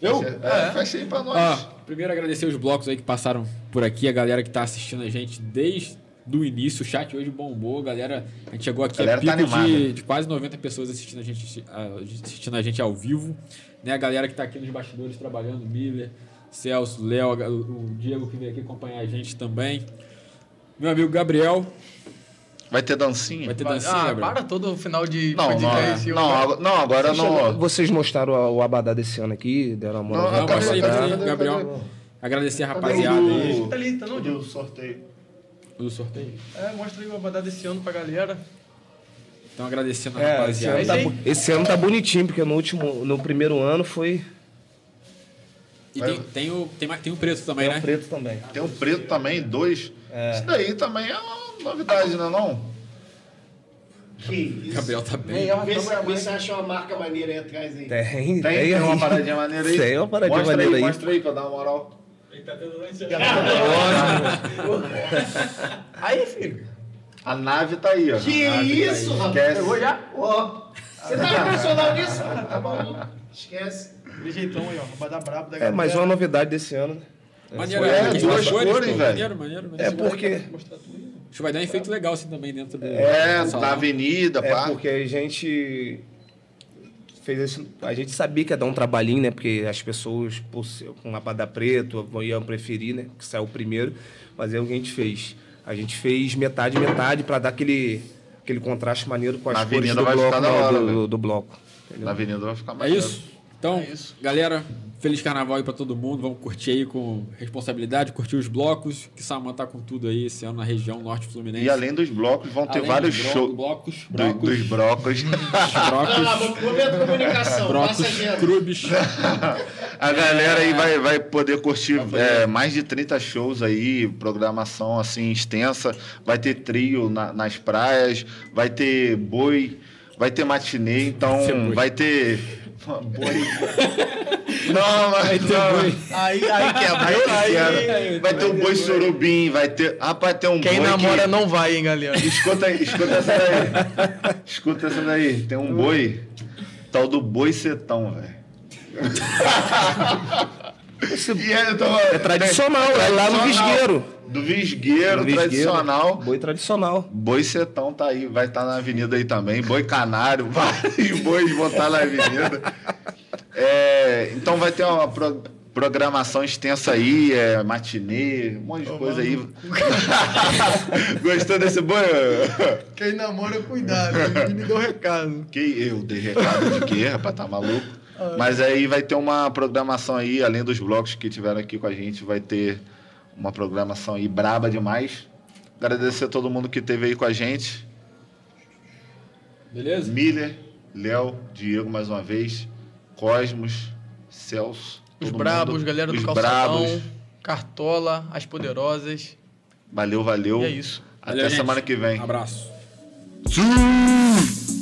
Speaker 3: Eu? Ah.
Speaker 1: Fecha, é, fecha aí pra nós.
Speaker 3: Ó, primeiro agradecer os blocos aí que passaram por aqui, a galera que tá assistindo a gente desde do início, o chat hoje bombou, galera, a gente chegou aqui a
Speaker 1: Galera tá
Speaker 3: pico de,
Speaker 1: animada.
Speaker 3: de quase 90 pessoas assistindo a gente, a- assistindo a gente ao vivo, né, a galera que tá aqui nos bastidores trabalhando, Miller, Celso, Léo, a ga- o Diego que veio aqui acompanhar a gente também, meu amigo Gabriel,
Speaker 1: Vai ter dancinha?
Speaker 3: vai ter dancinha,
Speaker 4: Ah,
Speaker 3: Gabriel?
Speaker 4: para todo final
Speaker 1: Assim,
Speaker 4: de
Speaker 1: Não, não,
Speaker 4: podcast. eu-
Speaker 1: não, agora- não, agora não.
Speaker 8: Vocês mostraram o Abadá desse ano aqui, deram uma
Speaker 1: Não, tá
Speaker 8: moral
Speaker 3: Não,
Speaker 8: pro
Speaker 3: mas
Speaker 1: Cadê,
Speaker 3: aí,
Speaker 1: cadê,
Speaker 3: aí,
Speaker 1: cadê,
Speaker 3: Gabriel,
Speaker 1: cadê?
Speaker 3: agradecer a rapaziada aí
Speaker 4: Tá ali, tá não, Diogo?
Speaker 1: Do sorteio.
Speaker 3: do sorteio,
Speaker 4: É, mostra aí o abadá desse ano pra galera.
Speaker 3: então agradecendo a
Speaker 8: É, esse,
Speaker 3: rapaziada.
Speaker 8: ano tá,
Speaker 4: Esse aí.
Speaker 8: bu- esse ano tá bonitinho, porque no último, no primeiro ano foi
Speaker 3: E tem, tem, o, tem, mais- tem o preço
Speaker 1: É,
Speaker 3: também, né?
Speaker 8: preto também.
Speaker 1: Tem um preto também, dois. Isso daí também é uma novidade, não é não?
Speaker 5: Que isso.
Speaker 3: Gabriel tá bem.
Speaker 5: Vê se, vê se acha uma marca maneira aí atrás aí.
Speaker 8: Tem, tem,
Speaker 1: Tem, tem uma paradinha maneira aí.
Speaker 8: É
Speaker 3: é
Speaker 8: Tem uma paradinha
Speaker 1: mostra
Speaker 8: maneira
Speaker 1: aí.
Speaker 8: aí.
Speaker 1: Mostra aí pra dar uma moral.
Speaker 4: Aí, filho.
Speaker 1: A nave tá aí, ó.
Speaker 5: Que
Speaker 1: A nave tá aí.
Speaker 5: isso, rapaz?
Speaker 1: Esquece.
Speaker 4: Pegou já?
Speaker 5: Ó, você tá profissional nisso? Tá maluco? Esquece.
Speaker 4: De jeitão aí, ó. Abadá brabo da
Speaker 8: É,
Speaker 4: galera.
Speaker 8: mais uma novidade desse ano, né?
Speaker 3: Maneiro,
Speaker 1: É,
Speaker 3: é,
Speaker 1: duas
Speaker 3: duas
Speaker 1: cores,
Speaker 3: cores, pô.
Speaker 1: velho.
Speaker 3: Maneiro, maneiro,
Speaker 8: É
Speaker 3: maneiro.
Speaker 8: porque,
Speaker 3: Acho que vai dar um efeito legal assim também dentro do.
Speaker 1: É,
Speaker 3: do salão.
Speaker 1: na avenida,
Speaker 8: é
Speaker 1: Tá pá.
Speaker 8: porque a gente fez esse, a gente sabia que ia dar um trabalhinho, né? Porque as pessoas por ser- com a Bada Preto iam preferir, né? Que saiu primeiro, mas é o que a gente fez. A gente fez metade metade para dar aquele aquele contraste maneiro com as
Speaker 1: Na
Speaker 8: cores
Speaker 1: avenida
Speaker 8: do
Speaker 1: vai
Speaker 8: bloco,
Speaker 1: ficar da
Speaker 8: né,
Speaker 1: hora,
Speaker 8: do,
Speaker 1: velho.
Speaker 8: do bloco.
Speaker 1: Na avenida vai ficar
Speaker 3: É
Speaker 1: mais.
Speaker 3: isso? Então, galera, feliz carnaval aí pra todo mundo. Vamos curtir aí com responsabilidade, curtir os blocos. Que Saman tá com tudo aí esse ano na região norte fluminense.
Speaker 1: E além dos blocos, vão ter
Speaker 3: Além
Speaker 1: vários
Speaker 3: dos bro-
Speaker 1: shows.
Speaker 3: Blocos, Hum.
Speaker 1: Do-
Speaker 3: brocos,
Speaker 1: dos brocos.
Speaker 5: Olha lá,
Speaker 3: brocos,
Speaker 5: momento de comunicação,
Speaker 3: brocos,
Speaker 5: passageiro.
Speaker 3: crubes.
Speaker 1: A galera aí vai, vai poder curtir é, mais de 30 shows aí, programação assim extensa. Vai ter trio na- nas praias, vai ter boi, vai ter matinê, então
Speaker 3: ter boi.
Speaker 1: vai ter. Boi. Não, vai ter boi.
Speaker 4: Aí, aí quebra.
Speaker 1: Aí,
Speaker 4: Aí,
Speaker 1: cara, vai ter um boi surubim, vai ter. Rapaz, tem um
Speaker 4: Quem
Speaker 1: boi. que-
Speaker 4: namora não vai, hein, galera.
Speaker 1: Escuta, aí, escuta essa daí. Escuta essa daí. Tem um boi, tal do boi setão, velho. E ele tava-
Speaker 8: É tradicional, é lá no
Speaker 1: tradicional.
Speaker 8: Visgueiro.
Speaker 1: Do Visgueiro,
Speaker 8: No Visgueiro,
Speaker 1: tradicional.
Speaker 8: Boi tradicional.
Speaker 1: Boi Setão tá aí, vai estar na avenida aí também. Boi Canário, vários bois vão estar na avenida. É, então vai ter uma pro- programação extensa aí, é, matinê, um monte de coisa aí. Gostou desse boi?
Speaker 4: Quem namora, cuidado. Ele me deu recado.
Speaker 1: Que eu dei recado de quê, rapaz? Tá maluco? Mas aí vai ter uma programação aí, além dos blocos que tiveram aqui com a gente, vai ter uma programação aí braba demais. Agradecer a todo mundo que esteve aí com a gente.
Speaker 3: Beleza?
Speaker 1: Miller, Léo, Diego mais uma vez, Cosmos, Celso.
Speaker 4: Os
Speaker 1: todo
Speaker 4: brabos,
Speaker 1: mundo.
Speaker 4: galera do
Speaker 1: Os
Speaker 4: calçadão.
Speaker 1: brabos.
Speaker 4: Cartola, as poderosas.
Speaker 1: Valeu, valeu.
Speaker 4: E é isso.
Speaker 1: Até
Speaker 3: Valeu, gente.
Speaker 1: semana que vem.
Speaker 3: Abraço.
Speaker 1: Tchau!